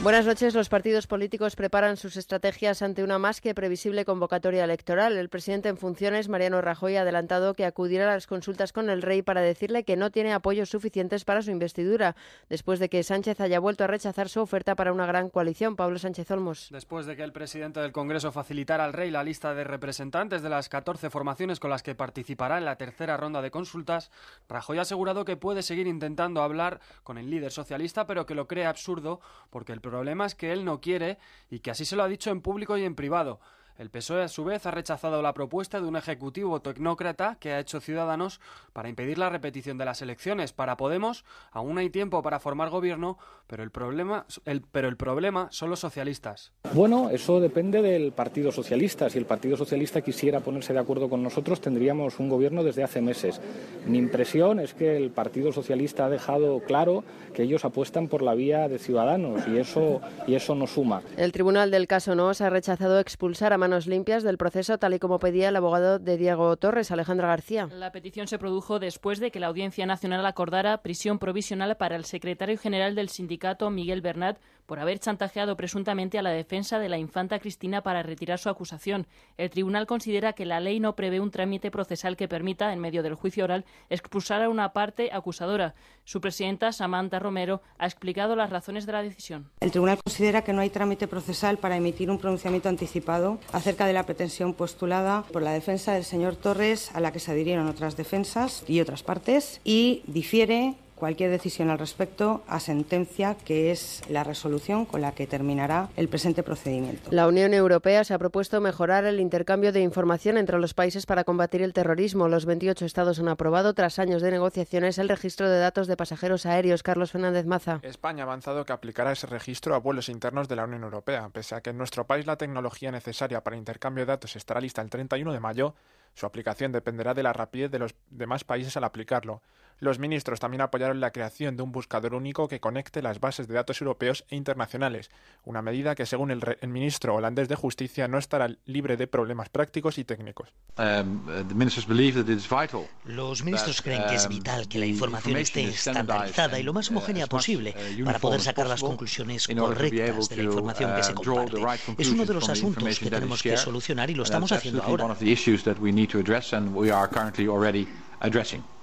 Speaker 12: Buenas noches. Los partidos políticos preparan sus estrategias ante una más que previsible convocatoria electoral. El presidente en funciones, Mariano Rajoy, ha adelantado que acudirá a las consultas con el rey para decirle que no tiene apoyos suficientes para su investidura, después de que Sánchez haya vuelto a rechazar su oferta para una gran coalición. Pablo Sánchez Olmos.
Speaker 13: Después de que el presidente del Congreso facilitara al rey la lista de representantes de las 14 formaciones con las que participará en la tercera ronda de consultas, Rajoy ha asegurado que puede seguir intentando hablar con el líder socialista, pero que lo cree absurdo porque el problema es que él no quiere y que así se lo ha dicho en público y en privado. El PSOE, E, a su vez, ha rechazado la propuesta de un ejecutivo tecnócrata que ha hecho Ciudadanos para impedir la repetición de las elecciones. Para Podemos, aún hay tiempo para formar gobierno, pero el problema, el- pero el problema son los socialistas.
Speaker 14: Bueno, eso depende del Partido Socialista. Si el Partido Socialista quisiera ponerse de acuerdo con nosotros, tendríamos un gobierno desde hace meses. Mi impresión es que el Partido Socialista ha dejado claro que ellos apuestan por la vía de ciudadanos y eso, y eso no suma.
Speaker 12: El tribunal del caso Nos ha rechazado expulsar a manos limpias del proceso, tal y como pedía el abogado de Diego Torres, Alejandra García.
Speaker 15: La petición se produjo después de que la Audiencia Nacional acordara prisión provisional para el secretario general del sindicato, Miguel Bernat, por haber chantajeado presuntamente a la defensa de la infanta Cristina para retirar su acusación. El tribunal considera que la ley no prevé un trámite procesal que permita, en medio del juicio oral, expulsar a una parte acusadora. Su presidenta, Samantha Romero, ha explicado las razones de la decisión.
Speaker 16: El tribunal considera que no hay trámite procesal para emitir un pronunciamiento anticipado acerca de la pretensión postulada por la defensa del señor Torres, a la que se adhirieron otras defensas y otras partes, y difiere cualquier decisión al respecto a sentencia, que es la resolución con la que terminará el presente procedimiento.
Speaker 12: La Unión Europea se ha propuesto mejorar el intercambio de información entre los países para combatir el terrorismo. Los 28 estados han aprobado, tras años de negociaciones, el registro de datos de pasajeros aéreos. Carlos Fernández Maza.
Speaker 17: España ha avanzado que aplicará ese registro a vuelos internos de la Unión Europea. Pese a que en nuestro país la tecnología necesaria para intercambio de datos estará lista el 31 de mayo, su aplicación dependerá de la rapidez de los demás países al aplicarlo. Los ministros también apoyaron la creación de un buscador único que conecte las bases de datos europeos e internacionales, una medida que, según el, re el ministro holandés de Justicia, no estará libre de problemas prácticos y técnicos.
Speaker 8: Um, uh,
Speaker 18: Los ministros creen
Speaker 17: Em,
Speaker 19: eh,
Speaker 18: que es vital que la información esté estandarizada y lo
Speaker 17: eh,
Speaker 18: más homogénea posible para poder sacar las conclusiones correctas de la información que se comparte. Es uno de los asuntos que tenemos que solucionar y lo estamos haciendo ahora.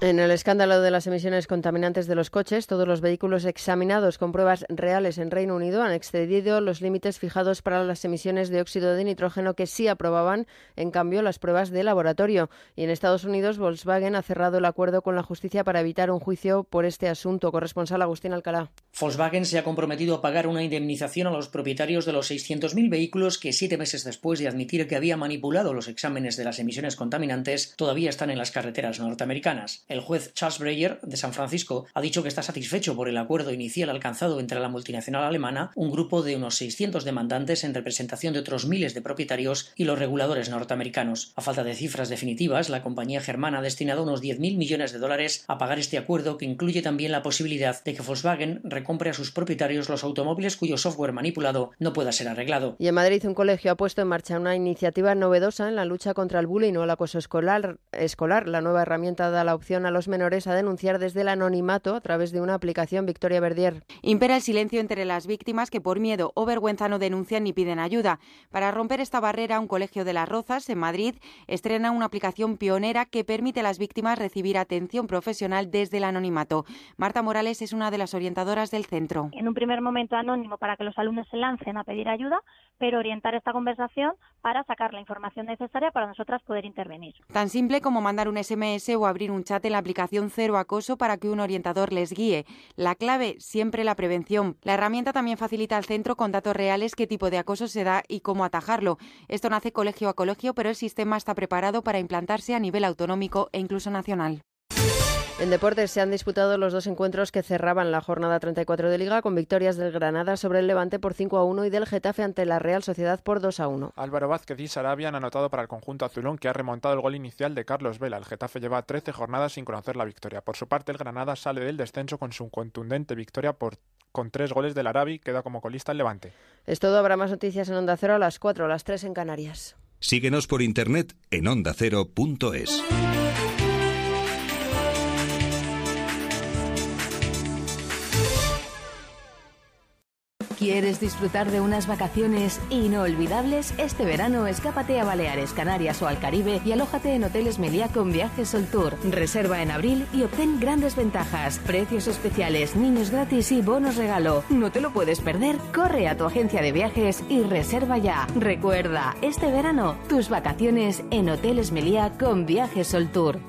Speaker 12: En el escándalo de las emisiones contaminantes de los coches, todos los vehículos examinados con pruebas reales en Reino Unido han excedido los límites fijados para las emisiones de óxido de nitrógeno que sí aprobaban, en cambio, las pruebas de laboratorio. Y en Estados Unidos, Volkswagen ha cerrado el acuerdo con la justicia para evitar un juicio por este asunto. Corresponsal Agustín Alcalá.
Speaker 19: Volkswagen se ha comprometido a pagar una indemnización a los propietarios de los 600.000 vehículos que siete meses después de admitir que había manipulado los exámenes de las emisiones contaminantes todavía están en las carreteras norteamericanas. El juez Charles Breyer de San Francisco ha dicho que está satisfecho por el acuerdo inicial alcanzado entre la multinacional alemana, un grupo de unos 600 demandantes en representación de otros miles de propietarios y los reguladores norteamericanos. A falta de cifras definitivas, la compañía germana ha destinado unos 10.000 millones de dólares a pagar este acuerdo que incluye también la posibilidad de que Volkswagen recompre a sus propietarios los automóviles cuyo software manipulado no pueda ser arreglado.
Speaker 12: Y en Madrid un colegio ha puesto en marcha una iniciativa novedosa en la lucha contra el bullying o el acoso escolar. escolar. La nueva herramienta da la opción a los menores a denunciar desde el anonimato a través de una aplicación Victoria Verdier.
Speaker 20: Impera el silencio entre las víctimas que por miedo o vergüenza no denuncian ni piden ayuda. Para romper esta barrera, un colegio de Las Rozas, en Madrid, estrena una aplicación pionera que permite a las víctimas recibir atención profesional desde el anonimato. Marta Morales es una de las orientadoras del centro.
Speaker 21: En un primer momento anónimo para que los alumnos se lancen a pedir ayuda, pero orientar esta conversación para sacar la información necesaria para nosotras poder intervenir.
Speaker 20: Tan simple como mandar un SMS o abrir un chat en la aplicación Cero Acoso para que un orientador les guíe. La clave, siempre la prevención. La herramienta también facilita al centro con datos reales qué tipo de acoso se da y cómo atajarlo. Esto nace colegio a colegio, pero el sistema está preparado para implantarse a nivel autonómico e incluso nacional.
Speaker 12: En deportes se han disputado los dos encuentros que cerraban la jornada 34 de Liga con victorias del Granada sobre el Levante por 5 a 1 y del Getafe ante la Real Sociedad por 2 a 1.
Speaker 17: Álvaro Vázquez y Sarabia han anotado para el conjunto azulón que ha remontado el gol inicial de Carlos Vela. El Getafe lleva 13 jornadas sin conocer la victoria. Por su parte, el Granada sale del descenso con su contundente victoria por con tres goles del Arabi, queda como colista el Levante.
Speaker 12: Es todo, habrá más noticias en Onda Cero a las 4, a las 3 en Canarias.
Speaker 22: Síguenos por internet en ondacero.es.
Speaker 23: ¿Quieres disfrutar de unas vacaciones inolvidables? Este verano escápate a Baleares, Canarias o al Caribe y alójate en Hoteles Meliá con Viajes Sol Tour. Reserva en abril y obtén grandes ventajas, precios especiales, niños gratis y bonos regalo. No te lo puedes perder. Corre a tu agencia de viajes y reserva ya. Recuerda, este verano tus vacaciones en Hoteles Meliá con Viajes Sol Tour.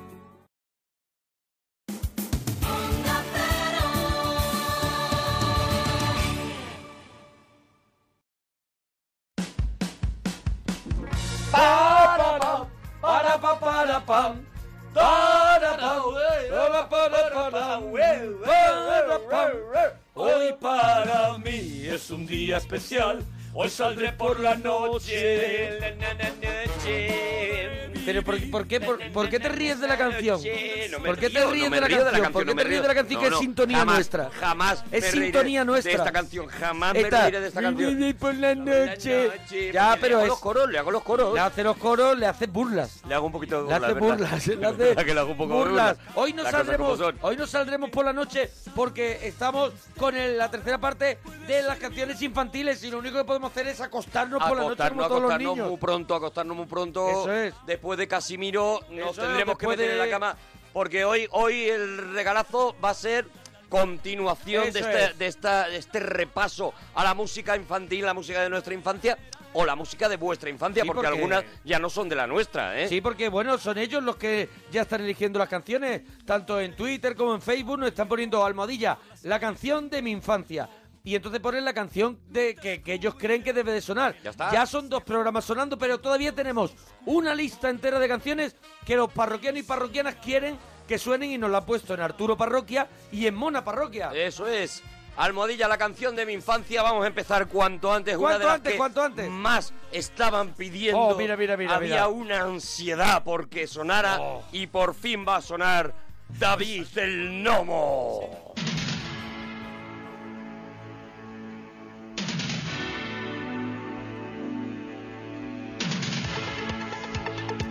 Speaker 24: Hoy para mí es un día especial. Hoy saldré por la noche. La, la, la, noche.
Speaker 2: Pero ¿por, por qué, por, por qué te ríes de la canción?
Speaker 3: no me
Speaker 2: ¿Por qué te
Speaker 3: río,
Speaker 2: ríes
Speaker 3: no me
Speaker 2: de, la
Speaker 3: río de la
Speaker 2: canción?
Speaker 3: canción,
Speaker 2: ¿Por
Speaker 3: no
Speaker 2: qué
Speaker 3: me
Speaker 2: te ríes
Speaker 3: río.
Speaker 2: de la canción que
Speaker 3: No,
Speaker 2: es
Speaker 3: no,
Speaker 2: sintonía
Speaker 3: jamás,
Speaker 2: nuestra?
Speaker 3: jamás me
Speaker 2: es
Speaker 3: reiré
Speaker 2: sintonía
Speaker 3: de
Speaker 2: nuestra.
Speaker 3: esta canción, jamás me
Speaker 2: Está,
Speaker 3: reiré de esta canción.
Speaker 2: "Viviré por la noche.
Speaker 3: noche,
Speaker 2: Ya,
Speaker 3: porque le
Speaker 2: pero
Speaker 3: hago
Speaker 2: es
Speaker 3: los coros, le hago los coros.
Speaker 2: Le hace los coros, le hace burlas.
Speaker 3: Le hago un poquito de
Speaker 2: Le
Speaker 3: burla,
Speaker 2: hace
Speaker 3: es verdad.
Speaker 2: burlas, le
Speaker 3: Es
Speaker 2: hace
Speaker 3: verdad que le hago un poco de burla.
Speaker 2: burlas. Hoy no
Speaker 3: Las cosas como
Speaker 2: saldremos,
Speaker 3: son.
Speaker 2: hoy no saldremos por la noche porque estamos con el- la tercera parte de las canciones infantiles y lo único que podemos hacer es acostarnos por la noche como
Speaker 3: acostarnos,
Speaker 2: todos los
Speaker 3: acostarnos
Speaker 2: niños.
Speaker 3: muy pronto, acostarnos muy pronto.
Speaker 2: Eso es.
Speaker 3: Después de Casimiro nos
Speaker 2: Eso es,
Speaker 3: tendremos que
Speaker 2: después
Speaker 3: meter en
Speaker 2: de-
Speaker 3: la cama. Porque hoy, hoy el regalazo va a ser continuación de
Speaker 2: Eso
Speaker 3: este,
Speaker 2: es.
Speaker 3: de, esta, de este repaso a la música infantil, la música de nuestra infancia o la música de vuestra infancia,
Speaker 2: Sí,
Speaker 3: porque,
Speaker 2: porque-
Speaker 3: algunas ya no son de la nuestra, ¿eh?
Speaker 2: Sí, porque bueno, son ellos los que ya están eligiendo las canciones, tanto en Twitter como en Facebook nos están poniendo almohadilla, la canción de mi infancia. Y entonces ponen la canción de que, que ellos creen que debe de sonar. Ya
Speaker 3: está.
Speaker 2: son dos programas sonando, pero todavía tenemos una lista entera de canciones que los parroquianos y parroquianas quieren que suenen y nos la han puesto en Arturo Parroquia y en Mona Parroquia.
Speaker 3: Eso es. Almohadilla, la canción de mi infancia. Vamos a empezar cuanto antes. una
Speaker 2: ¿Cuánto
Speaker 3: de las
Speaker 2: antes?
Speaker 3: que
Speaker 2: ¿Cuánto antes?
Speaker 3: Más estaban pidiendo.
Speaker 2: Oh, mira, mira, mira,
Speaker 3: Había
Speaker 2: mira. Oh.
Speaker 3: una ansiedad porque sonara y por fin va a sonar David el Nomo.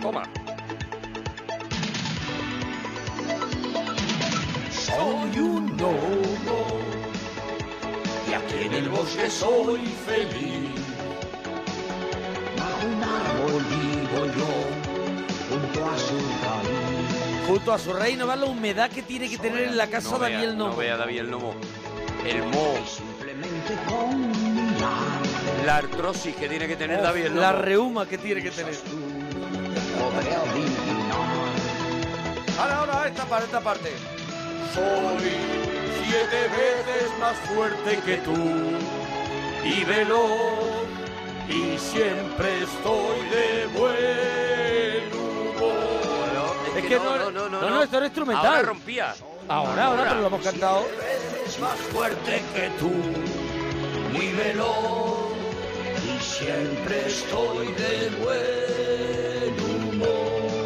Speaker 3: Toma.
Speaker 24: Soy un lobo y aquí en el bosque soy feliz. Bajo un árbol vivo yo, junto a su raíz.
Speaker 2: Junto a su reino va la humedad que tiene que tener en la casa
Speaker 3: No vea,
Speaker 2: Daniel Novo.
Speaker 3: No vea David el Nomo. El Mo.
Speaker 24: Simplemente con mirar
Speaker 3: La artrosis que tiene que tener David el Nomo.
Speaker 2: Oh, la reuma que tiene que tener.
Speaker 24: podré adivinar.
Speaker 2: Ahora, ahora, esta parte, esta parte.
Speaker 24: Soy siete veces más fuerte que tú y veloz y siempre estoy de buen humor.
Speaker 2: Es que no, no, no, esto era instrumental.
Speaker 24: Ahora
Speaker 3: rompía.
Speaker 2: Ahora, ahora,
Speaker 24: Ahora.
Speaker 2: pero lo hemos cantado.
Speaker 24: Es más fuerte que tú, muy veloz y siempre estoy de buen humor.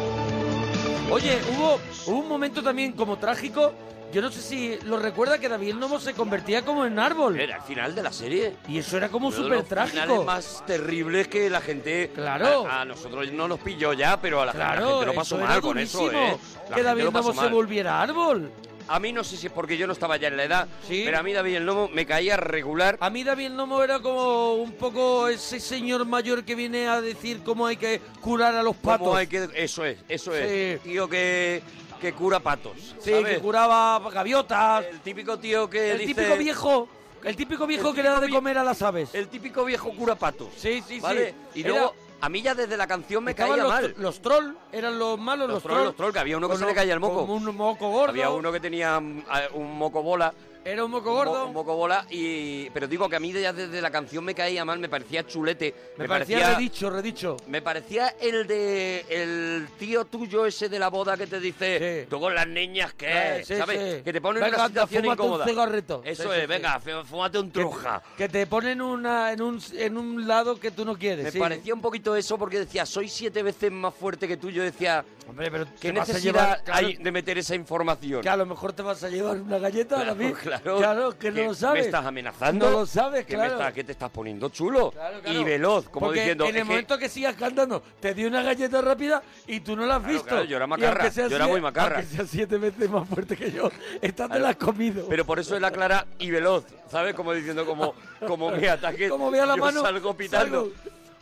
Speaker 2: Oye, hubo, hubo un momento también como trágico. Yo no sé si lo recuerda que David el Nomo se convertía como en árbol.
Speaker 3: Era el final de la serie.
Speaker 2: Y eso era como
Speaker 3: Uno de
Speaker 2: súper
Speaker 3: los finales
Speaker 2: trágico.
Speaker 3: más terribles que la gente.
Speaker 2: Claro.
Speaker 3: A, a nosotros no nos pilló ya, pero a la, la
Speaker 2: Claro,
Speaker 3: gente lo pasó
Speaker 2: eso era
Speaker 3: mal con eso,
Speaker 2: durísimo,
Speaker 3: ¿eh? La
Speaker 2: que
Speaker 3: gente
Speaker 2: David
Speaker 3: lo pasó
Speaker 2: Novo se
Speaker 3: mal.
Speaker 2: volviera árbol.
Speaker 3: A mí no sé si es porque yo no estaba ya en la edad, pero a mí David el Lomo me caía regular.
Speaker 2: A mí David el Nomo era como un poco ese señor mayor que viene a decir cómo hay que curar a los
Speaker 3: como
Speaker 2: patos.
Speaker 3: hay que, eso es, eso es. Tío que, que cura patos.
Speaker 2: Sí,
Speaker 3: ¿sabes?
Speaker 2: que curaba gaviotas.
Speaker 3: El típico tío que
Speaker 2: El
Speaker 3: dice-
Speaker 2: típico viejo. El típico viejo que le da de comer a las aves.
Speaker 3: El típico viejo cura patos.
Speaker 2: Sí, sí,
Speaker 3: ¿Vale?
Speaker 2: sí.
Speaker 3: Y
Speaker 2: Era-
Speaker 3: luego, a mí ya desde la canción me
Speaker 2: Estaban
Speaker 3: caía
Speaker 2: los,
Speaker 3: mal.
Speaker 2: Los troll eran los malos, los,
Speaker 3: Los troll, los troll, que había uno que
Speaker 2: Con
Speaker 3: se le
Speaker 2: un-
Speaker 3: caía el moco.
Speaker 2: con un moco gordo.
Speaker 3: Había uno que tenía mm, a- un moco bola.
Speaker 2: Era un moco
Speaker 3: gordo. Un, moco bola. Y, pero digo que a mí ya desde la canción me caía mal, me parecía chulete.
Speaker 2: Me, parecía, redicho, redicho.
Speaker 3: Me parecía el de el tío tuyo ese de la boda que te dice tú con las niñas que
Speaker 2: Eh, sí,
Speaker 3: sabes
Speaker 2: sí.
Speaker 3: que te ponen en
Speaker 2: Venga,
Speaker 3: una
Speaker 2: anda,
Speaker 3: situación
Speaker 2: fúmate un
Speaker 3: incómoda.
Speaker 2: cigarrito.
Speaker 3: Eso
Speaker 2: Sí,
Speaker 3: es,
Speaker 2: sí, sí.
Speaker 3: venga, fú- fúmate un truja.
Speaker 2: Que te ponen una, en, un, en un lado que tú no quieres.
Speaker 3: Me
Speaker 2: sí.
Speaker 3: parecía un poquito eso porque decía, soy siete veces más fuerte que tú. Yo decía,
Speaker 2: Hombre, pero
Speaker 3: ¿qué
Speaker 2: te vas a
Speaker 3: necesidad
Speaker 2: llevar- claro.
Speaker 3: hay de meter esa información?
Speaker 2: Que a lo mejor te vas a llevar una galleta
Speaker 3: Claro,
Speaker 2: David.
Speaker 3: claro.
Speaker 2: que no
Speaker 3: Que
Speaker 2: lo sabes.
Speaker 3: Me estás amenazando.
Speaker 2: No lo sabes,
Speaker 3: que me
Speaker 2: claro.
Speaker 3: estás- que te estás poniendo chulo
Speaker 2: Claro, claro.
Speaker 3: y veloz, como
Speaker 2: Porque
Speaker 3: diciendo.
Speaker 2: En el
Speaker 3: "Es que-
Speaker 2: momento que sigas cantando, te di una galleta rápida y tú no la has visto.
Speaker 3: claro, yo era
Speaker 2: Y
Speaker 3: macarra,
Speaker 2: aunque sea
Speaker 3: yo era
Speaker 2: siete-
Speaker 3: muy macarra.
Speaker 2: Aunque sea siete veces más fuerte que yo, esta te la has comido.
Speaker 3: Pero por eso es la clara y veloz, ¿sabes? Como diciendo, como, como me ataque.
Speaker 2: Como vea la
Speaker 3: yo
Speaker 2: mano.
Speaker 3: Salgo pitando.
Speaker 2: salgo.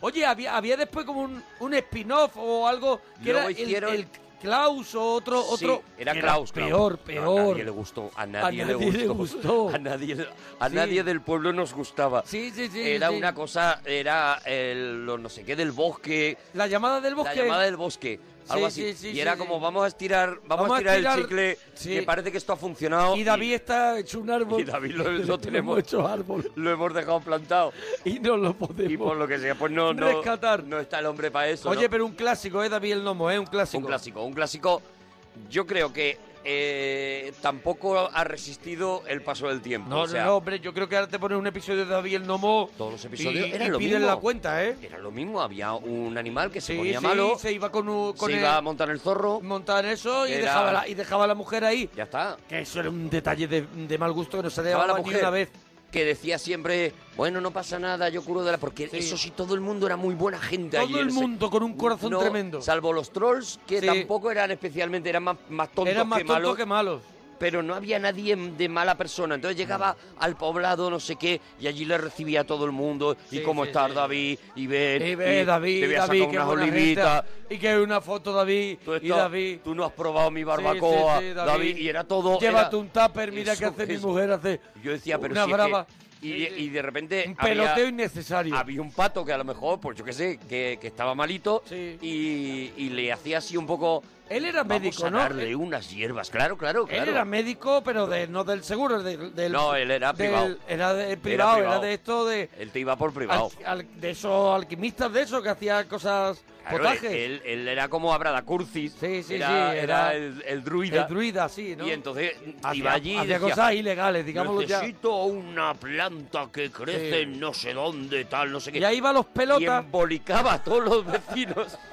Speaker 2: Oye, había, había después como un, un spin-off o algo que
Speaker 3: Luego
Speaker 2: era el-
Speaker 3: hicieron-
Speaker 2: el, Klaus o otro.
Speaker 3: Sí,
Speaker 2: otro
Speaker 3: era
Speaker 2: que
Speaker 3: Klaus, Klaus.
Speaker 2: Peor,
Speaker 3: No,
Speaker 2: peor.
Speaker 3: a nadie le gustó. A nadie,
Speaker 2: A nadie le gustó.
Speaker 3: A, nadie, a
Speaker 2: Sí.
Speaker 3: nadie del pueblo nos gustaba.
Speaker 2: Sí, sí, sí,
Speaker 3: Era
Speaker 2: sí.
Speaker 3: una cosa, era el, lo no sé qué del bosque.
Speaker 2: La llamada del bosque.
Speaker 3: La llamada del bosque. Algo así.
Speaker 2: sí, sí,
Speaker 3: y
Speaker 2: sí,
Speaker 3: era
Speaker 2: sí.
Speaker 3: como, vamos a estirar, vamos,
Speaker 2: Vamos a
Speaker 3: a estirar,
Speaker 2: estirar-
Speaker 3: el chicle,
Speaker 2: sí.
Speaker 3: que parece que esto ha funcionado.
Speaker 2: Y David está hecho un árbol.
Speaker 3: y David lo, lo
Speaker 2: Lo
Speaker 3: tenemos
Speaker 2: hecho árbol.
Speaker 3: Lo hemos dejado plantado.
Speaker 2: Y no lo podemos.
Speaker 3: Y por lo que sea, pues no, no, no está el hombre para eso.
Speaker 2: Oye,
Speaker 3: ¿no?
Speaker 2: pero un clásico, ¿eh? David el Nomo, ¿eh? Un clásico.
Speaker 3: Un clásico, un clásico. Yo creo que eh, tampoco ha resistido el paso del tiempo.
Speaker 2: No,
Speaker 3: o sea,
Speaker 2: no, hombre, yo creo que ahora te ponen un episodio de David el Nomo.
Speaker 3: Todos los episodios
Speaker 2: y,
Speaker 3: eran
Speaker 2: y
Speaker 3: lo
Speaker 2: piden
Speaker 3: mismo.
Speaker 2: la cuenta, ¿eh?
Speaker 3: Era lo mismo, había un animal que se
Speaker 2: Sí,
Speaker 3: ponía
Speaker 2: sí,
Speaker 3: malo.
Speaker 2: se iba con, un- con
Speaker 3: se
Speaker 2: el-
Speaker 3: iba a montar el zorro.
Speaker 2: Montar eso y
Speaker 3: Era-
Speaker 2: dejaba, la, y dejaba a la mujer ahí.
Speaker 3: Ya está.
Speaker 2: Que eso era un detalle de, de mal gusto que no se le
Speaker 3: Estaba la
Speaker 2: daba ni
Speaker 3: mujer
Speaker 2: una vez.
Speaker 3: que decía siempre, bueno, no pasa nada, yo curo de la... Porque eso sí, todo el mundo era muy buena gente.
Speaker 2: Todo
Speaker 3: allí en
Speaker 2: el
Speaker 3: ese-
Speaker 2: mundo con un corazón
Speaker 3: No,
Speaker 2: tremendo.
Speaker 3: Salvo los trolls, que
Speaker 2: Sí.
Speaker 3: tampoco eran especialmente, eran más, más tontos
Speaker 2: Eran más
Speaker 3: que
Speaker 2: tontos
Speaker 3: malos.
Speaker 2: que malos.
Speaker 3: Pero no había nadie de mala persona. Entonces llegaba al poblado, no sé qué, y allí le recibía a todo el mundo.
Speaker 2: Sí,
Speaker 3: y cómo
Speaker 2: sí,
Speaker 3: estar,
Speaker 2: sí.
Speaker 3: David, y ver.
Speaker 2: Y ve, David,
Speaker 3: te voy a
Speaker 2: David,
Speaker 3: sacar
Speaker 2: qué
Speaker 3: unas
Speaker 2: buena
Speaker 3: olivitas.
Speaker 2: gente. Y que una foto, David.
Speaker 3: Tú
Speaker 2: y
Speaker 3: estás-
Speaker 2: David.
Speaker 3: Tú no has probado mi
Speaker 2: Sí,
Speaker 3: barbacoa,
Speaker 2: sí, sí,
Speaker 3: David. Y era todo.
Speaker 2: Llévate
Speaker 3: era-
Speaker 2: un tupper, mira
Speaker 3: Eso,
Speaker 2: qué hace mi
Speaker 3: eso.
Speaker 2: mujer. Hace
Speaker 3: Yo decía, pero
Speaker 2: una
Speaker 3: si es
Speaker 2: brava.
Speaker 3: que- y, de- y de repente. Un
Speaker 2: peloteo innecesario.
Speaker 3: Había un pato que a lo mejor, pues yo qué sé, que, que estaba malito y, y le hacía así un poco.
Speaker 2: Él era
Speaker 3: "Vamos
Speaker 2: médico,
Speaker 3: a
Speaker 2: ¿no?
Speaker 3: darle unas hierbas, claro, claro, claro.
Speaker 2: Él era médico, pero de, no del seguro, del, del-
Speaker 3: No, él era
Speaker 2: del-
Speaker 3: privado.
Speaker 2: Era de-
Speaker 3: Era
Speaker 2: privado, era
Speaker 3: privado.
Speaker 2: de esto de
Speaker 3: Él te iba por privado.
Speaker 2: al- al- de esos alquimistas de esos que hacía cosas
Speaker 3: Claro,
Speaker 2: potajes.
Speaker 3: él, él era como Abradacurcis.
Speaker 2: sí, sí,
Speaker 3: era, era
Speaker 2: sí, era
Speaker 3: el, el druida.
Speaker 2: el druida, sí, ¿no?
Speaker 3: Y entonces
Speaker 2: Hacía-
Speaker 3: iba allí y
Speaker 2: hacía
Speaker 3: decía,
Speaker 2: cosas ilegales, digámoslo ya.
Speaker 3: Necesito una planta que crece en no sé dónde, tal, no sé qué.
Speaker 2: Y ahí va los
Speaker 3: Y
Speaker 2: pelotas.
Speaker 3: embolicaba a todos los vecinos.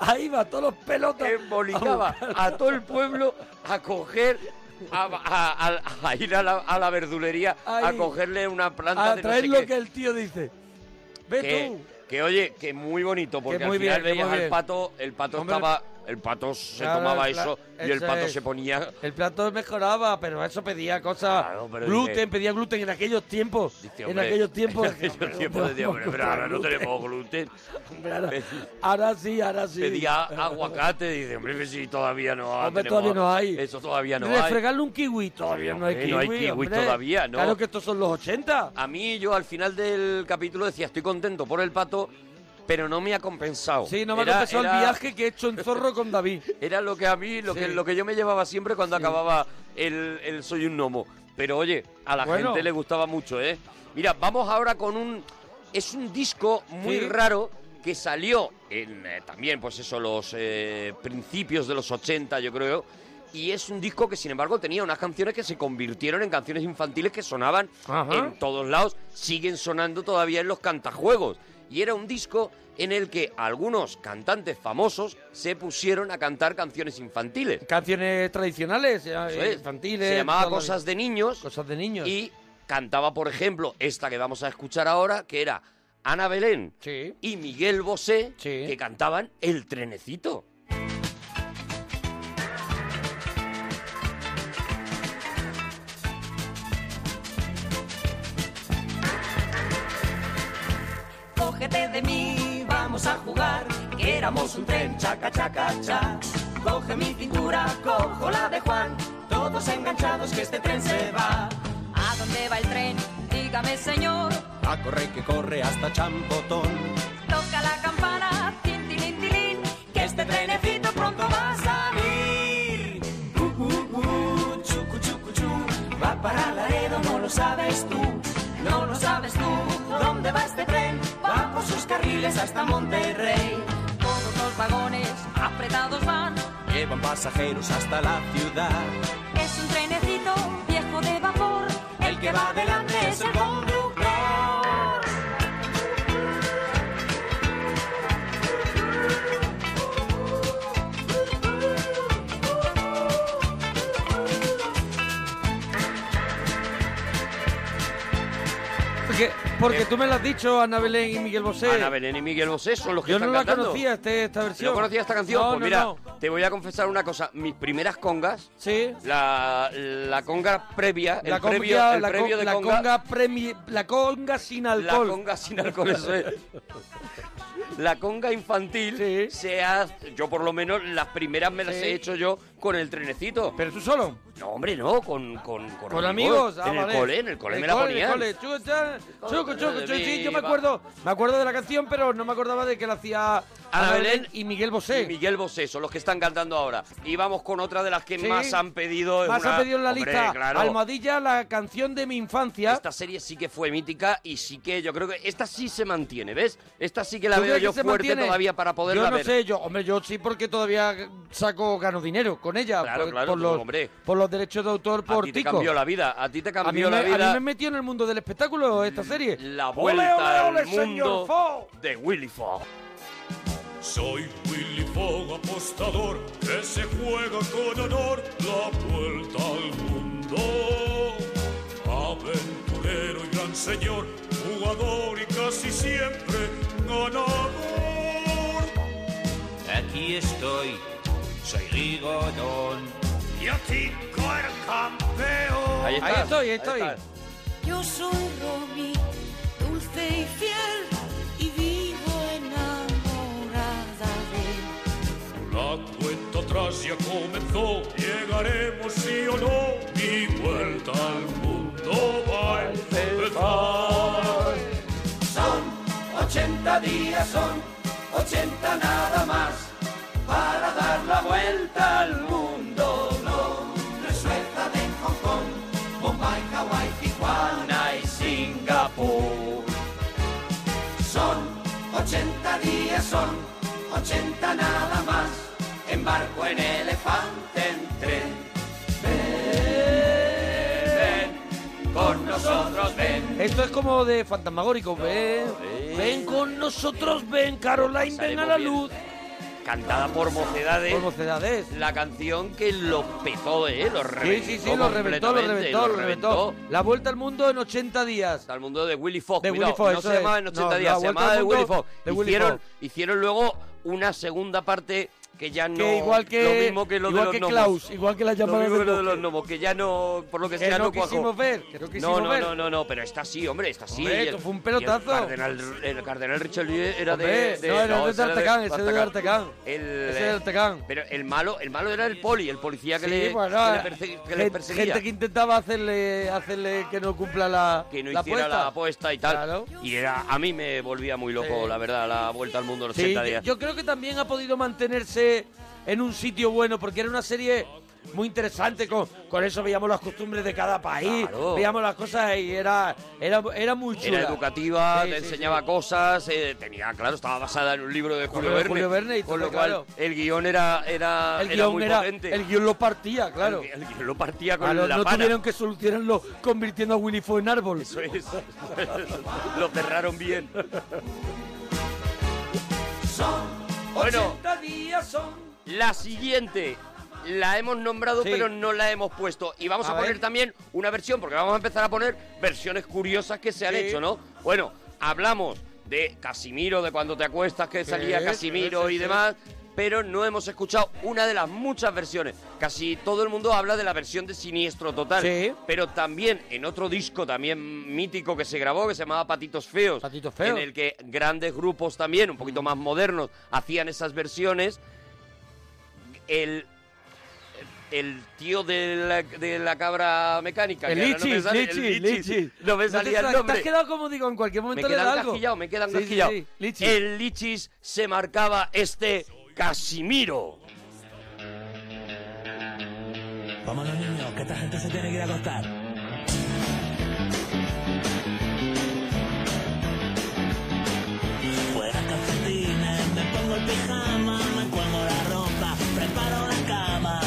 Speaker 2: Ahí va todos los pelotas.
Speaker 3: Embolicaba a todo el pueblo a coger... A, a- a- a ir a la, a la verdulería a
Speaker 2: Ahí.
Speaker 3: cogerle una planta
Speaker 2: A
Speaker 3: de no
Speaker 2: traer
Speaker 3: sé
Speaker 2: lo
Speaker 3: qué.
Speaker 2: que el tío dice. Ve
Speaker 3: que,
Speaker 2: tú.
Speaker 3: que, oye, que muy bonito, porque
Speaker 2: Que muy
Speaker 3: al final
Speaker 2: bien, que
Speaker 3: veías
Speaker 2: muy
Speaker 3: al
Speaker 2: bien.
Speaker 3: pato, el pato
Speaker 2: Hombre,
Speaker 3: estaba, el pato se
Speaker 2: Claro,
Speaker 3: tomaba
Speaker 2: el pla-
Speaker 3: eso y el
Speaker 2: eso
Speaker 3: pato
Speaker 2: es.
Speaker 3: se ponía...
Speaker 2: El plato mejoraba, pero eso pedía cosas.
Speaker 3: pero
Speaker 2: gluten,
Speaker 3: dice-
Speaker 2: pedía gluten en aquellos tiempos. en
Speaker 3: Hombre,
Speaker 2: aquellos tiempos.
Speaker 3: En aquellos tiempos decía, hombre, pero ahora no tenemos gluten. Pe-
Speaker 2: Ahora sí, ahora sí.
Speaker 3: Pedía aguacate, dice, hombre, si todavía no hay.
Speaker 2: Hombre, todavía no hay.
Speaker 3: Eso todavía no hay.
Speaker 2: Refregarle un kiwi. Todavía no hay
Speaker 3: hombre,
Speaker 2: kiwi.
Speaker 3: no hay kiwi
Speaker 2: hombre.
Speaker 3: todavía, ¿no?
Speaker 2: Claro que estos son los 80.
Speaker 3: A mí yo al final del capítulo decía, estoy contento por el pato, pero no me ha compensado.
Speaker 2: Sí, no me
Speaker 3: Era-
Speaker 2: ha compensado
Speaker 3: era-
Speaker 2: el viaje que he hecho en Zorro con David.
Speaker 3: Era lo que a mí, lo,
Speaker 2: Sí.
Speaker 3: que, lo que yo me llevaba siempre cuando acababa el, el Soy un Gnomo. Pero oye, a la
Speaker 2: Bueno.
Speaker 3: gente le gustaba mucho, ¿eh? Mira, vamos ahora con un... Es un disco muy
Speaker 2: Sí.
Speaker 3: raro que salió en eh, también, pues eso, los eh, principios de los 80, yo creo. Y es un disco que, sin embargo, tenía unas canciones que se convirtieron en canciones infantiles que sonaban
Speaker 2: Ajá.
Speaker 3: en todos lados siguen sonando todavía en los cantajuegos. Y era un disco en el que algunos cantantes famosos se pusieron a cantar canciones infantiles.
Speaker 2: Canciones tradicionales, ya,
Speaker 3: Eso es.
Speaker 2: infantiles.
Speaker 3: Se llamaba
Speaker 2: todas las-
Speaker 3: Cosas de Niños.
Speaker 2: Cosas de niños.
Speaker 3: Y cantaba, por ejemplo, esta que vamos a escuchar ahora, que era Ana Belén y Miguel Bosé, que cantaban El Trenecito.
Speaker 5: Cógete de mí, vamos a jugar, que éramos un tren, chaca, chaca, cha. Coge mi cintura, cojo la de Juan, todos enganchados que este tren se va.
Speaker 6: ¿A dónde va el tren? Dígame, señor.
Speaker 5: A correr que corre hasta Champotón,
Speaker 6: Toca la campana, tin, tilín, tilín,
Speaker 5: que este trenecito pronto va a salir. Uh, uh, uh, chucu, chucu, chu, va para Laredo, no lo sabes tú, no lo sabes tú, ¿dónde va este tren? Va por sus carriles hasta Monterrey.
Speaker 6: todos los vagones apretados van.
Speaker 5: Llevan pasajeros hasta la ciudad.
Speaker 6: Es un trenecito viejo de vapor,
Speaker 5: El que va delante es el conductor.
Speaker 2: Porque, porque tú me lo has dicho, Ana Belén y Miguel Bosé.
Speaker 3: Ana Belén y Miguel Bosé son los que
Speaker 2: Yo no
Speaker 3: están
Speaker 2: la
Speaker 3: cantando.
Speaker 2: conocía este- esta versión.
Speaker 3: ¿No conocías esta canción?
Speaker 2: No,
Speaker 3: pues
Speaker 2: no,
Speaker 3: mira,
Speaker 2: no.
Speaker 3: te voy a confesar una cosa. Mis primeras congas, la, la conga previa,
Speaker 2: la
Speaker 3: el
Speaker 2: conga,
Speaker 3: previo, el
Speaker 2: la,
Speaker 3: previo
Speaker 2: con-
Speaker 3: de
Speaker 2: la
Speaker 3: conga,
Speaker 2: premi- la conga sin
Speaker 3: la
Speaker 2: alcohol.
Speaker 3: conga sin alcohol, eso es. La conga infantil se ha... Yo por lo menos las primeras me las
Speaker 2: Sí.
Speaker 3: he hecho yo con el trenecito.
Speaker 2: ¿Pero tú solo?
Speaker 3: No, hombre, no, con, con,
Speaker 2: Con amigos, ah,
Speaker 3: en el
Speaker 2: vale.
Speaker 3: cole, en el cole
Speaker 2: En
Speaker 3: me la
Speaker 2: cole, en
Speaker 3: ponían.
Speaker 2: el cole. Chucu, cha, chucu, chucu, chucu, sí, yo
Speaker 3: Viva.
Speaker 2: me acuerdo, me acuerdo de la canción, pero no me acordaba de que la hacía
Speaker 3: Ana Belén
Speaker 2: y Miguel Bosé.
Speaker 3: Y Miguel Bosé son los que están cantando ahora. Y vamos con otra de las que
Speaker 2: Sí.
Speaker 3: más han pedido. es
Speaker 2: Más
Speaker 3: pues una-
Speaker 2: ha pedido en la
Speaker 3: Hombre,
Speaker 2: lista.
Speaker 3: claro.
Speaker 2: Almohadilla, la canción de mi infancia.
Speaker 3: Esta serie sí que fue mítica y sí que yo creo que esta sí se mantiene, ¿ves? Esta sí que la
Speaker 2: ¿Tú
Speaker 3: veo
Speaker 2: crees
Speaker 3: yo
Speaker 2: se
Speaker 3: fuerte
Speaker 2: mantiene?
Speaker 3: todavía para poderla
Speaker 2: Yo no
Speaker 3: ver.
Speaker 2: sé, yo, hombre, yo sí porque todavía saco, gano dinero con ella.
Speaker 3: Claro,
Speaker 2: por,
Speaker 3: claro,
Speaker 2: por
Speaker 3: tú,
Speaker 2: los,
Speaker 3: hombre.
Speaker 2: por los derechos de autor,
Speaker 3: a
Speaker 2: por
Speaker 3: ti te
Speaker 2: Tico.
Speaker 3: cambió la vida, a ti te
Speaker 2: A mí,
Speaker 3: cambió
Speaker 2: me,
Speaker 3: la vida. Mm,
Speaker 2: a mí me metió en el mundo del espectáculo esta serie.
Speaker 3: La vuelta
Speaker 2: ¡Ole, ole, ole,
Speaker 3: al mundo
Speaker 2: señor Fo!
Speaker 3: de Willy Fogg.
Speaker 1: Soy Willy Fogg, apostador, que se juega con honor la vuelta al mundo. Aventurero y gran señor, jugador y casi siempre ganador.
Speaker 7: Aquí estoy, soy Rigodón.
Speaker 1: Yo Tico el campeón.
Speaker 7: Ahí estás, Ahí estoy, ahí
Speaker 3: eh.
Speaker 7: estoy.
Speaker 1: estás.
Speaker 9: Yo soy Romy, dulce y fiel, y vivo enamorada de él.
Speaker 1: La cuenta atrás ya comenzó, llegaremos sí o no, mi vuelta al mundo va a empezar. Son 80 días, son 80 nada más, para dar la vuelta al mundo. Londres, Suecia, de Hong Kong, Bombay, Hawái, Tijuana y Singapur. Son 80 días, son 80 nada más, en barco, en elefante, en tren. Ven, ven, con nosotros ven.
Speaker 2: Esto es como de fantasmagórico. Ven, ven con nosotros, ven, Caroline, ven a la luz.
Speaker 3: Cantada por Mocedades.
Speaker 2: Por
Speaker 3: La canción que lo petó, ¿eh? Lo
Speaker 2: Sí,
Speaker 3: reventó.
Speaker 2: sí, sí, lo reventó, lo
Speaker 3: completamente,
Speaker 2: reventó, lo reventó. La vuelta al mundo en 80 días.
Speaker 3: Al mundo de Willy Fox.
Speaker 2: De
Speaker 3: cuidado,
Speaker 2: Willy Fox,
Speaker 3: no
Speaker 2: eso
Speaker 3: se
Speaker 2: es.
Speaker 3: llamaba en 80
Speaker 2: No, la
Speaker 3: días, se
Speaker 2: Vuelta
Speaker 3: llamaba
Speaker 2: al
Speaker 3: de
Speaker 2: Mundo
Speaker 3: Willy Fox.
Speaker 2: de Willy
Speaker 3: hicieron,
Speaker 2: Fox.
Speaker 3: hicieron luego una segunda parte que ya no.
Speaker 2: Que igual que,
Speaker 3: Lo mismo que lo
Speaker 2: igual
Speaker 3: de los
Speaker 2: que
Speaker 3: gnomos.
Speaker 2: Klaus, igual que la
Speaker 3: Lo
Speaker 2: llamada
Speaker 3: mismo que
Speaker 2: de
Speaker 3: lo de los gnomos, que ya no. Por lo que,
Speaker 2: Que
Speaker 3: sea,
Speaker 2: no
Speaker 3: no, cuajó.
Speaker 2: quisimos ver, que no quisimos
Speaker 3: no, no,
Speaker 2: ver.
Speaker 3: no, no, no, pero está sí, hombre, está sí.
Speaker 2: Hombre,
Speaker 3: y el-
Speaker 2: esto fue un
Speaker 3: y
Speaker 2: pelotazo.
Speaker 3: El cardenal, el cardenal Richelieu era de.
Speaker 2: Hombre,
Speaker 3: de-
Speaker 2: no, era de
Speaker 3: ese
Speaker 2: D'Artagnan, ese de D'Artagnan.
Speaker 3: El,
Speaker 2: Ese de
Speaker 3: Pero el malo, el malo era el poli, el policía que
Speaker 2: Sí,
Speaker 3: le,
Speaker 2: bueno,
Speaker 3: que le
Speaker 2: eh,
Speaker 3: perse- que
Speaker 2: gen-
Speaker 3: le
Speaker 2: gente,
Speaker 3: perseguía.
Speaker 2: que intentaba hacerle, hacerle que no cumpla la,
Speaker 3: que no
Speaker 2: la
Speaker 3: hiciera
Speaker 2: apuesta.
Speaker 3: la apuesta y tal. Y era, a mí me volvía muy loco,
Speaker 2: Sí.
Speaker 3: la verdad, la vuelta al mundo en
Speaker 2: Sí,
Speaker 3: 80
Speaker 2: yo,
Speaker 3: días.
Speaker 2: yo creo que también ha podido mantenerse en un sitio bueno, porque era una serie muy interesante, con, con eso veíamos las costumbres de cada país,
Speaker 3: Claro.
Speaker 2: veíamos las cosas y era, era, era muy chula.
Speaker 3: Era educativa,
Speaker 2: Sí,
Speaker 3: te
Speaker 2: sí,
Speaker 3: enseñaba cosas, eh, tenía, claro, estaba basada en un libro de Julio
Speaker 2: de
Speaker 3: Verne.
Speaker 2: Julio Verne y
Speaker 3: con
Speaker 2: todo,
Speaker 3: lo cual
Speaker 2: claro.
Speaker 3: el guión era, era,
Speaker 2: El
Speaker 3: era
Speaker 2: guión
Speaker 3: muy
Speaker 2: era-
Speaker 3: potente.
Speaker 2: el guión lo partía, claro.
Speaker 3: El, el guión lo partía con
Speaker 2: Claro,
Speaker 3: la
Speaker 2: no
Speaker 3: pana.
Speaker 2: tuvieron que solucionarlo convirtiendo a Willy Fox en árbol.
Speaker 3: Eso es. lo cerraron bien. Bueno,
Speaker 1: 80 días son.
Speaker 3: La siguiente la hemos nombrado,
Speaker 1: Sí.
Speaker 3: pero no la hemos puesto. Y vamos a,
Speaker 1: A
Speaker 3: poner
Speaker 1: ver.
Speaker 3: también una versión, porque vamos a empezar a poner versiones curiosas que se han
Speaker 1: Sí.
Speaker 3: hecho, ¿no? Bueno, hablamos de Casimiro, de cuando te acuestas, que
Speaker 1: Sí,
Speaker 3: salía
Speaker 1: sí,
Speaker 3: Casimiro
Speaker 1: sí,
Speaker 3: y
Speaker 1: sí.
Speaker 3: demás. Pero no hemos escuchado una de las muchas versiones. Casi todo el mundo habla de la versión de Siniestro Total.
Speaker 2: Sí.
Speaker 3: Pero también en otro disco también mítico que se grabó, que se llamaba Patitos Feos. Patitos
Speaker 2: Feos.
Speaker 3: En el que grandes grupos también, un poquito más modernos, hacían esas versiones el el tío de la, de la cabra mecánica.
Speaker 2: El
Speaker 3: que ahora no me
Speaker 2: Lichis,
Speaker 3: sale- el
Speaker 2: Lichis,
Speaker 3: Lichis.
Speaker 2: Lichis.
Speaker 3: No me
Speaker 2: te
Speaker 3: salía
Speaker 2: sa-
Speaker 3: el
Speaker 2: Te
Speaker 3: nombre.
Speaker 2: has quedado como digo, en cualquier
Speaker 3: Me
Speaker 2: momento le da
Speaker 3: quedan
Speaker 2: algo.
Speaker 3: casquillado, me quedan
Speaker 2: Sí, sí,
Speaker 3: casquillado.
Speaker 2: sí, Lichis.
Speaker 3: El Lichis se marcaba este Casimiro.
Speaker 7: Vámonos niños, que esta gente se tiene que ir a acostar. Fuera calcetines, me pongo el pijama, me cuelgo la ropa, preparo la cama.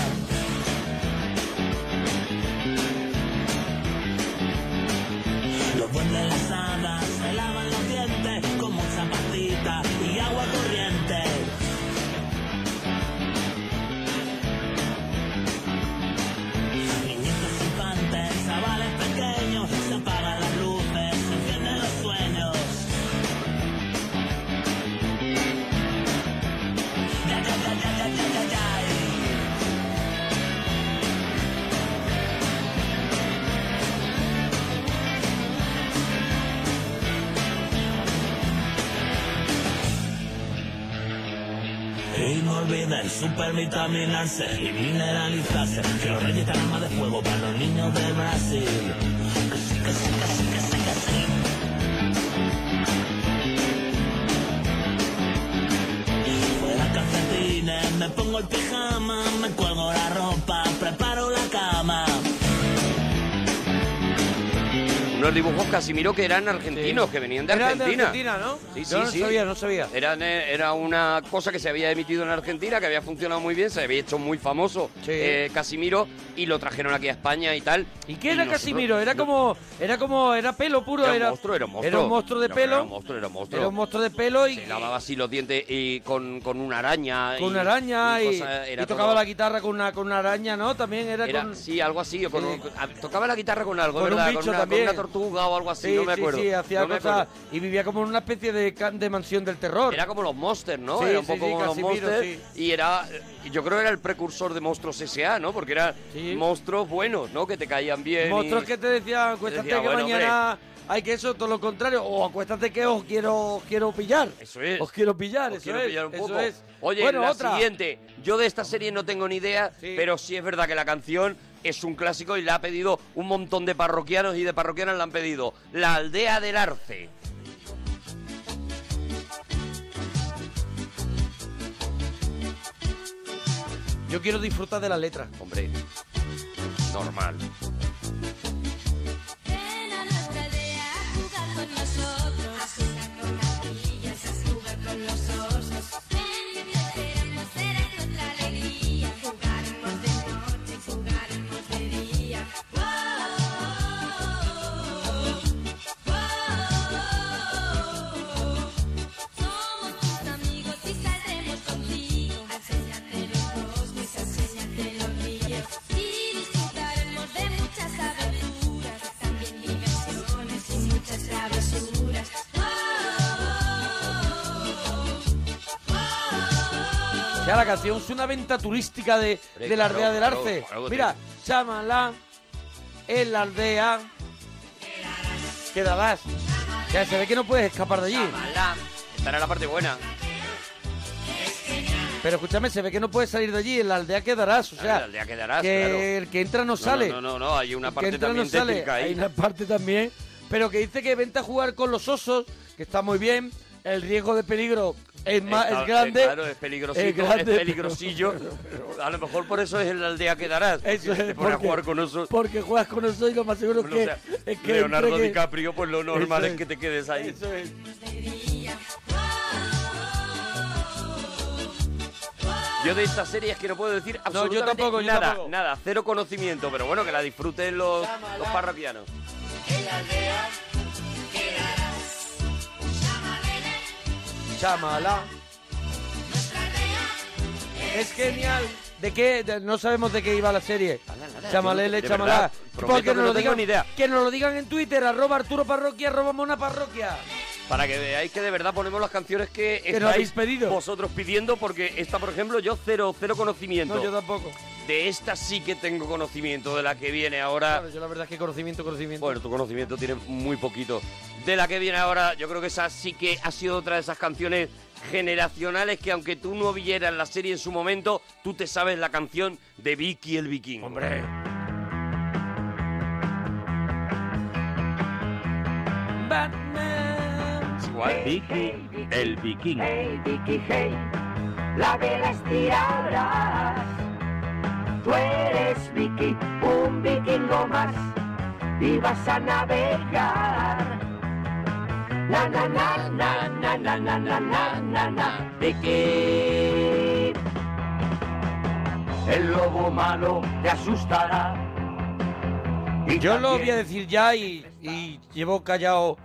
Speaker 7: Los duendes las hadas se lavan los dientes con mucha pastita y agua corriente. Niñitos infantes, chavales pequeños, se apagan las luces, se encienden los sueños. Ya, ya, ya, ya, ya, ya, ya, ya. Y no olviden supervitaminarse y mineralizarse, que los reyes están más de fuego para los niños de Brasil. Que sí, que sí, que sí, que sí, que sí. Fuera calcetines, cine, me pongo el pijama, me cuelgo la ropa, preparo la cama.
Speaker 3: Unos dibujos Casimiro que eran argentinos, que venían de
Speaker 2: Eran de
Speaker 3: Argentina.
Speaker 2: Argentina, ¿no?
Speaker 3: Sí,
Speaker 2: Yo
Speaker 3: sí,
Speaker 2: no
Speaker 3: sí.
Speaker 2: sabía, no sabía.
Speaker 3: Era, era una cosa que se había emitido en Argentina, que había funcionado muy bien, se había hecho muy famoso eh, Casimiro y lo trajeron aquí a España y tal.
Speaker 2: ¿Y qué era Casimiro? Era como, era como, era pelo puro.
Speaker 3: Era un
Speaker 2: Era
Speaker 3: monstruo, era un monstruo.
Speaker 2: Era un monstruo de
Speaker 3: Era-
Speaker 2: pelo.
Speaker 3: Era un monstruo, era un monstruo.
Speaker 2: Era un monstruo de pelo y
Speaker 3: Se lavaba así los dientes y con, con una araña.
Speaker 2: con
Speaker 3: y-
Speaker 2: una araña y,
Speaker 3: cosas, era
Speaker 2: y tocaba
Speaker 3: todo-
Speaker 2: la guitarra con una, con una araña, ¿no? También era,
Speaker 3: Era-
Speaker 2: con...
Speaker 3: Sí, algo así. o con
Speaker 2: Sí.
Speaker 3: un- a- tocaba la guitarra con algo,
Speaker 2: Con un
Speaker 3: ¿verdad?
Speaker 2: bicho
Speaker 3: una,
Speaker 2: también.
Speaker 3: una tortuga o algo así,
Speaker 2: Sí,
Speaker 3: no me
Speaker 2: sí,
Speaker 3: acuerdo.
Speaker 2: sí, hacía
Speaker 3: No me
Speaker 2: cosas
Speaker 3: acuerdo.
Speaker 2: y vivía como en una especie de, can- de mansión del terror.
Speaker 3: Era como los monsters, ¿no?
Speaker 2: Sí,
Speaker 3: era un
Speaker 2: sí,
Speaker 3: poco
Speaker 2: sí,
Speaker 3: como los
Speaker 2: Casimiro,
Speaker 3: monsters.
Speaker 2: sí.
Speaker 3: Y era, yo creo que era el precursor de monstruos S.A., ¿no? Porque eran monstruos buenos, ¿no? Que te caían bien. y-
Speaker 2: Monstruos que te decían, acuéstate
Speaker 3: decía,
Speaker 2: que
Speaker 3: "Bueno,
Speaker 2: mañana hay que eso, todo lo contrario, o acuéstate que os quiero, os quiero pillar.
Speaker 3: Eso es.
Speaker 2: Os quiero pillar,
Speaker 3: Os
Speaker 2: eso
Speaker 3: quiero
Speaker 2: es.
Speaker 3: pillar un
Speaker 2: eso
Speaker 3: poco.
Speaker 2: es.
Speaker 3: Oye,
Speaker 2: bueno,
Speaker 3: la
Speaker 2: otra.
Speaker 3: siguiente. Yo de esta serie no tengo ni idea, pero sí es verdad que la canción es un clásico y la ha pedido un montón de parroquianos y de parroquianas la han pedido. La aldea del arce.
Speaker 2: Yo quiero disfrutar de la letra.
Speaker 3: Hombre, normal.
Speaker 4: Ven a nuestra aldea a jugar con nosotros. A jugar con capillas, a jugar con los osos. Ven que placeremos, será nuestra alegría. Jugaremos de noche, jugaremos de día. Wow, wow. Somos tus amigos y saldremos contigo. Enséñate los bosques, enséñate los ríos. Y disfrutaremos de muchas aventuras. También diversiones y muchas travesuras. Oh,
Speaker 2: O sea, la canción es una venta turística de,
Speaker 3: Hombre,
Speaker 2: de la
Speaker 3: claro,
Speaker 2: aldea del
Speaker 3: claro,
Speaker 2: arce.
Speaker 3: claro que
Speaker 2: Mira, chámala en la aldea. Quedarás. O sea, se ve que no puedes escapar de allí.
Speaker 3: Ala, Esta era la parte buena.
Speaker 2: Pero escúchame, se ve que no puedes salir de allí. En la aldea quedarás. O sea,
Speaker 3: la aldea quedarás,
Speaker 2: que
Speaker 3: claro.
Speaker 2: el que entra no
Speaker 3: No,
Speaker 2: sale.
Speaker 3: No, no, no, no, hay una
Speaker 2: que
Speaker 3: parte
Speaker 2: entra
Speaker 3: también
Speaker 2: no sale.
Speaker 3: técnica
Speaker 2: Hay
Speaker 3: ahí.
Speaker 2: una parte también. Pero que dice que vente a jugar con los osos, que está muy bien. El riesgo de peligro es, más,
Speaker 3: Está- eh,
Speaker 2: es grande.
Speaker 3: Claro, es peligrosito,
Speaker 2: Es grande,
Speaker 3: es peligrosillo. A lo mejor por eso es en la aldea que darás.
Speaker 2: Eso
Speaker 3: Te pones a
Speaker 2: es, porque-
Speaker 3: jugar con osos.
Speaker 2: Porque juegas con osos y lo más seguro es
Speaker 3: Bueno,
Speaker 2: que,
Speaker 3: o sea,
Speaker 2: es que
Speaker 3: Leonardo
Speaker 2: entre que-
Speaker 3: DiCaprio, pues lo normal
Speaker 2: Eso
Speaker 3: es, que te quedes ahí.
Speaker 2: Eso es.
Speaker 3: Yo de esta serie es que no puedo decir
Speaker 2: yo
Speaker 3: absolutamente
Speaker 2: tampoco, yo
Speaker 3: nada,
Speaker 2: tampoco.
Speaker 3: nada, cero conocimiento, pero bueno, que la disfruten los, los parroquianos.
Speaker 2: Chamala. Es genial. ¿De qué? De- no sabemos de qué iba la serie.
Speaker 3: nada,
Speaker 2: Chamalele,
Speaker 3: yo no- de
Speaker 2: chamalá.
Speaker 3: verdad, prometo que no tengo ni idea.
Speaker 2: Que nos lo digan en Twitter, arroba Arturo Parroquia, arroba Mona Parroquia.
Speaker 3: Para que veáis que de verdad ponemos las canciones que,
Speaker 2: Que nos
Speaker 3: estáis
Speaker 2: habéis pedido.
Speaker 3: vosotros pidiendo, porque esta, por ejemplo, yo cero, cero conocimiento.
Speaker 2: No, yo tampoco.
Speaker 3: De esta sí que tengo conocimiento, de la que viene ahora.
Speaker 2: Claro, yo la verdad es que conocimiento, conocimiento.
Speaker 3: Bueno, tu conocimiento tiene muy poquito. De la que viene ahora, yo creo que esa sí que ha sido otra de esas canciones generacionales que aunque tú no vieras la serie en su momento, tú te sabes la canción de Vicky el Viking. Hombre.
Speaker 2: Batman.
Speaker 3: Es igual.
Speaker 10: Vicky
Speaker 3: el Viking.
Speaker 10: Hey, Vicky, hey, la vela estirarás. Tú eres Vicky, un vikingo más, y vas a navegar. Na, na, na, na, na, na, na, na, na, na, na, Vicky. El lobo malo te asustará.
Speaker 2: Yo lo voy a decir ya y, y llevo callado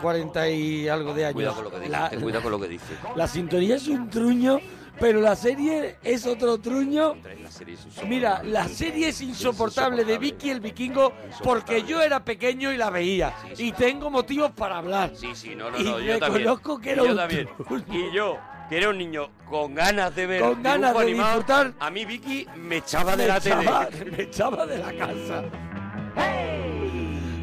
Speaker 2: 40 y algo de años.
Speaker 3: Cuidado con lo que dices,
Speaker 2: La-
Speaker 3: ten cuidado con lo que dices.
Speaker 2: La sintonía es un truño, pero la serie es otro truño.
Speaker 3: La serie es
Speaker 2: Mira, la serie es insoportable de Vicky el Vikingo porque yo era pequeño y la veía. Y tengo motivos para hablar.
Speaker 3: Sí, sí, no, no,
Speaker 2: Y
Speaker 3: no, yo también.
Speaker 2: reconozco que era
Speaker 3: Y yo
Speaker 2: un
Speaker 3: también. Y yo, que era un niño con ganas de ver
Speaker 2: Con ganas
Speaker 3: dibujo
Speaker 2: de
Speaker 3: animado,
Speaker 2: disfrutar.
Speaker 3: a mí Vicky me echaba de
Speaker 2: Me
Speaker 3: la
Speaker 2: echaba-
Speaker 3: tele.
Speaker 2: Me echaba de la casa.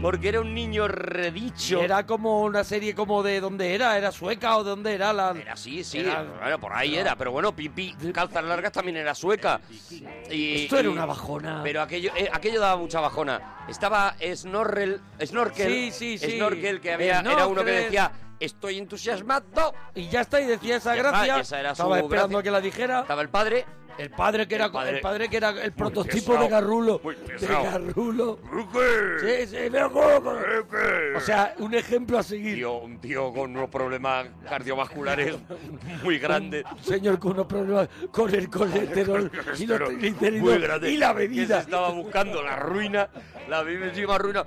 Speaker 3: Porque era un niño redicho.
Speaker 2: Era como una serie como de dónde era, era sueca o de dónde era la. Era
Speaker 3: Sí, sí, bueno, por ahí era, pero bueno, pipí, calzas largas también era sueca. Y-
Speaker 2: Eh, Esto era
Speaker 3: y-
Speaker 2: una bajona.
Speaker 3: Pero aquello, eh, aquello daba mucha bajona. Estaba Snorrel, Snorkel,
Speaker 2: Sí, sí, sí.
Speaker 3: Snorkel, que había, era uno que
Speaker 2: Snorkel.
Speaker 3: decía, estoy entusiasmado.
Speaker 2: Y ya está, y decía esa
Speaker 3: Ya está,
Speaker 2: gracia.
Speaker 3: esa era su
Speaker 2: Estaba esperando
Speaker 3: gracia.
Speaker 2: que la dijera. Estaba
Speaker 3: el padre.
Speaker 2: El padre que era el padre,
Speaker 3: padre.
Speaker 2: que era el prototipo
Speaker 3: pesado,
Speaker 2: de Garrulo.
Speaker 3: muy
Speaker 2: De
Speaker 3: pesado.
Speaker 2: Garrulo. Sí, sí, veo cómo- O sea, un ejemplo a seguir.
Speaker 3: Tío, un tío con unos problemas cardiovasculares muy grandes.
Speaker 2: Un Señor, con unos problemas con el colesterol y los
Speaker 3: muy
Speaker 2: triglicéridos
Speaker 3: grande.
Speaker 2: y la
Speaker 3: Que se
Speaker 2: bebida.
Speaker 3: estaba buscando la ruina, la misma ruina.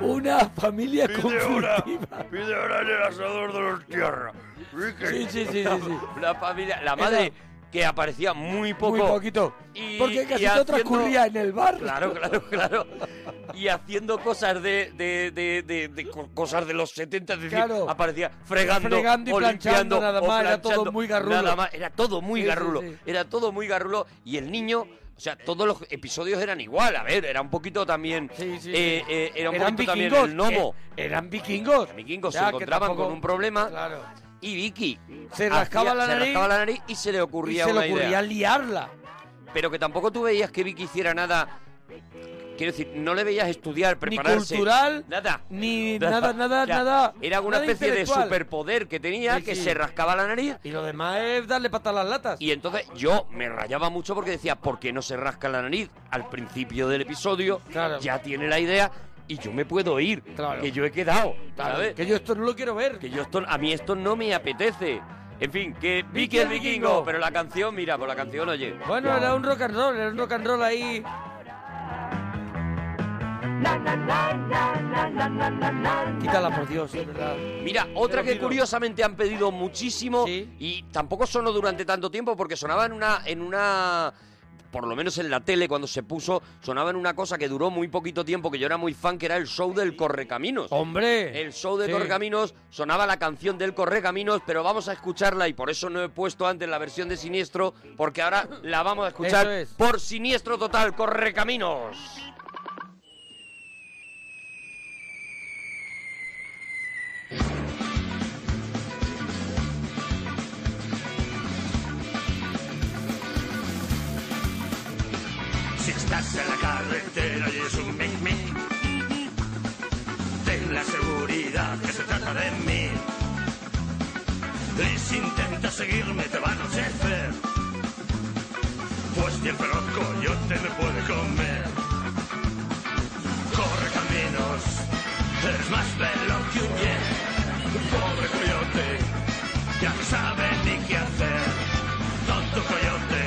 Speaker 2: Una familia conflictiva.
Speaker 3: Pide ahora en el asador de los tierras.
Speaker 2: Sí, sí, sí, sí,
Speaker 3: La,
Speaker 2: sí.
Speaker 3: la familia, la madre que aparecía muy poco.
Speaker 2: Muy poquito.
Speaker 3: Y-
Speaker 2: porque casi
Speaker 3: y
Speaker 2: todo
Speaker 3: haciendo-
Speaker 2: transcurría en el bar.
Speaker 3: Claro, claro, claro. Y haciendo cosas de, de, de, de- de co- cosas de los 70, es decir,
Speaker 2: Claro.
Speaker 3: aparecía fregando,
Speaker 2: Fregando y
Speaker 3: o
Speaker 2: planchando,
Speaker 3: limpiando,
Speaker 2: nada
Speaker 3: o
Speaker 2: más, era todo
Speaker 3: planchando,
Speaker 2: muy garrulo.
Speaker 3: nada más, era todo muy
Speaker 2: Sí, sí,
Speaker 3: garrulo,
Speaker 2: sí.
Speaker 3: era todo muy garrulo y el niño, o sea, todos los episodios eran igual, a ver, era un poquito también,
Speaker 2: sí,
Speaker 3: eh,
Speaker 2: sí.
Speaker 3: eh, era un
Speaker 2: Eran
Speaker 3: poquito
Speaker 2: vikingos,
Speaker 3: también el gnomo.
Speaker 2: eh, eran vikingos.
Speaker 3: vikingos
Speaker 2: Ya,
Speaker 3: se
Speaker 2: que
Speaker 3: encontraban
Speaker 2: tampoco-
Speaker 3: con un problema y Vicky
Speaker 2: Se
Speaker 3: hacía-
Speaker 2: rascaba la
Speaker 3: se
Speaker 2: nariz.
Speaker 3: rascaba la nariz y se le ocurría
Speaker 2: y se
Speaker 3: una
Speaker 2: le ocurría
Speaker 3: idea
Speaker 2: liarla.
Speaker 3: pero que tampoco tú veías que Vicky hiciera nada. Quiero decir, no le veías estudiar,
Speaker 2: Ni
Speaker 3: prepararse.
Speaker 2: cultural,
Speaker 3: nada.
Speaker 2: ni nada, nada,
Speaker 3: O sea,
Speaker 2: nada.
Speaker 3: Era una
Speaker 2: nada
Speaker 3: especie de
Speaker 2: intelectual.
Speaker 3: superpoder que tenía
Speaker 2: Sí,
Speaker 3: que
Speaker 2: sí.
Speaker 3: se rascaba la nariz.
Speaker 2: Y lo demás es darle patas a las latas.
Speaker 3: Y entonces yo me rayaba mucho porque decía, ¿por qué no se rasca la nariz? Al principio del episodio ya tiene la idea y yo me puedo ir. Que yo he quedado.
Speaker 2: Claro,
Speaker 3: ¿sabes?
Speaker 2: Que yo esto no lo quiero ver.
Speaker 3: Que yo esto, a mí esto no me apetece. En fin, que Vicky
Speaker 2: el
Speaker 3: el vikingo.
Speaker 2: vikingo.
Speaker 3: Pero la canción, mira, por la canción, oye.
Speaker 2: Bueno, era un rock and roll, era un rock and roll ahí. Quítala, por Dios, de verdad.
Speaker 3: Mira, otra que curiosamente han pedido muchísimo y tampoco sonó durante tanto tiempo porque sonaba en una, en una, por lo menos en la tele cuando se puso, sonaba en una cosa que duró muy poquito tiempo que yo era muy fan que era el show del Correcaminos.
Speaker 2: Hombre.
Speaker 3: El show del
Speaker 2: Sí.
Speaker 3: Correcaminos sonaba la canción del Correcaminos, pero vamos a escucharla y por eso no he puesto antes la versión de Siniestro porque ahora la vamos a escuchar
Speaker 2: Eso es.
Speaker 3: por Siniestro Total Correcaminos.
Speaker 24: Si estás en la carretera y es un mic mic, ten la seguridad que se trata de mí. Y si intentas seguirme te van a jefe, pues si el feroz coyote me puede comer. Corre caminos, eres más veloz que un jet. Pobre coyote, ya no sabe ni qué hacer. Tonto coyote,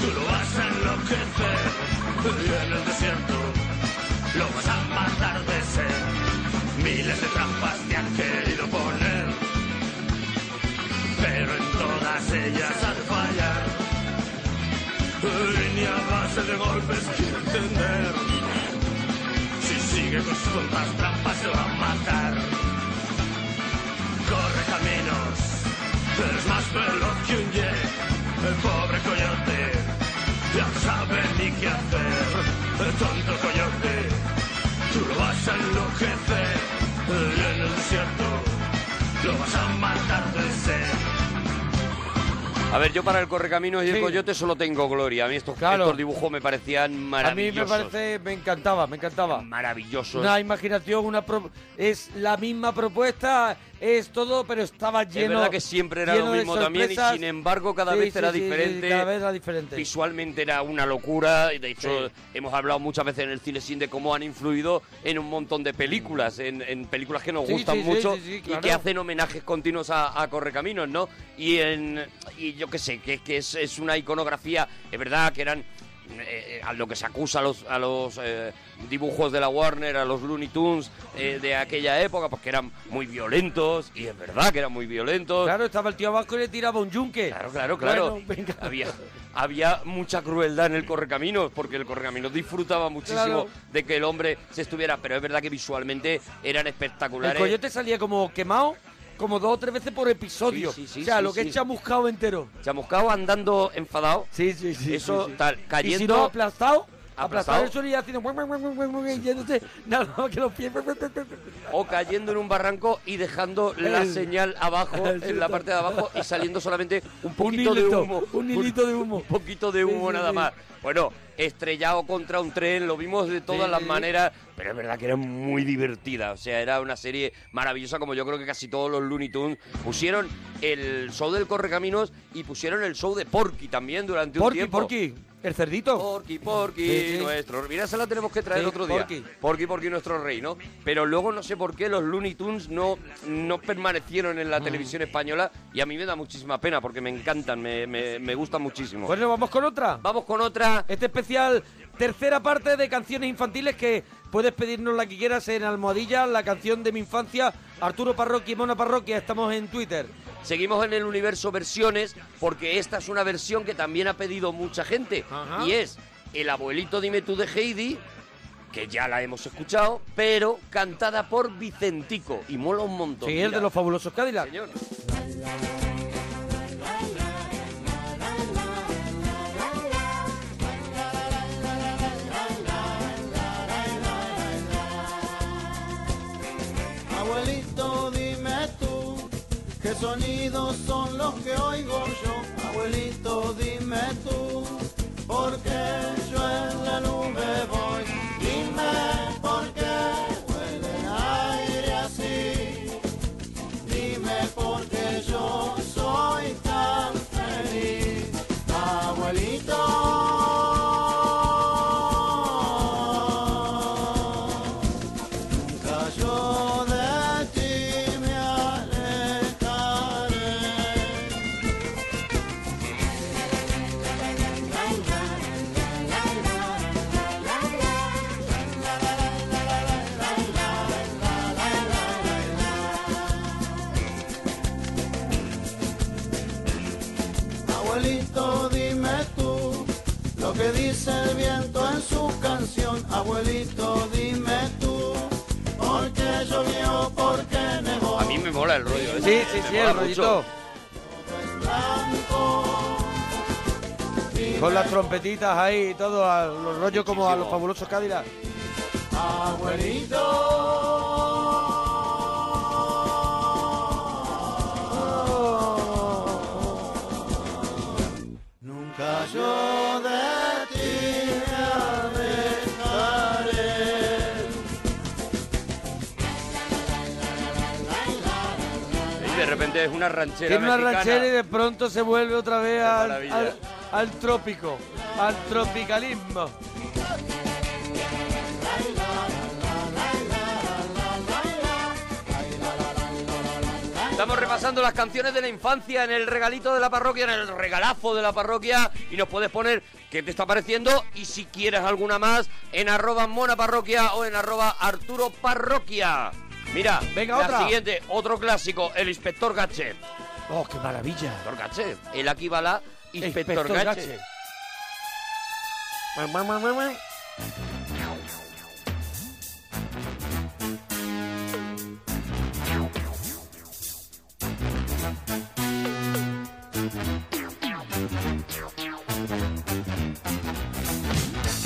Speaker 24: Tú lo vas a enloquecer y en el desierto lo vas a matar de sed. Miles de trampas te han querido poner, pero en todas ellas has de fallar. Y ni a base de golpes quiere entender. Si sigue con sus tontas trampas se va a matar. Corre caminos, eres más veloz que un jet. El pobre coyote ya no sabe ni qué hacer. El tonto coyote, tú lo vas a enloquecer. Y en el desierto lo vas a matar de sed.
Speaker 3: A ver, yo para el Correcaminos y el Coyote solo tengo gloria. A mí estos, estos dibujos me parecían
Speaker 2: A mí me
Speaker 3: maravillosos.
Speaker 2: parece, me encantaba, me encantaba.
Speaker 3: Maravillosos.
Speaker 2: Una imaginación, una pro- es la misma propuesta, es todo, pero estaba
Speaker 3: Es
Speaker 2: lleno.
Speaker 3: verdad que siempre era
Speaker 2: lleno
Speaker 3: lo
Speaker 2: de
Speaker 3: mismo también y
Speaker 2: sorpresas.
Speaker 3: sin embargo cada
Speaker 2: Sí,
Speaker 3: vez
Speaker 2: sí,
Speaker 3: era
Speaker 2: sí, sí,
Speaker 3: diferente.
Speaker 2: cada vez era diferente.
Speaker 3: Visualmente era una locura. y De hecho, hemos hablado muchas veces en el cine sin de cómo han influido en un montón de películas, en, en películas que nos
Speaker 2: Sí,
Speaker 3: gustan
Speaker 2: sí, sí,
Speaker 3: mucho
Speaker 2: sí, sí,
Speaker 3: y
Speaker 2: claro.
Speaker 3: que hacen homenajes continuos a, a Correcaminos, ¿no? Y, en, y yo qué sé, que, que es, es una iconografía, es verdad que eran eh, a lo que se acusa a los, a los eh, dibujos de la Warner, a los Looney Tunes eh, de aquella época, porque eran muy violentos, y es verdad que eran muy violentos.
Speaker 2: Claro, estaba el tío Vasco y le tiraba un yunque.
Speaker 3: Claro, claro, claro.
Speaker 2: Bueno, venga.
Speaker 3: había, había mucha crueldad en el Correcaminos, porque el Correcaminos disfrutaba muchísimo
Speaker 2: Claro.
Speaker 3: de que el hombre se estuviera, pero es verdad que visualmente eran
Speaker 2: El
Speaker 3: espectaculares.
Speaker 2: coyote salía como quemado, como dos o tres veces por episodio.
Speaker 3: Sí, sí, sí,
Speaker 2: o sea,
Speaker 3: sí,
Speaker 2: lo que
Speaker 3: sí.
Speaker 2: es chamuscado entero.
Speaker 3: Chamuscado andando enfadado.
Speaker 2: Sí, sí, sí.
Speaker 3: Eso
Speaker 2: sí, sí.
Speaker 3: tal,
Speaker 2: Y si
Speaker 3: cayendo.
Speaker 2: no, aplastado.
Speaker 3: Aplastado.
Speaker 2: Aplastado el suelo y haciendo... guau, guau, guau, guau, guau, guau, Yéndote nada más que los pies.
Speaker 3: o cayendo en un barranco y dejando la
Speaker 2: El-
Speaker 3: señal abajo,
Speaker 2: el-
Speaker 3: en la parte de abajo, y saliendo solamente un
Speaker 2: Un
Speaker 3: poquito de
Speaker 2: hilito,
Speaker 3: humo.
Speaker 2: un hilito de humo.
Speaker 3: Un poquito de
Speaker 2: Sí,
Speaker 3: humo
Speaker 2: sí,
Speaker 3: nada
Speaker 2: sí.
Speaker 3: más. Bueno, estrellado contra un tren, lo vimos de todas Sí. las maneras, pero es verdad que era muy divertida, o sea, era una serie maravillosa como yo creo que casi todos los Looney Tunes pusieron el show del Correcaminos y pusieron el show de Porky también durante un
Speaker 2: Porky,
Speaker 3: tiempo.
Speaker 2: Porky, el cerdito.
Speaker 3: Porky, Porky,
Speaker 2: Sí, sí.
Speaker 3: nuestro. Mira, esa la tenemos que traer
Speaker 2: Sí,
Speaker 3: otro día.
Speaker 2: Porky.
Speaker 3: Porky, Porky, nuestro rey, ¿no? Pero luego no sé por qué los Looney Tunes no, no permanecieron en
Speaker 2: Mm.
Speaker 3: la televisión española y a mí me da muchísima pena porque me encantan, me, me, me gustan muchísimo.
Speaker 2: Bueno, vamos con otra.
Speaker 3: Vamos con otra.
Speaker 2: Este especial, tercera parte de canciones infantiles que puedes pedirnos la que quieras en Almohadilla, la canción de mi infancia, Arturo Parroquia y Mona Parroquia. Estamos en Twitter.
Speaker 3: Seguimos en el universo versiones porque esta es una versión que también ha pedido mucha gente
Speaker 2: Ajá.
Speaker 3: y es El abuelito dime tú de Heidi que ya la hemos escuchado, pero cantada por Vicentico y mola un montón.
Speaker 2: Sí, el de
Speaker 3: Mira.
Speaker 2: los fabulosos Cadillac.
Speaker 8: Abuelito, dime tú, qué sonidos son los que oigo yo. Abuelito, dime tú, porque yo en la nube voy. Dime por qué huele el aire así. Dime por qué yo soy tan feliz. Abuelito. Nunca yo de ti me alejaré. Abuelito, dime tú lo que dice el viento en su canción. Abuelito, dime tú, porque llovió, porque nevó.
Speaker 3: A mí me mola el rollo. ¿eh?
Speaker 8: Sí, sí,
Speaker 3: Me
Speaker 8: sí,
Speaker 3: mola
Speaker 8: el rollito.
Speaker 3: mucho.
Speaker 2: Con las trompetitas ahí y todo, a los rollos como a los fabulosos Cadillac.
Speaker 8: Abuelito. Nunca yo de ti me alejaré.
Speaker 3: Y de repente es una ranchera
Speaker 2: Tiene una
Speaker 3: mexicana.
Speaker 2: ranchera y de pronto se vuelve otra vez al,
Speaker 3: maravilla.
Speaker 2: al- al trópico, al tropicalismo.
Speaker 3: Estamos repasando las canciones de la infancia en el regalito de la parroquia, en el regalazo de la parroquia. Y nos puedes poner qué te está pareciendo y si quieres alguna más en arroba monaparroquia o en arroba arturo parroquia. Mira,
Speaker 2: Venga,
Speaker 3: la
Speaker 2: otra.
Speaker 3: siguiente, otro clásico, el inspector Gachet.
Speaker 2: Oh, qué maravilla.
Speaker 3: Inspector Gachet, el aquí va la inspector,
Speaker 2: Inspector
Speaker 3: Gadget.
Speaker 2: Gadget.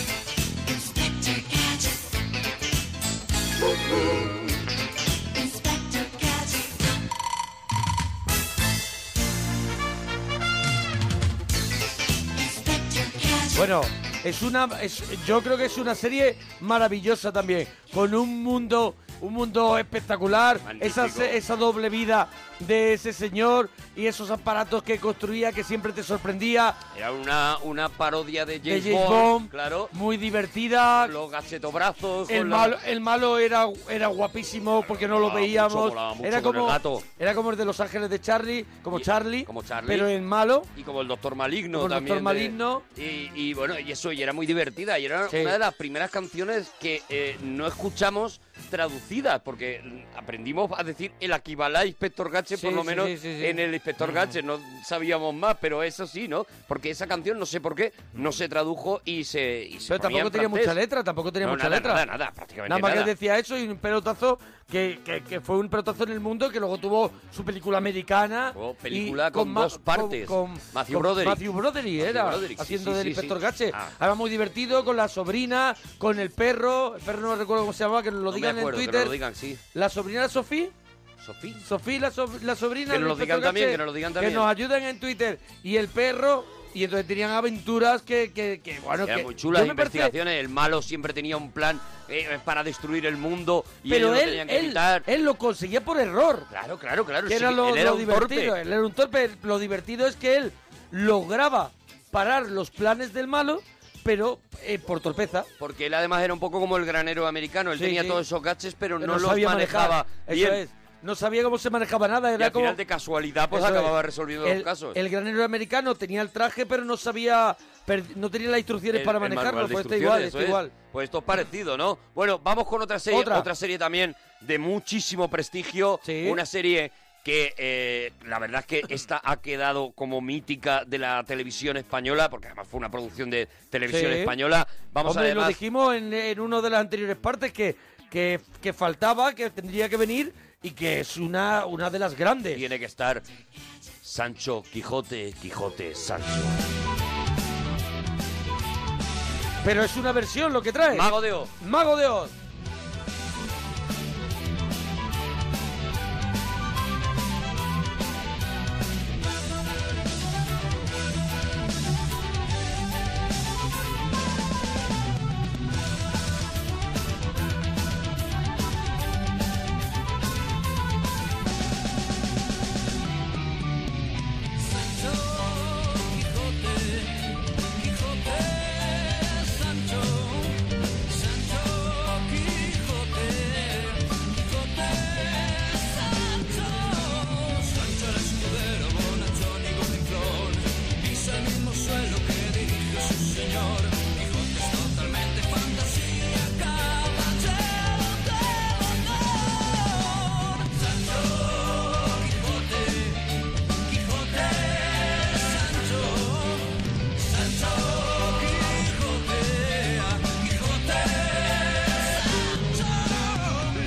Speaker 1: Inspector Gadget. Inspector Gadget. Inspector Gadget.
Speaker 2: Bueno, es una, es- yo creo que es una serie maravillosa también, con un mundo, un mundo espectacular, esa, se- esa doble vida de ese señor y esos aparatos que construía que siempre te sorprendía,
Speaker 3: Era una, una parodia de James,
Speaker 2: de James
Speaker 3: Bond,
Speaker 2: Bond,
Speaker 3: claro.
Speaker 2: muy divertida.
Speaker 3: Los gachetobrazos.
Speaker 2: El
Speaker 3: con la-
Speaker 2: malo, el malo era, era guapísimo porque no lo
Speaker 3: Volaba mucho,
Speaker 2: veíamos.
Speaker 3: volaba mucho
Speaker 2: era
Speaker 3: con el
Speaker 2: como
Speaker 3: gato.
Speaker 2: era como el de Los Ángeles de Charlie, como Charlie,
Speaker 3: como Charlie.
Speaker 2: pero el malo.
Speaker 3: Y como el Doctor Maligno
Speaker 2: Como el
Speaker 3: también.
Speaker 2: Doctor
Speaker 3: de-
Speaker 2: Maligno.
Speaker 3: y, y bueno, y eso, y era muy divertida. Y era
Speaker 2: Sí.
Speaker 3: una de las primeras canciones que eh, no escuchamos traducidas, porque mm, aprendimos a decir el Aquivalá Inspector Gadget,
Speaker 2: Sí,
Speaker 3: por lo
Speaker 2: sí,
Speaker 3: menos
Speaker 2: sí, sí, sí.
Speaker 3: en el Inspector Gadget. No sabíamos más, pero eso sí, ¿no? Porque esa canción, no sé por qué, no se tradujo y se. y se
Speaker 2: Pero
Speaker 3: ponía
Speaker 2: tampoco
Speaker 3: en
Speaker 2: tenía
Speaker 3: francés.
Speaker 2: mucha letra, tampoco tenía
Speaker 3: No,
Speaker 2: mucha
Speaker 3: nada,
Speaker 2: letra.
Speaker 3: Nada, nada, prácticamente
Speaker 2: Nada más
Speaker 3: nada.
Speaker 2: que decía eso y un pelotazo que, que- que fue un pelotazo en el mundo que luego tuvo su película americana.
Speaker 3: Oh,
Speaker 2: y
Speaker 3: película con
Speaker 2: Ma-
Speaker 3: dos partes.
Speaker 2: Con,
Speaker 3: Matthew
Speaker 2: con
Speaker 3: Broderick.
Speaker 2: Matthew Broderick
Speaker 3: Matthew
Speaker 2: era,
Speaker 3: Broderick, sí,
Speaker 2: haciendo
Speaker 3: sí,
Speaker 2: del
Speaker 3: sí,
Speaker 2: inspector
Speaker 3: sí.
Speaker 2: Gache.
Speaker 3: Ah.
Speaker 2: Ahora muy divertido, con la sobrina, con el perro. El perro no recuerdo cómo se llamaba, que nos lo
Speaker 3: No me
Speaker 2: digan
Speaker 3: acuerdo, que
Speaker 2: en
Speaker 3: nos
Speaker 2: Twitter.
Speaker 3: lo digan, sí.
Speaker 2: La sobrina de Sofía.
Speaker 3: Sofía.
Speaker 2: Sofía, la, so- la sobrina
Speaker 3: Que nos
Speaker 2: del
Speaker 3: lo digan
Speaker 2: inspector
Speaker 3: también,
Speaker 2: Gadget,
Speaker 3: que nos lo digan también.
Speaker 2: Que nos ayuden en Twitter. Y el perro Y entonces tenían aventuras que, que, que, bueno,
Speaker 3: Eran
Speaker 2: que
Speaker 3: muy chulas
Speaker 2: yo me parece-
Speaker 3: investigaciones. El malo siempre tenía un plan eh, para destruir el mundo y
Speaker 2: pero
Speaker 3: ellos lo
Speaker 2: él,
Speaker 3: tenían que
Speaker 2: él,
Speaker 3: evitar.
Speaker 2: él lo conseguía por error.
Speaker 3: Claro, claro, claro.
Speaker 2: Que
Speaker 3: sí,
Speaker 2: era lo,
Speaker 3: él era
Speaker 2: lo
Speaker 3: un
Speaker 2: divertido.
Speaker 3: torpe.
Speaker 2: Él era un torpe. Lo divertido es que él lograba parar los planes del malo, pero eh, por torpeza.
Speaker 3: Porque él además era un poco como el granero americano. Él
Speaker 2: Sí,
Speaker 3: tenía
Speaker 2: sí.
Speaker 3: todos esos gaches, pero,
Speaker 2: Pero
Speaker 3: no los
Speaker 2: sabía
Speaker 3: manejaba
Speaker 2: manejar. Eso
Speaker 3: bien.
Speaker 2: es. No sabía cómo se manejaba nada.
Speaker 3: Y
Speaker 2: Era
Speaker 3: al
Speaker 2: como...
Speaker 3: final de casualidad pues
Speaker 2: Eso es.
Speaker 3: acababa resolviendo
Speaker 2: el,
Speaker 3: los casos.
Speaker 2: El granero americano tenía el traje, pero no sabía. per- no tenía las instrucciones
Speaker 3: El-
Speaker 2: para
Speaker 3: el manual
Speaker 2: manejarlo.
Speaker 3: de
Speaker 2: Pues está igual,
Speaker 3: instrucciones,
Speaker 2: está
Speaker 3: eso es.
Speaker 2: igual.
Speaker 3: Pues esto es parecido, ¿no? Bueno, vamos con otra serie,
Speaker 2: Otra.
Speaker 3: otra, serie también de muchísimo prestigio, una serie que eh, la verdad es que esta ha quedado como mítica de la televisión española, porque además fue una producción de televisión
Speaker 2: Sí.
Speaker 3: española. Vamos a
Speaker 2: Hombre, lo
Speaker 3: además
Speaker 2: dijimos en, en una de las anteriores partes que, que, que faltaba, que tendría que venir y que es una, una de las grandes.
Speaker 3: tiene que estar Sancho Quijote, Quijote Sancho.
Speaker 2: Pero es una versión lo que trae.
Speaker 3: Mago de Oz.
Speaker 2: Mago de Oz.
Speaker 13: Sancho Quijote, Quijote, Sancho, Sancho Quijote, Quijote, Sancho. Sancho el escudero, bonachón y gordinflón, pisa el mismo suelo que dirigió su señor. Quijote es totalmente fantasía, caballero del honor. Sancho Quijote. Quijote, Sancho, Sancho, Quijote, Quijote, Sancho.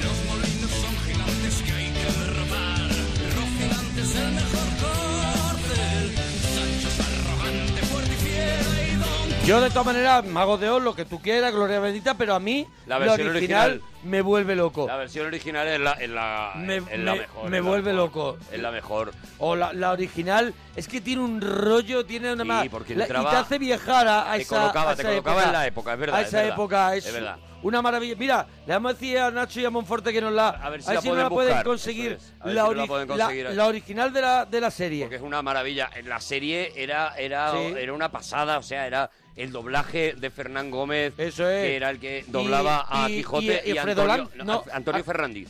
Speaker 13: Los molinos son gigantes que hay que derrotar, Rocinante es el mejor cordel, Sancho es arrogante, fuerte y fiero y don
Speaker 2: Yo de todas maneras, Mago de Oz, lo que tú quieras, Gloria Bendita, pero a mí
Speaker 3: La
Speaker 2: lo
Speaker 3: versión
Speaker 2: me vuelve loco.
Speaker 3: La versión original es la, es la,
Speaker 2: Me-
Speaker 3: es la
Speaker 2: me-
Speaker 3: mejor.
Speaker 2: me
Speaker 3: es la
Speaker 2: vuelve
Speaker 3: mejor,
Speaker 2: loco.
Speaker 3: Es la mejor.
Speaker 2: O la, la original es que tiene un rollo, tiene una
Speaker 3: Sí,
Speaker 2: más-
Speaker 3: porque
Speaker 2: la-
Speaker 3: entraba-
Speaker 2: y te hace viajar a, a
Speaker 3: te
Speaker 2: esa,
Speaker 3: colocaba-
Speaker 2: a
Speaker 3: te
Speaker 2: esa
Speaker 3: colocaba
Speaker 2: época.
Speaker 3: en la época, es verdad,
Speaker 2: A
Speaker 3: es
Speaker 2: esa
Speaker 3: verdad,
Speaker 2: época
Speaker 3: es verdad.
Speaker 2: una maravilla. Mira, le vamos a decir a Nacho y a Monforte que nos la a
Speaker 3: ver si
Speaker 2: a
Speaker 3: la
Speaker 2: ver nos
Speaker 3: pueden
Speaker 2: la pueden
Speaker 3: buscar,
Speaker 2: conseguir
Speaker 3: eso es. A ver si nos la
Speaker 2: ori-
Speaker 3: pueden conseguir.
Speaker 2: la- la original de la de la serie.
Speaker 3: Porque es una maravilla. En la serie era, era,
Speaker 2: Sí.
Speaker 3: era una pasada, o sea, era el doblaje de Fernán Gómez,
Speaker 2: es.
Speaker 3: que era el que Eh, doblaba
Speaker 2: Y-
Speaker 3: a
Speaker 2: y-
Speaker 3: Quijote
Speaker 2: y-
Speaker 3: y,
Speaker 2: y Alfredo
Speaker 3: Antonio,
Speaker 2: Lan-
Speaker 3: no,
Speaker 2: no,
Speaker 3: a- Antonio
Speaker 2: a-
Speaker 3: Ferrandis.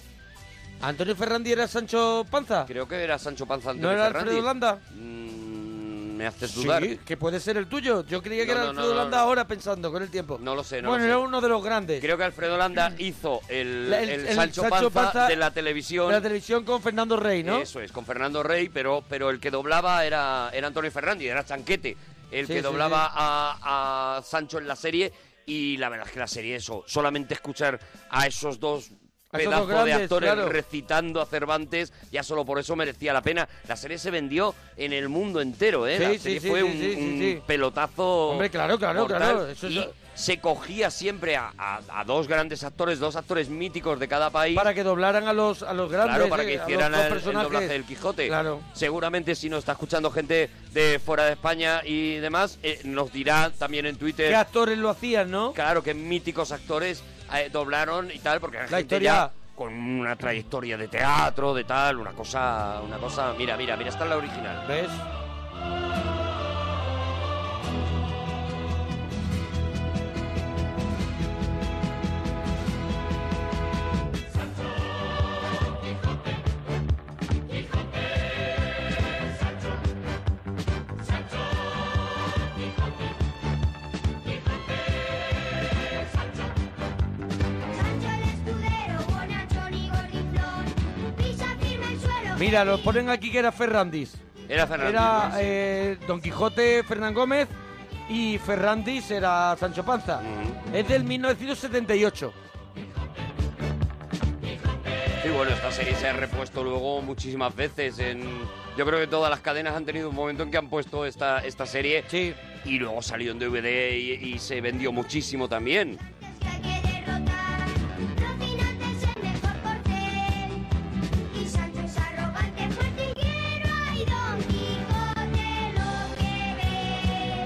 Speaker 2: ¿Antonio Ferrandi era Sancho Panza?
Speaker 3: Creo que era Sancho Panza Antonio
Speaker 2: ¿No era
Speaker 3: Ferrandi. Mm,
Speaker 2: Alfredo Landa?
Speaker 3: Me haces dudar.
Speaker 2: Sí, que puede ser el tuyo. Yo creía que
Speaker 3: No,
Speaker 2: era
Speaker 3: no,
Speaker 2: Alfredo
Speaker 3: no, no,
Speaker 2: Landa
Speaker 3: no.
Speaker 2: ahora pensando con el tiempo.
Speaker 3: No lo sé, no
Speaker 2: bueno,
Speaker 3: lo sé.
Speaker 2: era uno de los grandes.
Speaker 3: Creo que Alfredo Landa hizo el,
Speaker 2: La- el-
Speaker 3: el
Speaker 2: el
Speaker 3: Sancho,
Speaker 2: Sancho
Speaker 3: Panza,
Speaker 2: Panza
Speaker 3: de la televisión.
Speaker 2: De la televisión con Fernando Rey, ¿no?
Speaker 3: Eso es, con Fernando Rey, pero, pero el que doblaba era, era Antonio Ferrandi, era Chanquete, el
Speaker 2: Sí,
Speaker 3: que
Speaker 2: sí,
Speaker 3: doblaba
Speaker 2: sí.
Speaker 3: A, a Sancho en la serie. Y la verdad es que la serie, eso, solamente escuchar a esos dos
Speaker 2: A esos dos
Speaker 3: pedazos
Speaker 2: grandes,
Speaker 3: de actores
Speaker 2: claro.
Speaker 3: recitando a Cervantes, ya solo por eso merecía la pena. La serie se vendió en el mundo entero, ¿eh?
Speaker 2: Sí,
Speaker 3: la
Speaker 2: sí,
Speaker 3: serie
Speaker 2: sí,
Speaker 3: fue
Speaker 2: sí,
Speaker 3: un,
Speaker 2: sí, sí,
Speaker 3: un
Speaker 2: sí.
Speaker 3: pelotazo.
Speaker 2: Hombre, claro, claro,
Speaker 3: mortal
Speaker 2: claro, eso es-
Speaker 3: y se cogía siempre a, a- a dos grandes actores, dos actores míticos de cada país.
Speaker 2: Para que doblaran a los, a los grandes.
Speaker 3: Claro, para
Speaker 2: eh,
Speaker 3: que
Speaker 2: a los
Speaker 3: hicieran
Speaker 2: dos
Speaker 3: el, el
Speaker 2: personajes.
Speaker 3: doblaje del Quijote.
Speaker 2: Claro.
Speaker 3: Seguramente si nos está escuchando gente de fuera de España y demás, eh, nos dirá también en Twitter.
Speaker 2: ¿Qué actores lo hacían, no?
Speaker 3: Claro, que míticos actores eh, doblaron y tal, porque la, gente
Speaker 2: historia-
Speaker 3: ya con una trayectoria de teatro, de tal, una cosa, una cosa. Mira, mira, mira, está la original.
Speaker 2: ¿Ves? Mira, lo ponen aquí que era Ferrandis.
Speaker 3: Era Ferrandis,
Speaker 2: Era
Speaker 3: ¿no?
Speaker 2: eh, Don Quijote Fernán Gómez y Ferrandis era Sancho Panza. Es del 1978.
Speaker 3: Y bueno, esta serie se ha repuesto luego muchísimas veces. En... Yo creo que todas las cadenas han tenido un momento en que han puesto esta, esta serie. Y luego salió en DVD y, y se vendió muchísimo también.
Speaker 4: Y Sancho es arrogante, fuerte y fiero, ay, Don Quijote lo que ve.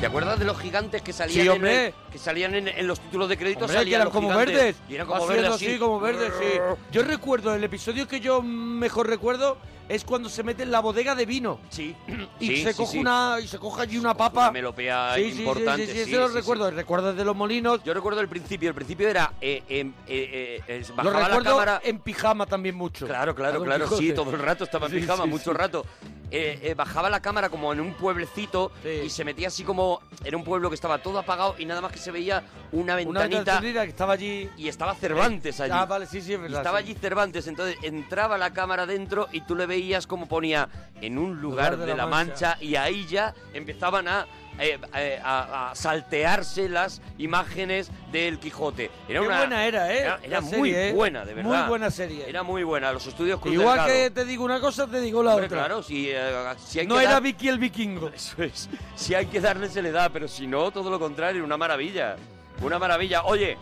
Speaker 3: ¿Te acuerdas de los gigantes que salían,
Speaker 2: Sí,
Speaker 3: en
Speaker 2: hombre.
Speaker 3: el- que salían en, en los títulos de crédito?
Speaker 2: Hombre,
Speaker 3: salían
Speaker 2: que eran
Speaker 3: los
Speaker 2: como
Speaker 3: gigantes.
Speaker 2: verdes.
Speaker 3: Y eran como
Speaker 2: Haciendo
Speaker 3: verdes,
Speaker 2: así, como verdes, sí. Yo recuerdo, el episodio que yo mejor recuerdo es cuando se mete en la bodega de vino.
Speaker 3: Sí.
Speaker 2: Y
Speaker 3: Sí,
Speaker 2: se
Speaker 3: sí,
Speaker 2: coge
Speaker 3: sí.
Speaker 2: una. Y se coge allí una papa.
Speaker 3: Una melopea
Speaker 2: Sí, sí, sí,
Speaker 3: importante.
Speaker 2: sí, sí, eso lo recuerdo. ¿Recuerdas de los molinos?
Speaker 3: Yo recuerdo el principio. El principio era. eh, eh, eh, eh, eh, bajaba
Speaker 2: Lo
Speaker 3: la
Speaker 2: recuerdo
Speaker 3: cámara.
Speaker 2: en pijama también mucho.
Speaker 3: Claro, claro,
Speaker 2: A Don
Speaker 3: claro, sí,
Speaker 2: Quijote.
Speaker 3: todo el rato estaba en
Speaker 2: Sí,
Speaker 3: pijama,
Speaker 2: sí,
Speaker 3: mucho
Speaker 2: sí.
Speaker 3: rato. Eh, eh, bajaba la cámara como en un pueblecito y se metía así como en un pueblo que estaba todo apagado y nada más que se veía una
Speaker 2: Una
Speaker 3: ventanita
Speaker 2: ventanita que estaba allí. Eh,
Speaker 3: y estaba Cervantes allí.
Speaker 2: Ah, vale, sí, sí, es
Speaker 3: Y
Speaker 2: verdad.
Speaker 3: estaba
Speaker 2: sí.
Speaker 3: allí Cervantes, entonces entraba la cámara dentro y tú le veías como ponía en un lugar, de, la, mancha. y ahí ya empezaban a, eh, eh, a- a saltearse las imágenes del Quijote. Era
Speaker 2: Qué
Speaker 3: una,
Speaker 2: buena era, ¿eh?
Speaker 3: Era, era
Speaker 2: La
Speaker 3: muy
Speaker 2: serie, ¿eh.
Speaker 3: buena, de
Speaker 2: Muy
Speaker 3: verdad.
Speaker 2: buena serie.
Speaker 3: Era muy buena, los estudios Cruz
Speaker 2: Igual
Speaker 3: Delgado.
Speaker 2: que te digo una cosa, te digo la
Speaker 3: Hombre,
Speaker 2: otra.
Speaker 3: claro, si, eh, si hay
Speaker 2: No
Speaker 3: que
Speaker 2: era
Speaker 3: dar-
Speaker 2: Vicky el vikingo.
Speaker 3: Eso es. Si hay que darle, se le da, pero si no, todo lo contrario, una maravilla. Una maravilla. Oye,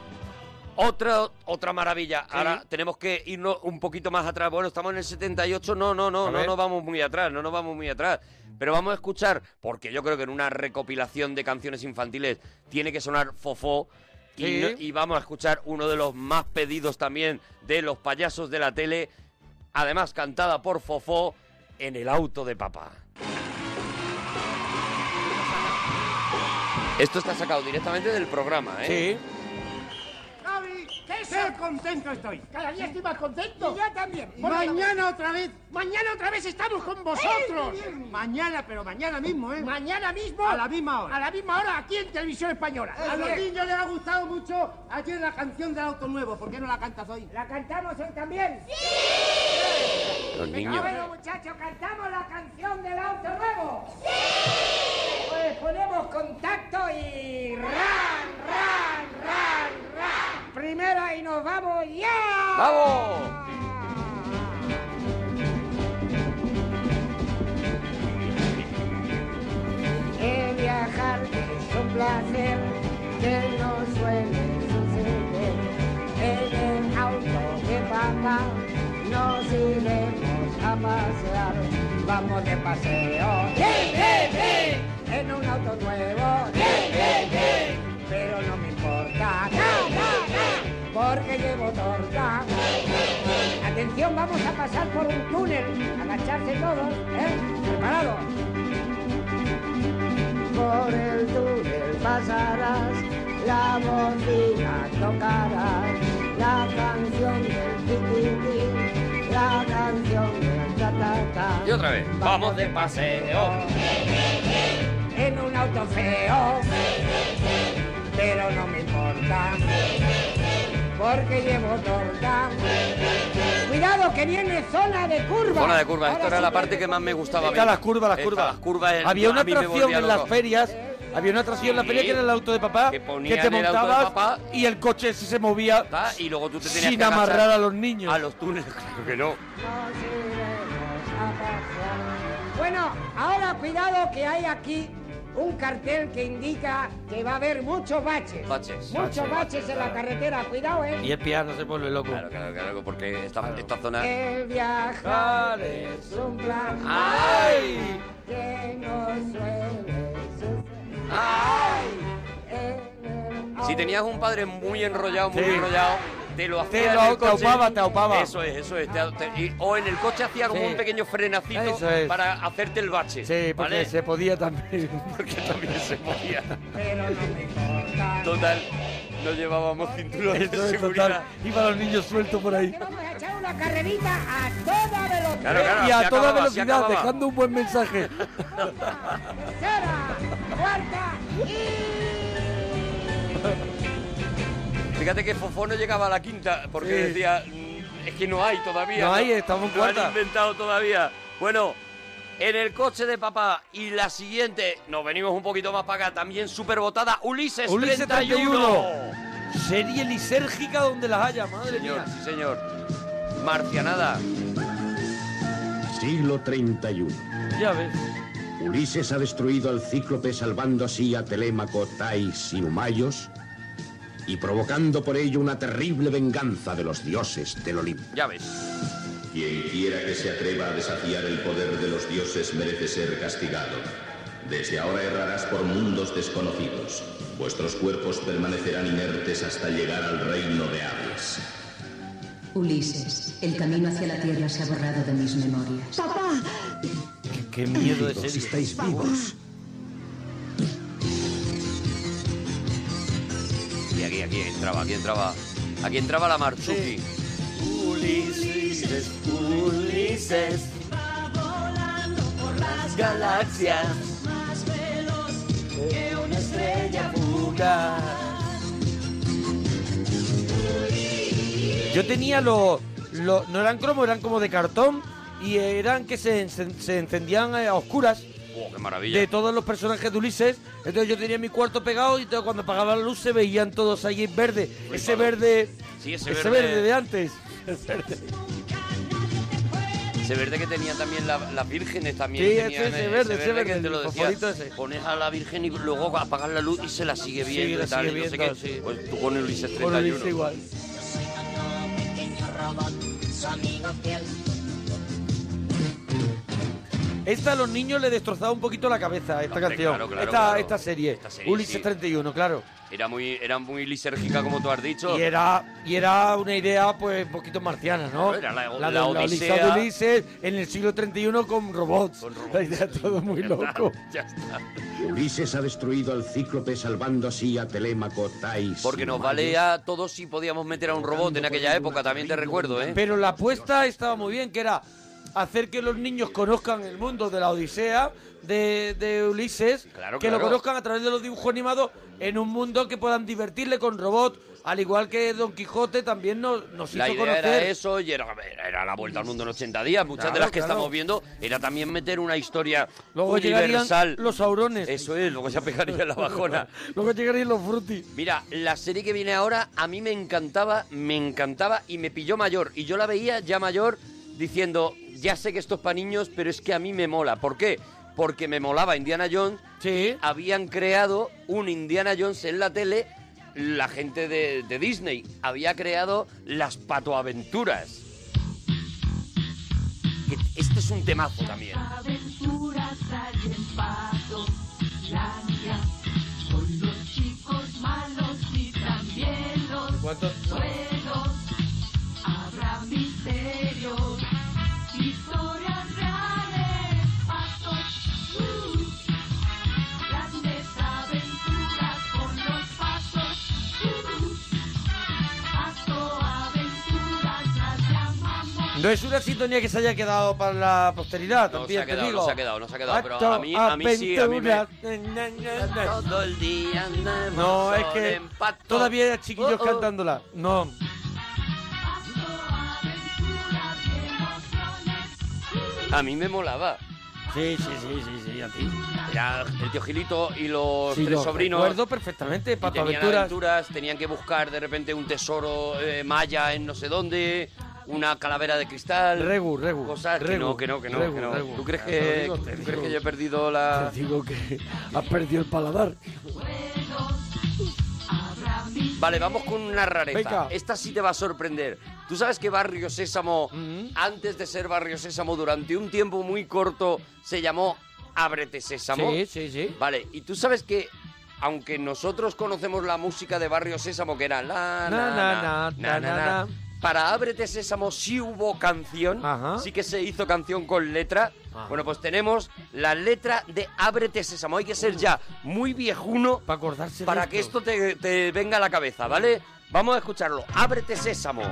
Speaker 3: otra, otra maravilla. Ahora tenemos que irnos un poquito más atrás. Bueno, estamos en el 78. No, no,
Speaker 2: A
Speaker 3: no, no
Speaker 2: ver.
Speaker 3: nos vamos muy atrás, no nos vamos muy atrás. Pero vamos a escuchar, porque yo creo que en una recopilación de canciones infantiles tiene que sonar fofó. Y,
Speaker 2: Sí.
Speaker 3: no- y vamos a escuchar uno de los más pedidos también de los payasos de la tele. Además, cantada por Fofó en el auto de papá. Esto está sacado directamente del programa, ¿eh? Sí.
Speaker 14: Javi, qué, contento estoy. Cada día estoy más contento. Y yo también.
Speaker 15: Mañana
Speaker 14: otra vez. ¡Eh, Mañana otra vez estamos con
Speaker 15: vosotros.
Speaker 14: mañana, pero mañana mismo, ¿eh? Mañana mismo. A la misma hora. A la misma hora aquí en Televisión Española.
Speaker 15: A los niños
Speaker 14: les ha gustado mucho ayer la canción del auto nuevo. ¿Por qué no la cantas hoy? ¿La cantamos hoy también? ¡Sí! Ah,
Speaker 3: Los niños.
Speaker 14: muchachos, cantamos la canción del auto nuevo. ¡Sí! Pues ponemos contacto y ran, ran, ran, ran. Primera y nos vamos ya.
Speaker 3: ¡Vamos!
Speaker 14: El viajar es un placer que no suele suceder. En el auto de papá nos iremos a pasear. Vamos de paseo. ¡Sí, sí, sí! En un auto nuevo. ¡Sí, sí, sí! Pero no me importa. ¡No, no, no! Porque llevo torta. Atención, vamos a pasar por un túnel. Agacharse todos, ¿eh? Preparados. Por el túnel pasarás, la bocina tocarás, la canción del tiquitín, la canción del tatatá.
Speaker 3: Y otra vez. Vamos de paseo.
Speaker 14: En un auto feo, pero no me importa, porque llevo torta. Cuidado que viene zona de curva.
Speaker 3: Zona de curvas. Esta
Speaker 14: Ahora
Speaker 3: era
Speaker 14: sí
Speaker 3: la
Speaker 14: que
Speaker 3: parte que más me gustaba. a mí.
Speaker 2: Está las curvas, las
Speaker 3: Esta,
Speaker 2: curvas.
Speaker 3: Las curvas. eh,
Speaker 2: Había una
Speaker 3: a mí me
Speaker 2: atracción
Speaker 3: volvía
Speaker 2: en las
Speaker 3: loco.
Speaker 2: ferias. Había una atracción en la feria que era el auto de papá. Que,
Speaker 3: ponían
Speaker 2: te
Speaker 3: el auto de
Speaker 2: montabas
Speaker 3: papá.
Speaker 2: y el coche ese se movía
Speaker 3: Ah, Y luego tú te tenías
Speaker 2: sin
Speaker 3: que agachar
Speaker 2: amarrar a los niños.
Speaker 3: A los túneles. Claro que no.
Speaker 14: Bueno, ahora cuidado que hay aquí un cartel que indica que va a haber muchos baches.
Speaker 3: Baches.
Speaker 14: Muchos baches en la carretera, cuidado, ¿eh?
Speaker 2: Y el piano se vuelve loco.
Speaker 3: Claro, claro, claro, porque esta, esta zona.
Speaker 14: El viajar es un plan
Speaker 3: ¡Ay!
Speaker 14: que no suele suceder.
Speaker 3: Si tenías un padre muy enrollado, muy
Speaker 2: Sí.
Speaker 3: enrollado, te lo hacía.
Speaker 2: Te
Speaker 3: en
Speaker 2: lo-
Speaker 3: el
Speaker 2: te
Speaker 3: coche.
Speaker 2: ahopaba, te ahopaba.
Speaker 3: Eso es, eso es. te- te- y- o en el coche hacía como
Speaker 2: Sí.
Speaker 3: un pequeño frenacito
Speaker 2: Eso es.
Speaker 3: para hacerte el bache.
Speaker 2: Sí, porque
Speaker 3: ¿vale?
Speaker 2: se podía también.
Speaker 3: Porque también se podía.
Speaker 14: Pero no me importa.
Speaker 3: Total, no llevábamos cinturón de
Speaker 2: Eso es
Speaker 3: seguridad.
Speaker 2: total. Iban los niños sueltos por ahí.
Speaker 14: Vamos a echar una carrerita a toda velocidad.
Speaker 2: y a
Speaker 3: se
Speaker 2: toda
Speaker 3: acababa, se
Speaker 2: velocidad,
Speaker 3: acababa.
Speaker 2: dejando un buen mensaje.
Speaker 14: Cuarta
Speaker 3: Fíjate que Fofó no llegaba a la quinta porque
Speaker 2: Sí.
Speaker 3: decía, "Mm, es que no hay todavía.
Speaker 2: No hay, estamos en
Speaker 3: No han
Speaker 2: cuarta".
Speaker 3: inventado todavía. Bueno, en el coche de papá y la siguiente, nos venimos un poquito más para acá, también súper votada, Ulises,
Speaker 2: Ulises
Speaker 3: 31.
Speaker 2: 31. Serie lisérgica donde las haya, madre
Speaker 3: Señor,
Speaker 2: mía.
Speaker 3: sí señor. Marcianada.
Speaker 16: Siglo 31.
Speaker 2: Ya ves.
Speaker 16: Ulises ha destruido al cíclope salvando así a Telémaco, Tais y Humayos y provocando por ello una terrible venganza de los dioses del Olimpo.
Speaker 3: Ya ves.
Speaker 16: Quien quiera que se atreva a desafiar el poder de los dioses merece ser castigado.
Speaker 18: Desde ahora errarás por mundos desconocidos. Vuestros cuerpos permanecerán inertes hasta llegar al reino de Hades.
Speaker 23: Ulises, el camino hacia la Tierra se ha borrado de mis memorias. ¡Papá!
Speaker 2: Qué miedo de
Speaker 23: Vivos,
Speaker 2: serie.
Speaker 23: estáis vivos.
Speaker 3: Y aquí, aquí entraba, aquí entraba. Aquí entraba la Marzuki.
Speaker 24: Ulises, Ulises,
Speaker 1: Va volando por las
Speaker 24: galaxias,
Speaker 1: más veloz que una
Speaker 24: estrella fugaz.
Speaker 2: Yo tenía los. los- no eran cromos, eran como de cartón. Y eran que se, encen- se encendían eh, a oscuras.
Speaker 3: ¡Oh, qué maravilla!
Speaker 2: De todos los personajes de Ulises. Entonces yo tenía mi cuarto pegado y todo- cuando apagaba la luz se veían todos allí en verde. Ese verde.
Speaker 3: Sí, ese
Speaker 2: ese
Speaker 3: verde-
Speaker 2: verde de antes. El verde.
Speaker 3: Ese verde que tenían también la- las vírgenes también.
Speaker 2: Sí, ese-
Speaker 3: tenían,
Speaker 2: ese
Speaker 3: eh,
Speaker 2: verde, ese
Speaker 3: que
Speaker 2: verde,
Speaker 3: te lo
Speaker 2: el
Speaker 3: decía.
Speaker 2: fosforito ese.
Speaker 3: Pones a la virgen y luego apagas la luz y se la sigue
Speaker 2: Sí,
Speaker 3: viendo
Speaker 2: la
Speaker 3: y tal.
Speaker 2: sigue
Speaker 3: y no sé
Speaker 2: viendo,
Speaker 3: qué. Pues tú pones Ulises
Speaker 2: Con
Speaker 3: 31.
Speaker 2: Ulises igual.
Speaker 1: pequeño robot, su amigo fiel.
Speaker 2: Esta a los niños le destrozaba un poquito la cabeza, esta
Speaker 3: Hombre,
Speaker 2: canción.
Speaker 3: claro, claro,
Speaker 2: esta,
Speaker 3: claro.
Speaker 2: esta serie.
Speaker 3: serie,
Speaker 2: Ulises
Speaker 3: sí.
Speaker 2: 31, claro.
Speaker 3: Era muy, era muy lisérgica, como tú has dicho.
Speaker 2: Y era, Ah, y era una idea, pues, un poquito marciana, ¿no?
Speaker 3: Claro, era la-
Speaker 2: de-
Speaker 3: la
Speaker 2: odisea
Speaker 3: Odisea.
Speaker 2: de Ulises en el siglo 31 con robots. La idea todo muy loco.
Speaker 3: Ya está.
Speaker 18: Ulises ha destruido al cíclope salvando así a Telémaco, Tais.
Speaker 3: Porque nos vale a todos si podíamos meter a un robot en aquella época, también te recuerdo, ¿eh?
Speaker 2: Pero la apuesta estaba muy bien, que era hacer que los niños conozcan el mundo de la Odisea de, de Ulises,
Speaker 3: Claro,
Speaker 2: que
Speaker 3: claro.
Speaker 2: lo conozcan a través de los dibujos animados en un mundo que puedan divertirle con robots, al igual que Don Quijote también nos, nos
Speaker 3: La
Speaker 2: hizo
Speaker 3: idea
Speaker 2: conocer.
Speaker 3: era eso y era, era la vuelta al mundo en 80 días. Muchas de
Speaker 2: Claro,
Speaker 3: las que
Speaker 2: claro.
Speaker 3: estamos viendo era también meter una historia
Speaker 2: Luego llegarían
Speaker 3: universal.
Speaker 2: los saurones.
Speaker 3: Eso es, luego ya pegaría la bajona.
Speaker 2: Luego llegarían los frutis.
Speaker 3: Mira, la serie que viene ahora a mí me encantaba, me encantaba y me pilló mayor. Y yo la veía ya mayor diciendo, ya sé que esto es para niños, pero es que a mí me mola. ¿Por qué? Porque me molaba Indiana Jones.
Speaker 2: Sí.
Speaker 3: Habían creado un Indiana Jones en la tele, la gente de, de Disney. Había creado las patoaventuras. Que- Este es un temazo también.
Speaker 1: Aventuras hay en Pato, Landia, con los chicos malos y también los buenos. Habrá misterios, historias reales, pasos. uh, grandes aventuras con los pasos. uh, paso aventuras las llamamos.
Speaker 2: No es una sintonía que se haya quedado para la posteridad,
Speaker 3: No se
Speaker 2: también
Speaker 3: ha
Speaker 2: te
Speaker 3: quedado,
Speaker 2: digo.
Speaker 3: no se ha quedado, no se ha quedado. Pero
Speaker 2: Pato,
Speaker 3: a mí, a mí sí, a mí me...
Speaker 2: aventuras. Todo
Speaker 3: el día andamos
Speaker 2: No, es que
Speaker 3: sobre patos.
Speaker 2: todavía hay chiquillos
Speaker 3: Oh, oh.
Speaker 2: cantándola. No.
Speaker 3: A mí me molaba.
Speaker 2: Sí, sí, sí, sí, sí, a ti.
Speaker 3: Era el tío Gilito y los
Speaker 2: Sí,
Speaker 3: tres
Speaker 2: lo
Speaker 3: sobrinos.
Speaker 2: recuerdo perfectamente, Pato
Speaker 3: tenían
Speaker 2: Aventuras.
Speaker 3: aventuras, tenían que buscar de repente un tesoro eh, maya en no sé dónde, una calavera de cristal.
Speaker 2: Regu, Regu.
Speaker 3: Cosas Ah, que
Speaker 2: Regu,
Speaker 3: no, que no, que no.
Speaker 2: Regu,
Speaker 3: que no.
Speaker 2: Regu.
Speaker 3: ¿Tú crees
Speaker 2: Ya, te lo
Speaker 3: que,
Speaker 2: digo,
Speaker 3: tú
Speaker 2: te digo.
Speaker 3: crees que yo he perdido la.
Speaker 2: Te digo que has perdido el paladar.
Speaker 3: Vale, vamos con una rareza.
Speaker 2: Venga.
Speaker 3: Esta sí te va a sorprender. Tú sabes que Barrio Sésamo,
Speaker 2: Mm-hmm.
Speaker 3: antes de ser Barrio Sésamo, durante un tiempo muy corto, se llamó Ábrete Sésamo.
Speaker 2: Sí, sí, sí.
Speaker 3: Vale, y tú sabes que, aunque nosotros conocemos la música de Barrio Sésamo, que era la,
Speaker 2: Na,
Speaker 3: na, na,
Speaker 2: na, na,
Speaker 3: na,
Speaker 2: na,
Speaker 3: na,
Speaker 2: na.
Speaker 3: para Ábrete Sésamo sí hubo canción, sí que se hizo canción con letra.
Speaker 2: Ajá.
Speaker 3: Bueno, pues tenemos la letra de Ábrete Sésamo. Hay que ser ya muy viejuno
Speaker 2: para acordarse
Speaker 3: para que esto te, te venga a la cabeza, ¿vale? Vamos a escucharlo. Ábrete Sésamo.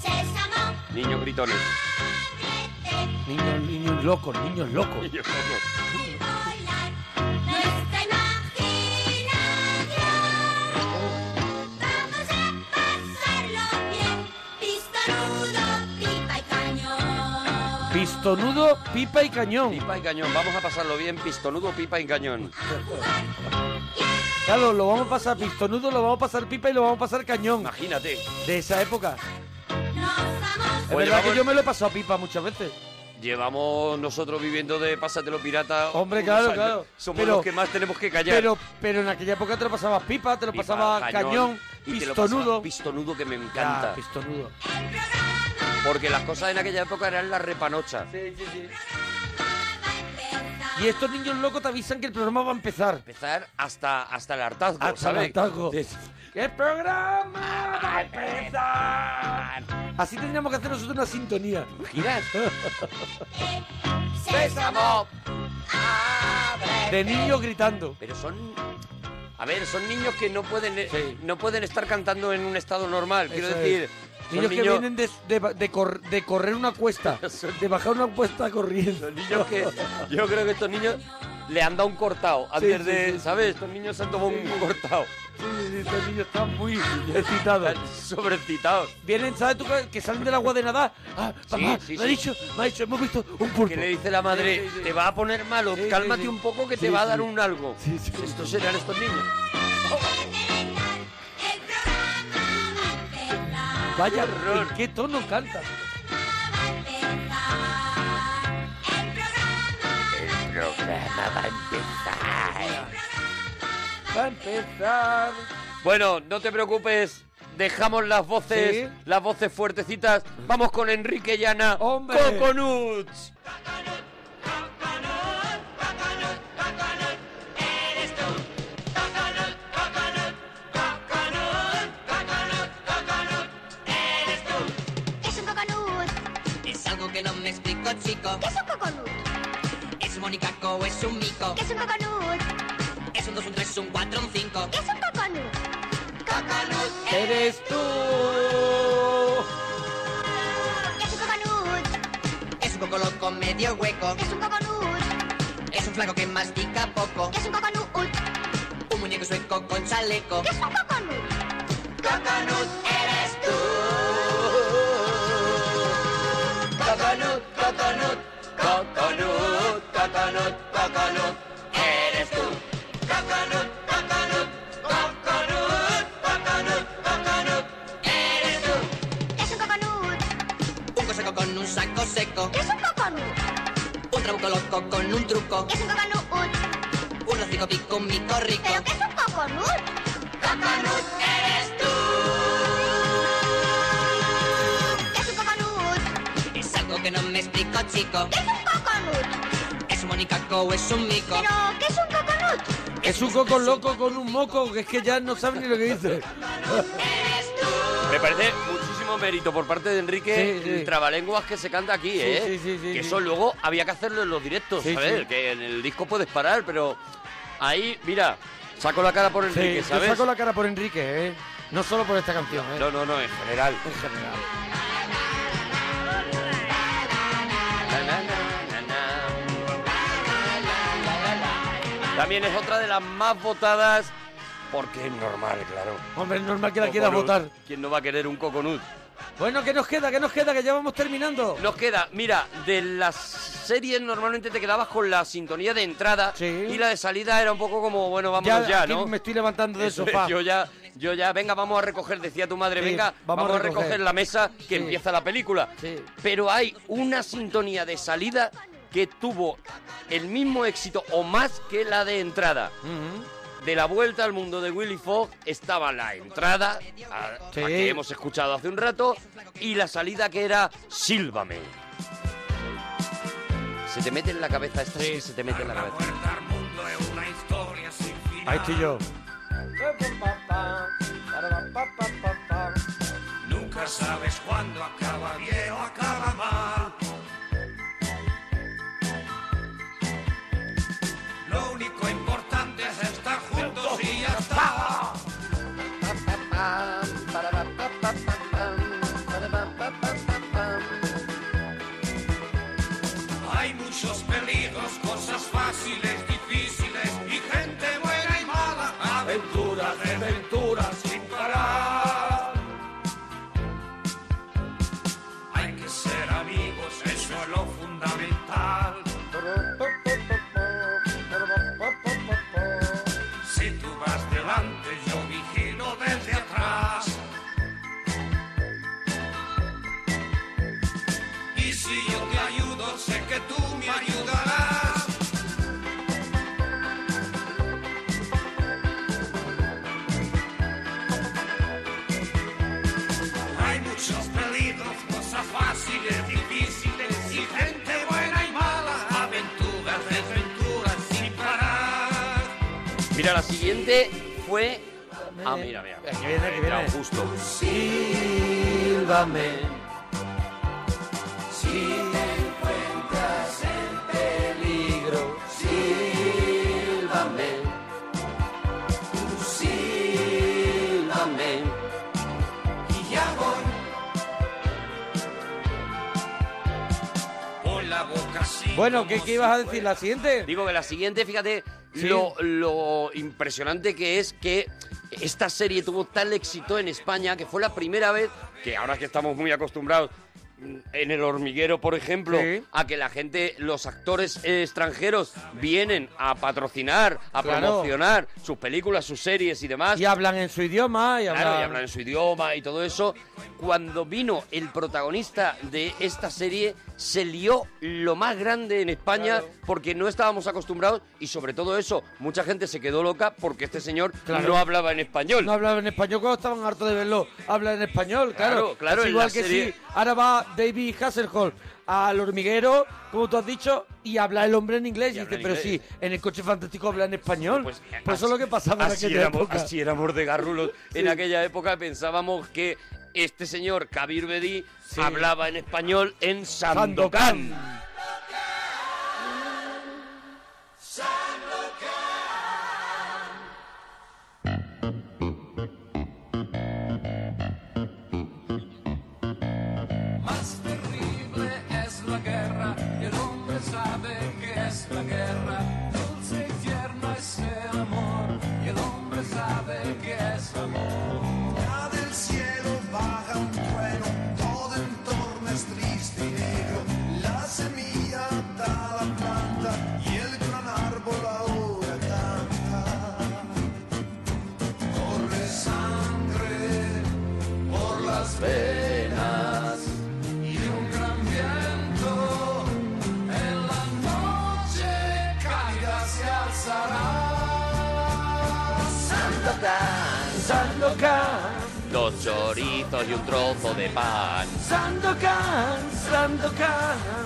Speaker 1: Sésamo,
Speaker 3: Niños gritones.
Speaker 2: Niños, niños locos, niños locos.
Speaker 1: nuestra imaginación. Vamos a pasarlo bien, pistonudo, pipa y cañón.
Speaker 2: Pistonudo, pipa y cañón.
Speaker 3: Pipa y cañón. Vamos a pasarlo bien. Pistonudo, pipa y cañón.
Speaker 2: Claro, lo vamos a pasar pistonudo, lo vamos a pasar pipa y lo vamos a pasar cañón.
Speaker 3: Imagínate.
Speaker 2: De esa época. Es
Speaker 3: Oye,
Speaker 2: verdad
Speaker 3: vamos-
Speaker 2: que yo me lo he pasado pipa muchas veces.
Speaker 3: Llevamos nosotros viviendo de Pásatelo Pirata.
Speaker 2: Hombre,
Speaker 3: unos
Speaker 2: claro,
Speaker 3: años.
Speaker 2: claro.
Speaker 3: Somos
Speaker 2: Pero-
Speaker 3: los que más tenemos que callar.
Speaker 2: Pero, pero en aquella época te lo pasabas pipa, te lo
Speaker 3: Pipa,
Speaker 2: pasabas
Speaker 3: cañón.
Speaker 2: cañón,
Speaker 3: Y te lo
Speaker 2: Pistonudo.
Speaker 3: pasaba- pistonudo que me encanta.
Speaker 2: Ah, pistonudo.
Speaker 3: Porque las cosas en aquella época eran la repanocha.
Speaker 2: Y estos niños locos te avisan que el programa va a empezar.
Speaker 3: Empezar hasta, hasta el hartazgo,
Speaker 2: Hasta el
Speaker 3: ¿sabes?
Speaker 2: hartazgo.
Speaker 3: Es-
Speaker 2: ¡Qué programa va a empezar! Así tendríamos que hacer nosotros una sintonía.
Speaker 3: Giras.
Speaker 2: ¡Sésamo! De niños gritando.
Speaker 3: Pero son... A ver, son niños que no pueden, eh, no pueden estar cantando en un estado normal. Quiero
Speaker 2: Eso es.
Speaker 3: decir... son
Speaker 2: Niños, que vienen de, de- de cor- de correr una cuesta, de bajar una cuesta corriendo.
Speaker 3: niños que- yo creo que estos niños le han dado un cortado. Antes
Speaker 2: sí,
Speaker 3: de,
Speaker 2: sí,
Speaker 3: ¿sabes? Estos niños se han tomado un cortado.
Speaker 2: estos niños están muy excitados.
Speaker 3: Sobrecitados.
Speaker 2: Vienen, ¿sabes tú? Que salen del agua de nadar. Ah, papá,
Speaker 3: sí, sí.
Speaker 2: me ha dicho, me ha dicho, hemos visto un pulpo.
Speaker 3: Que le dice la madre, te va a poner malo, cálmate un poco que te va a dar un algo. Estos serán estos niños.
Speaker 2: Oh. Vaya, ¿en qué tono canta?
Speaker 25: El programa va a empezar.
Speaker 2: Va a empezar.
Speaker 3: Bueno, no te preocupes. Dejamos las voces,
Speaker 2: Sí.
Speaker 3: las voces fuertecitas. Vamos con Enrique Llana.
Speaker 2: ¡Hombre!
Speaker 3: ¡Coconuts!
Speaker 1: Es un coconut. Es algo que no me explico, chico. ¿Qué es un coconut? Es un monicaco, es un mico. ¿Qué es un coconut? Es un 2, un 3, un 4, un 5. ¿Qué es un coconut? Coconut.
Speaker 2: Eres tú.
Speaker 1: Es un coconut. Es un coco loco medio hueco. Es un coconut. Es un flaco que mastica poco. Es un coconut. Un muñeco sueco con chaleco. Es un coconut. Coconut eres tú. Coconut, coconut, coconut, coconut, coconut eres tú. Coconut, coconut, coconut, coconut, coconut eres tú. Es un coconut. Un coseco con un saco seco. Es un coconut. Un trabuco loco con un truco. Es un coconut. Un hocico pico, un mico rico. ¿Pero qué es un coconut? Coconut eres tú. Es un coconut. Es algo que no me explico, chico. ¿Qué es un coconut? Es un monicaco o es un mico. Pero, ¿qué es un coconut?
Speaker 2: Es un coco loco con un moco, que es que ya no sabe ni lo que dice.
Speaker 3: Me parece muchísimo mérito por parte de Enrique
Speaker 2: Sí, sí.
Speaker 3: el trabalenguas que se canta aquí,
Speaker 2: Sí,
Speaker 3: ¿eh?
Speaker 2: sí, sí, sí,
Speaker 3: que
Speaker 2: sí.
Speaker 3: eso luego había que hacerlo en los directos,
Speaker 2: Sí,
Speaker 3: ¿sabes?
Speaker 2: sí.
Speaker 3: Que en el disco puedes parar, pero ahí, mira, saco la cara por Enrique,
Speaker 2: Sí, yo
Speaker 3: ¿sabes?
Speaker 2: saco la cara por Enrique, ¿eh? No solo por esta canción, ¿eh?
Speaker 3: No, no, no, en general.
Speaker 2: En general.
Speaker 3: También es otra de las más votadas, porque es normal, claro.
Speaker 2: Hombre, es normal que
Speaker 3: Pues
Speaker 2: la quiera
Speaker 3: Coconut.
Speaker 2: votar.
Speaker 3: ¿Quién no va a querer un coconut?
Speaker 2: Bueno, ¿qué nos queda? ¿Qué nos queda? Que ya vamos terminando.
Speaker 3: Nos queda, mira, de las series normalmente te quedabas con la sintonía de entrada y la de salida era un poco como, bueno, vámonos ya,
Speaker 2: aquí
Speaker 3: ¿no?
Speaker 2: me estoy levantando del
Speaker 3: Eso es,
Speaker 2: sofá.
Speaker 3: Yo ya, yo ya, venga, vamos a recoger, decía tu madre,
Speaker 2: Sí,
Speaker 3: venga, vamos, a recoger. la mesa que
Speaker 2: Sí.
Speaker 3: empieza la película. Pero hay una sintonía de salida que tuvo el mismo éxito o más que la de entrada. De la vuelta al mundo de Willy Fogg estaba la entrada, a-
Speaker 2: Sí.
Speaker 3: la que hemos escuchado hace un rato, y la salida que era Sílvame. Se te mete en la cabeza esta, sí que se te mete en la cabeza.
Speaker 2: Ahí estoy yo.
Speaker 26: Nunca sabes cuándo acaba bien o acaba mal. Lo único importante es estar juntos y ya está. Hay muchos peligros, cosas fáciles, difíciles y gente buena y mala. Aventuras, desventuras sin parar. Hay que
Speaker 3: Mira, la siguiente fue. Ah,
Speaker 1: Viene.
Speaker 3: mira, mira.
Speaker 1: Aquí viene, aquí
Speaker 3: Mira,
Speaker 1: viene.
Speaker 3: Justo.
Speaker 1: Sílvame. Si te encuentras en peligro, sílvame. Tú sílvame. Y ya voy.
Speaker 3: Con la boca
Speaker 2: Bueno, ¿qué, qué ibas a decir? ¿La siguiente?
Speaker 3: Digo que la siguiente, fíjate,
Speaker 2: Sí.
Speaker 3: lo, lo impresionante que es que esta serie tuvo tal éxito en España que fue la primera vez que ahora que estamos muy acostumbrados mm, en el hormiguero, por ejemplo,
Speaker 2: Sí.
Speaker 3: a que la gente, los actores eh, extranjeros vienen a patrocinar, a
Speaker 2: Claro.
Speaker 3: promocionar sus películas, sus series y demás.
Speaker 2: Y hablan en su idioma, y hablan...
Speaker 3: Claro, y hablan en su idioma y todo eso. Cuando vino el protagonista de esta serie, se lió lo más grande en España porque no estábamos acostumbrados y sobre todo eso, mucha gente se quedó loca porque este señor
Speaker 2: Claro.
Speaker 3: no hablaba en español.
Speaker 2: No hablaban en español cuando estaban hartos de verlo. Hablan en español, claro.
Speaker 3: Claro, claro,
Speaker 2: Es
Speaker 3: en
Speaker 2: igual
Speaker 3: la
Speaker 2: que
Speaker 3: serie-
Speaker 2: si ahora va David Hasselhoff al hormiguero, como tú has dicho, y habla el hombre en inglés. Y, dice,
Speaker 3: en
Speaker 2: pero sí,
Speaker 3: inglés.
Speaker 2: en el coche fantástico habla en español. Pues, eso es lo que pasaba en
Speaker 3: Así
Speaker 2: aquella
Speaker 3: éramos,
Speaker 2: época.
Speaker 3: así éramos de garrulos. En
Speaker 2: Sí.
Speaker 3: aquella época pensábamos que este señor, Kabir Bedi,
Speaker 2: Sí.
Speaker 3: hablaba en español en
Speaker 2: Sandokan.
Speaker 3: Sandokan.
Speaker 1: Más terrible es la guerra, y el hombre sabe que es la guerra. Dulce y tierno es el amor, y el hombre sabe que es amor. Ya del cielo baja un trueno, todo en torno es triste y negro. La semilla da la planta, y el gran árbol ahora canta. Corre sangre por las venas y un gran viento en la noche caiga se alzará. Sandokan, Sandokan,
Speaker 3: Dos chorizos y un trozo de pan.
Speaker 1: Sandokan, Sandokan.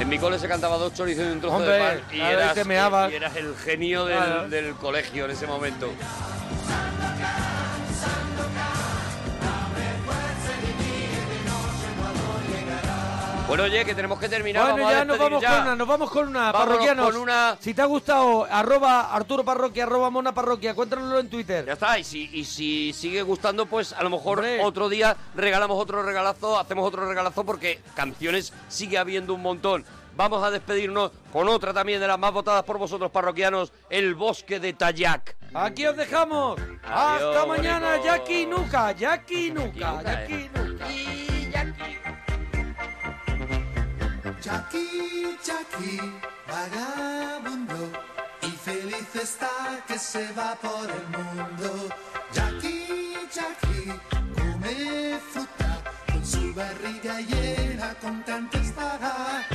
Speaker 3: En mi cole se cantaba dos chorizos y un trozo
Speaker 2: Hombre,
Speaker 3: de pan y
Speaker 2: a ver,
Speaker 3: eras,
Speaker 2: te meabas.
Speaker 3: y eras el genio del,
Speaker 2: Claro.
Speaker 3: del colegio en ese momento. Bueno, oye, que tenemos que terminar.
Speaker 2: Bueno,
Speaker 3: vamos a
Speaker 2: ya nos
Speaker 3: despedir
Speaker 2: vamos
Speaker 3: ya.
Speaker 2: con una, nos vamos con una,
Speaker 3: Vámonos
Speaker 2: parroquianos.
Speaker 3: con una-
Speaker 2: Si te ha gustado, arroba Arturo Parroquia, arroba Mona Parroquia, cuéntanoslo en Twitter.
Speaker 3: Ya está, y si, y si sigue gustando, pues a lo mejor otro día regalamos otro regalazo, hacemos otro regalazo porque canciones sigue habiendo un montón. Vamos a despedirnos con otra también de las más votadas por vosotros parroquianos, El Bosque de Tayac.
Speaker 2: Aquí os dejamos. Hasta mañana, Jackie Nuca, Jackie Nuca, Jackie Nuca.
Speaker 1: Jackie, Jackie, vagabundo, y feliz está que se va por el mundo. Jackie, Jackie, come fruta, con su barriga llena con tanto estará. pues